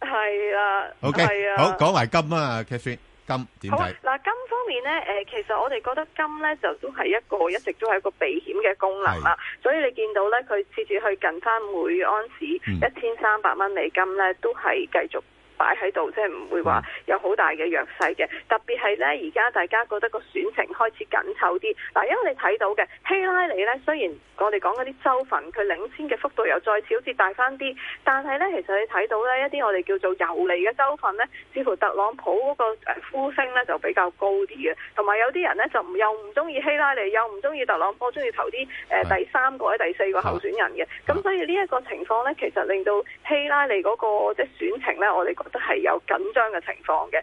Speaker 21: 係啦
Speaker 9: OK，
Speaker 21: 係啊
Speaker 9: 好講埋金啊，Catherine，金點
Speaker 21: 好啊
Speaker 9: 睇？
Speaker 21: 嗱，金方面呢，誒、其實我哋覺得金呢就都係一個一直都係一個避險嘅功能啦，所以你見到呢，佢次次去近翻每安士一千三百蚊美金呢，都係繼續。擺喺度，即係唔會話有好大嘅弱勢嘅。特別係呢，而家大家覺得個選情開始緊湊啲。嗱，因為你睇到嘅希拉里呢，雖然我哋講嗰啲州份佢領先嘅幅度又再次好似大翻啲，但係呢，其實你睇到呢一啲我哋叫做遊離嘅州份呢，似乎特朗普嗰個誒呼聲呢就比較高啲嘅。同埋有啲人呢，就唔又唔中意希拉里，又唔中意特朗普，中意投啲誒、呃第三個或者第四個候選人嘅。咁所以呢一個情況呢，其實令到希拉里嗰、個即係選情呢，我哋覺得係有緊張嘅情況嘅。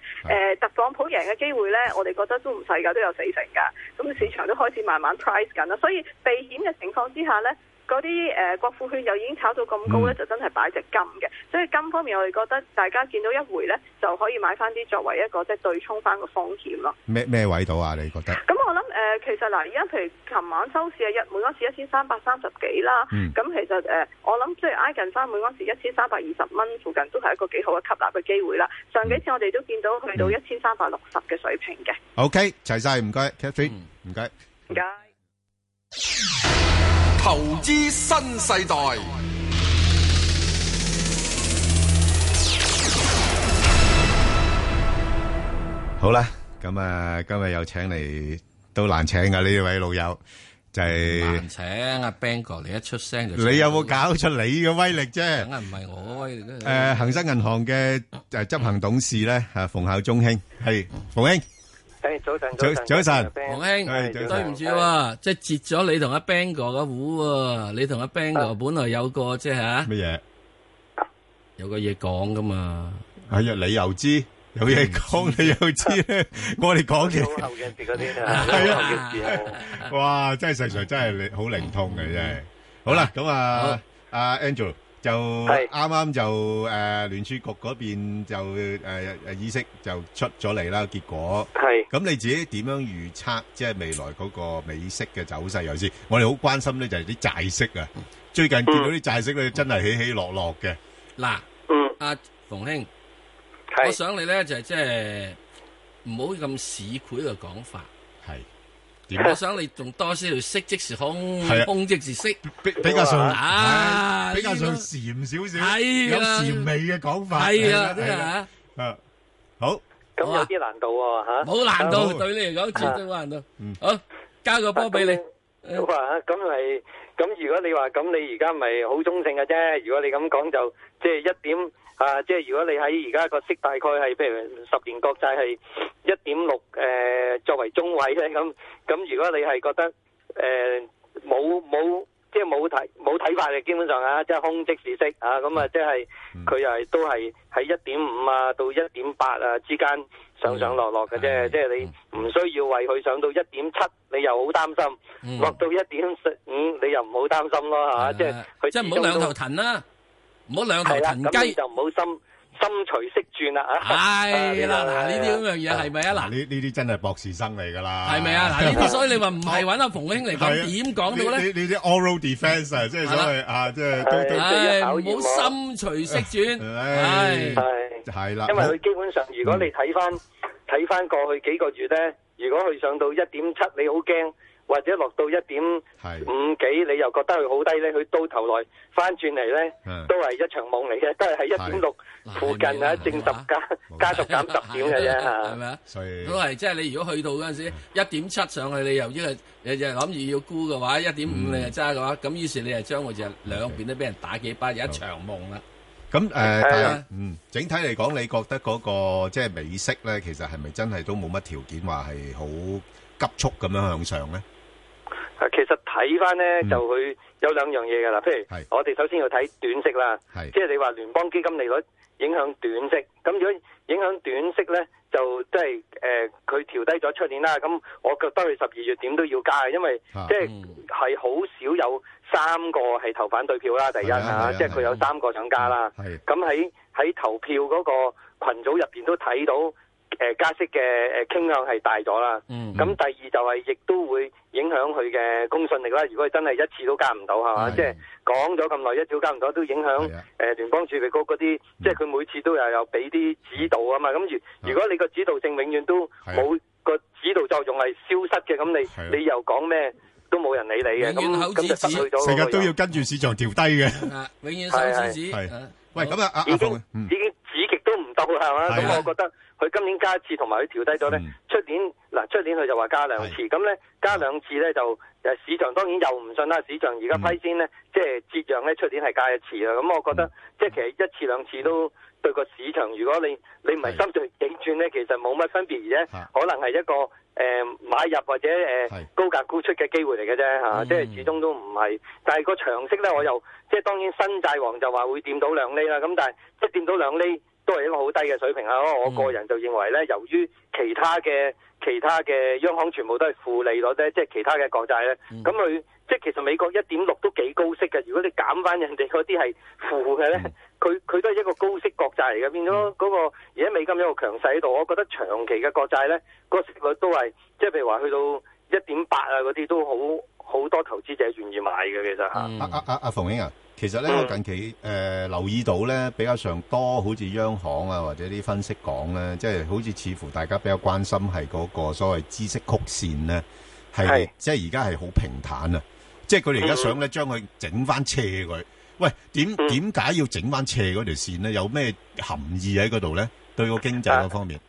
Speaker 21: 誒、特朗普贏嘅機會呢，我哋覺得都唔細㗎，都有四成㗎。咁市場都開始慢慢 price 緊啦。所以避險嘅情況之下呢。嗰啲誒國庫券又已經炒到咁高呢，就真係擺隻金嘅。所以金方面，我哋覺得大家見到一回呢，就可以買翻啲作為一個即係對沖翻個風險咯。
Speaker 9: 咩咩位度啊？你覺得？
Speaker 21: 咁我諗誒、呃其實嗱，而家譬如琴晚收市嘅一每安士一千三百三十幾啦，咁、
Speaker 9: 嗯
Speaker 21: 其實誒、呃我諗即係挨近翻每安士一千三百二十蚊附近，都係一個幾好嘅吸納嘅機會啦。上幾次我哋都見到去到一千三百六十嘅水平嘅。
Speaker 9: OK，齊晒，唔該，Catherine，唔該。
Speaker 21: 唔該。
Speaker 8: 投資新世代，
Speaker 9: 好啦，咁啊，今日又請嚟都難請㗎呢位老友，就係
Speaker 10: 難請阿 Bang 哥，你一出聲就
Speaker 9: 你有冇搞出你嘅威力啫？
Speaker 10: 梗係唔係我威力
Speaker 9: 诶，
Speaker 10: 啦？
Speaker 9: 恒生銀行嘅诶执行董事咧，吓馮孝忠兄係馮兄，
Speaker 26: 诶，早晨，
Speaker 9: 早早晨
Speaker 10: 黃
Speaker 9: 係
Speaker 10: 兄，
Speaker 9: 早晨
Speaker 10: 對唔住喎，即係截咗你同阿 Bang 哥嘅糊喎，你同阿 Bang
Speaker 26: 啊
Speaker 10: 哥本來有個即係啊吓
Speaker 9: 乜嘢？
Speaker 10: 有個嘢講噶嘛？
Speaker 9: 係啊，你又知有嘢講，你又知咧， 我哋講
Speaker 26: 好
Speaker 9: 嘅
Speaker 26: 後嘅事嗰啲啊，
Speaker 9: 係
Speaker 26: 好後
Speaker 9: 啊
Speaker 26: 嘅事啊。
Speaker 9: 哇，真係世上真係你好靈通嘅真係。好啦，咁啊，阿 Andrew 就啱啱就诶联儲局嗰邊就诶诶议息就出咗嚟啦，結果
Speaker 26: 係
Speaker 9: 咁你自己點樣預測即係未來嗰個美息嘅走勢？尤其是我哋好關心咧就係啲債息啊，最近見到啲債息咧真係起起落落嘅，
Speaker 10: 嗱，
Speaker 26: 嗯
Speaker 10: 阿馮兄，我想你咧就係即係唔好咁市侩嘅講法。
Speaker 9: 係點啊
Speaker 10: 我想你仲多少少色即是空
Speaker 9: 係啊，
Speaker 10: 空即是色，
Speaker 9: 比比較上
Speaker 10: 啊，
Speaker 9: 係比較上
Speaker 10: 呢個
Speaker 9: 禪少少，
Speaker 10: 係
Speaker 9: 有
Speaker 10: 啦
Speaker 9: 禪味嘅講法，
Speaker 10: 係
Speaker 9: 係啦
Speaker 10: 啊，真
Speaker 9: 係
Speaker 10: 係
Speaker 9: 啦
Speaker 10: 啊，
Speaker 9: 啊，好，
Speaker 26: 咁有啲難度喎吓，
Speaker 10: 冇難度，
Speaker 26: 好
Speaker 10: 對你嚟講
Speaker 26: 啊
Speaker 10: 絕對冇難度
Speaker 9: 嗯。
Speaker 10: 好，交個波俾你。嗯
Speaker 26: 哇！啊咁咪咁，如果你話咁，你而家咪好中性嘅啫。如果你咁講就即係一點啊，即係如果你喺而家個息大概係譬如十年國債係一點六誒作為中位咧， 咁咁如果你係覺得誒冇冇即係冇睇冇睇法嘅，基本上啊，即係空即是息啊，咁啊
Speaker 10: 嗯
Speaker 26: 即係佢又係都係喺一點五啊到一點八啊之間上上落落嘅
Speaker 10: 嗯
Speaker 26: 啫，即係你唔需要為佢上到一點七，你又好擔心。落到一點五，你又唔好擔心咯，係嘛？即係佢
Speaker 10: 嗯啊即係唔好兩頭騰啦，唔好兩頭
Speaker 26: 係
Speaker 10: 騰雞
Speaker 26: 啦咁你就唔好心心隨色轉啦啊！À,
Speaker 10: 係啦，嗱呢啲咁樣嘢係咪啊？嗱，
Speaker 9: 呢呢啲真係博士生嚟㗎啦，
Speaker 10: 係咪 啊？嗱呢啲所以你話唔係揾阿馮兄嚟
Speaker 9: 係啊
Speaker 10: 講，點講到
Speaker 9: 呢
Speaker 10: 咧？
Speaker 9: 呢呢啲 oral defence 啊，即係所謂啊，即係都都
Speaker 10: 唉，唔好心隨色轉，唉。
Speaker 26: 係
Speaker 9: 係嗯啦，
Speaker 26: 因為佢基本上，如果你睇翻睇翻過去幾個月咧，如果佢上到一點七，你好驚；或者落到一點五幾，你又覺得佢好低咧，佢到頭來翻轉嚟咧
Speaker 9: 嗯，
Speaker 26: 都係一場夢嚟嘅，都係喺一點六附近啊，正十加加十減十點嘅啫嚇。
Speaker 10: 係咪啊？
Speaker 9: 所以
Speaker 10: 都係即係你如果去到嗰陣時，一點七上去，你由於係你就諗住要沽嘅話，一點五你就揸嘅話，咁於是你就將我就兩邊都俾人打幾巴，有一場夢啦。
Speaker 9: 咁誒，
Speaker 10: 係啊。
Speaker 9: 但係，嗯，整體嚟講，你覺得嗰個，即係美息呢，其實係咪真係都冇乜條件話係好急速咁樣向上呢？
Speaker 26: 啊，其實睇翻咧
Speaker 23: 嗯
Speaker 26: 就佢有兩樣嘢㗎啦，譬如我哋首先要睇短息啦，即係你話聯邦基金利率影響短息，咁如果影響短息咧，就即係誒佢調低咗出年啦，咁我覺得佢十二月點都要加嘅，因為
Speaker 23: 啊
Speaker 26: 即係
Speaker 23: 嗯
Speaker 26: 係好少有三個係投反對票啦，第一
Speaker 23: 係啊係啊嗯
Speaker 26: 嚇，即係佢有三個想加啦，咁喺喺投票嗰個群組入邊都睇到。誒、誒呃加息嘅誒傾向係大咗啦。
Speaker 24: 嗯
Speaker 26: 咁第二就係亦都會影響佢嘅公信力啦。如果佢真係一次都加唔到，係嘛？
Speaker 24: 係啊
Speaker 26: 即係講咗咁耐，一次都加唔到，都影響誒聯邦儲備局嗰
Speaker 24: 嗯
Speaker 26: 啲，即係佢每次都又有俾啲指導啊嘛。咁如如果你個指導性永遠都
Speaker 24: 啊
Speaker 26: 冇個指導作用係消失嘅，咁你你又講咩都冇人理你嘅，咁咁就失去咗嗰個人。
Speaker 9: 成日都要跟住市場調低嘅。
Speaker 26: 係，係。
Speaker 9: 係。喂，咁啊，阿-
Speaker 26: 已經-
Speaker 9: 阿馮，
Speaker 26: 已經指極都唔到啦，係嘛？
Speaker 9: 係啊。嗯
Speaker 26: 咁我覺得佢今年加一次，同埋佢調低咗呢，出年，嗱，出年佢就話加兩次，咁呢，加兩次呢，就，誒，市場當然又唔信啦，市場而家批先呢，
Speaker 9: 嗯
Speaker 26: 即係折讓呢，出年係加一次啦，咁我覺得，即係其實一次兩次都對個市場，如果你-你唔係心醉境轉呢，其實冇乜分別，而且呃可能係一個，誒，買入或者，誒，呃嗯高價沽出嘅機會嚟嘅啫，嚇，即係始終都唔係，但係個長息呢，我又即係當然新債王就話會掂到兩厘啦，咁但係即係掂到兩厘都係一個好低嘅水平啊！我個人就認為咧，由於其他嘅其他嘅央行全部都係負利率咧，即係其他嘅國債咧，咁佢、即係其實美國一點六都幾高息嘅，如果你減翻人哋嗰啲係負嘅咧，佢佢、都係一個高息國債嚟嘅，變咗嗰、個而家美金有個強勢喺度，我覺得長期嘅國債咧，個息率都係即係譬如話去到一點八啊嗰啲都好好多投資者願意買嘅其實嚇。
Speaker 9: 阿-啊阿-阿馮兄啊，其實呢，呃我近期，呃，留意到呢，比較上多好似央行啊，或者啲分析講呢，即係好似似乎大家比較關心係嗰個所謂孳息曲線呢，係-即係而家係好平坦啊，即係佢哋而家想呢，將佢整返斜佢。喂，點-點解要整返斜嗰條線呢？有咩含義喺嗰度呢？對個經濟嗰方面。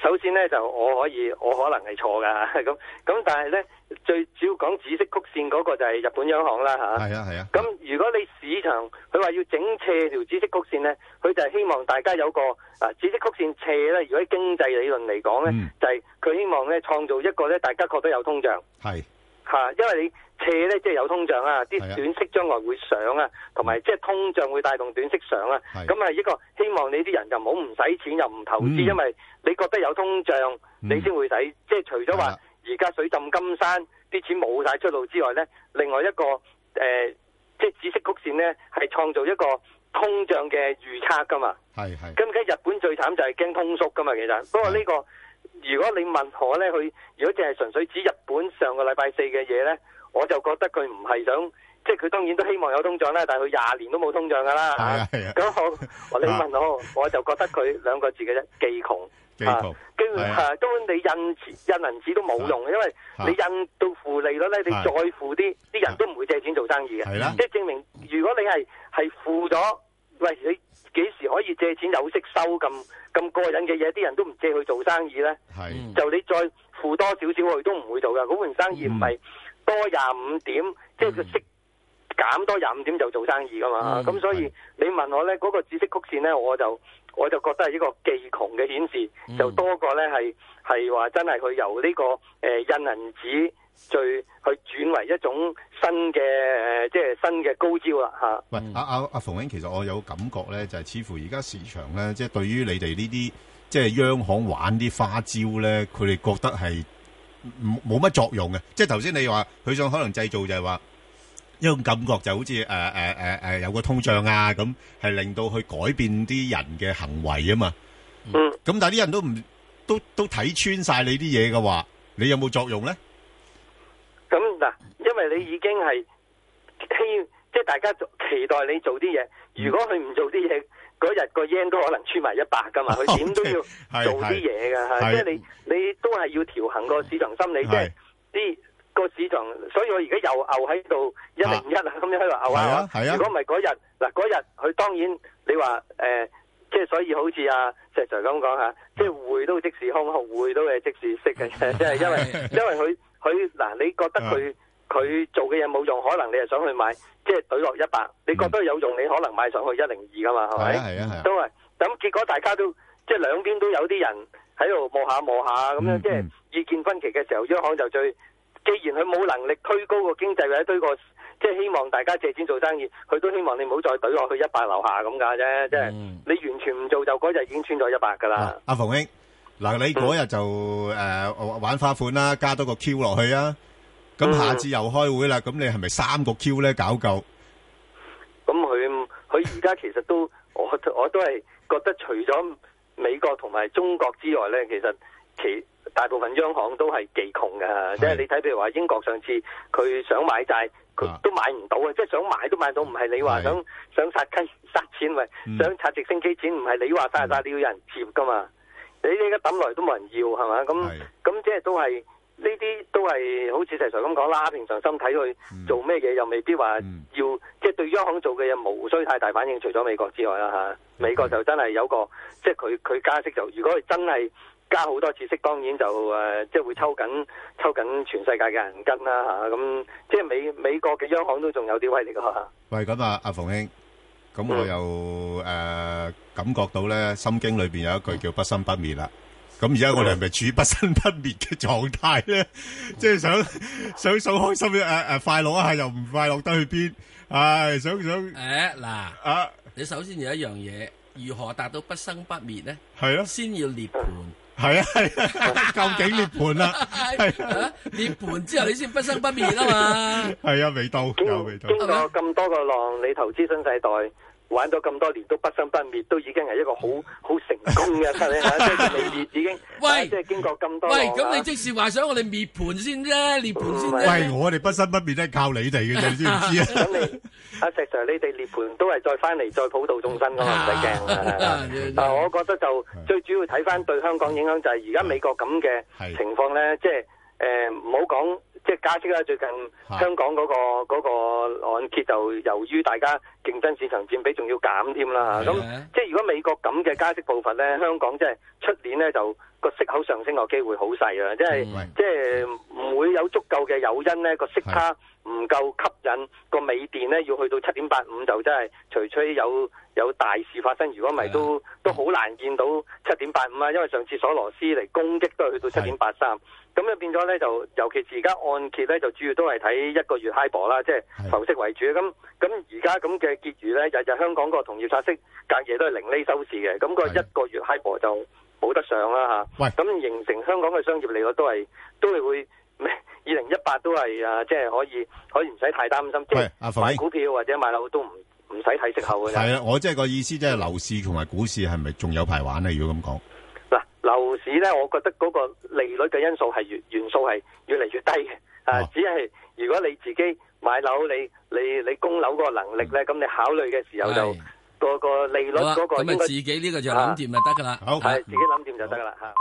Speaker 26: 首先咧就我可以，我可能係錯㗎 咁咁，但係咧最主要講紫色曲線嗰個就係日本央行啦嚇。
Speaker 9: 係啊係啊。
Speaker 26: 咁如果你市場佢話要整斜條紫色曲線咧，佢就係希望大家有個啊紫色曲線斜咧。如果喺經濟理論嚟
Speaker 9: 嗯
Speaker 26: 講咧，就係佢希望咧創造一個咧大家覺得有通脹。
Speaker 9: 係。
Speaker 26: 嚇、因為你斜咧，即係有通脹啊，啲短息將來會上啊，同
Speaker 9: 嗯
Speaker 26: 埋即係通脹會帶動短息上啊。咁係一個希望你啲人就唔好唔使錢又唔投資，
Speaker 23: 嗯
Speaker 26: 因為你覺得有通脹，
Speaker 9: 嗯
Speaker 26: 你先會使。即係除咗話而家水浸金山啲錢冇晒出路之外咧，另外一個誒、呃即係紫色曲線咧，係創造一個通脹嘅預測噶嘛。
Speaker 9: 係係。
Speaker 26: 咁而家日本最慘就係驚通縮噶嘛，其實。不過呢、個如果你問我咧，佢如果淨係純粹指日本上個禮拜四嘅嘢咧，我就覺得佢唔係想，即係佢當然都希望有通脹啦，但係佢廿年都冇通脹噶啦。
Speaker 9: 係啊係啊
Speaker 26: 咁我你問我，我就覺得佢兩個字嘅啫，技窮。
Speaker 9: 記圖。
Speaker 26: 基本
Speaker 9: 係啊
Speaker 26: 上根本你印錢印銀紙都冇用，因為
Speaker 9: 啊
Speaker 26: 你印到負利率咧，你
Speaker 9: 係啊
Speaker 26: 再負啲，啲人都唔會借錢做生意嘅。
Speaker 9: 係啦
Speaker 26: 即係證明如果你係係負咗，喂你幾時可以借錢有息收咁咁過癮嘅嘢？啲人都唔借去做生意咧，
Speaker 9: 係
Speaker 26: 就你再負多少少，佢都唔會做噶。嗰盤生意唔係多廿五點，即係個息減多廿五點就做生意噶嘛。
Speaker 23: 嗯
Speaker 26: 咁所以你問我咧，嗰、個紫色曲線咧，我就我就覺得係一個技窮嘅顯示，就多過咧係係話真係佢由呢、個誒、呃印銀紙最去轉為一種新嘅誒、呃即係新嘅高招啦嚇。
Speaker 9: 喂，阿阿阿馮英，其實我有感覺咧，就係似乎而家市場咧，即係對於你哋呢啲即係央行玩啲花招咧，佢哋覺得係冇冇乜作用嘅。即係頭先你話佢想可能製造就係話一種感覺，就好似誒誒誒誒有個通脹啊咁，係令到去改變啲人嘅行為啊嘛。
Speaker 26: 嗯。
Speaker 9: 咁但係啲人都唔都都睇穿晒你啲嘢嘅話，你有冇作用咧？
Speaker 26: 咁嗱，因為你已經係希，即係大家做期待你做啲嘢。如果佢唔做啲嘢，嗰日個 yen 都可能穿埋一百噶嘛。佢點都要
Speaker 27: 係
Speaker 26: 做啲嘢㗎，
Speaker 27: 係
Speaker 26: 嚇即係你你都係要調衡個市場心理，即係啲個市場。所以我而家又牛喺度一零一啊，咁樣喺度牛
Speaker 9: 係
Speaker 26: 啊
Speaker 9: 啊係啊
Speaker 26: 如果唔係嗰日嗱，嗰日佢當然你話誒。即係所以好似阿石 Sir 咁講嚇，即係回都即時空，回都係即時息嘅
Speaker 9: 嗯
Speaker 26: 啫。即 係因為因為佢佢嗱，你覺得
Speaker 9: 啊
Speaker 26: 佢佢做嘅嘢冇用，可能你係想去買，即係懟落一百，你覺得有用，你可能買上去一零二噶嘛，係咪？
Speaker 9: 係啊係啊係啊
Speaker 26: 都係咁，結果大家都即係兩邊都有啲人喺度磨下磨下咁樣，
Speaker 9: 嗯
Speaker 26: 即係意見分歧嘅時候，央行就最。既然佢冇能力推高個經濟或者推個，即係希望大家借錢做生意，佢都希望你唔好再懟落去一百樓下咁㗎啫，即係你完全唔做就嗰日已經穿咗一百㗎啦。
Speaker 9: 阿馮兄，嗱你嗰日就诶玩花款啦，加多個 Q 落去啊，咁
Speaker 26: 嗯
Speaker 9: 下次又開會啦，咁你係咪三個 Q 咧搞夠？
Speaker 26: 咁佢佢而家其實都我我都係覺得除咗美國同埋中國之外咧，其實其大部分央行都係技窮嘅，即係你睇譬如話英國上次佢想買債，佢都買唔到啊！即係想買都買到，唔係你嗯話想想殺雞殺錢，咪想拆直升機錢，唔係你話殺殺，你要有人接噶嘛？你呢家抌落嚟都冇人要係嘛？咁咁即係都係呢啲都係好似石 Sir 咁講啦，平常心睇佢做咩嘢又未必話要，即係對央行做嘅嘢無需太大反應，除咗美國之外啦嚇。美國就真係有個即係佢佢加息就，如果佢真係加好多次息，當然就誒、呃即係會抽緊抽緊全世界嘅人跟啦嚇。咁、即係美美國嘅央行都仲有啲威力㗎嚇。
Speaker 9: 喂，咁啊，阿馮兄，咁我又，呃，感覺到呢，《心經》裏面有一句叫不生不滅啦。咁而家我哋係咪處於不生不滅嘅狀態呢？ 即係想-想數開心，呃，呃，快樂一下又唔快樂得去邊，唉，想-想-
Speaker 10: 诶，嗱，你首先有一樣嘢，如何達到不生不滅咧？
Speaker 9: 係咯
Speaker 10: 先要涅盤。
Speaker 9: 係啊，係啊，究竟涅槃啦。
Speaker 10: 啊涅盤之後， 你先不生不滅啊嘛。嗯
Speaker 9: 係啊，未到，有味道。
Speaker 26: 經過咁多個浪，你投資新世代。玩咗咁多年都不生不滅，都已經係一個好好成功嘅即 係未滅已經，
Speaker 10: 嗯
Speaker 26: 啊
Speaker 10: 喂，
Speaker 26: 即係經過咁多
Speaker 10: 喂，
Speaker 26: 浪啊
Speaker 10: 咁
Speaker 26: 啦
Speaker 10: 你即是話想我哋滅盤先啫，涅盤先啫。
Speaker 9: 喂，我哋不生不滅都係靠你哋嘅啫，你知唔知啊？
Speaker 26: 咁你阿石 Sir，你哋涅盤都係再翻嚟再普渡眾生噶嘛，唔使驚 啊。 但我覺得就最主要睇翻對香港影響就係而家美國咁嘅情況咧，即係誒唔好講即係加息啦，最近香港嗰、個嗰、個按揭就由於大家競爭市場佔比仲要減添啦，咁即係如果啊美國咁嘅加息步伐咧，香港即係出年咧就。個息口上升個機會好細啊！即係即係唔會有足夠嘅誘因咧，個息差唔夠吸引個美電咧，要去到七點八五就真係除非有有大事發生，如果唔係都都好難見到七點八五啊！因為上次索羅斯嚟攻擊都係去到七點八三，咁就變咗咧就尤其是而家按揭咧就主要都係睇一個月 high 博啦，即係浮息為主。咁咁而家咁嘅結餘咧，日日香港個同業拆息隔夜都係零厘收市嘅，咁、個一個月 high 博就。冇得上啦嚇。咁形成香港嘅商業利率都係都係會 二零一八都係啊，即係可以可以唔使太擔心，即係
Speaker 9: 阿馮
Speaker 26: 買
Speaker 9: 兄
Speaker 26: 股票或者買樓都唔唔使睇息口嘅。
Speaker 9: 係啊，我即係個意思即係樓市同埋股市係咪仲有排玩啊，如果咁講？
Speaker 26: 嗱，樓市咧，我覺得嗰個利率嘅因素係越元素係越嚟越低嘅。
Speaker 10: 哦
Speaker 26: 啊，只係如果你自己買樓，你你你供樓嗰個能力咧，咁你考慮嘅時候就
Speaker 10: 嗯係
Speaker 26: 個個利率
Speaker 10: 好啦，
Speaker 26: 嗰個
Speaker 10: 咁
Speaker 26: 應
Speaker 10: 啊
Speaker 26: 該
Speaker 10: 自己呢個就諗掂就得噶啦。
Speaker 26: 係自己諗掂就得噶啦嚇。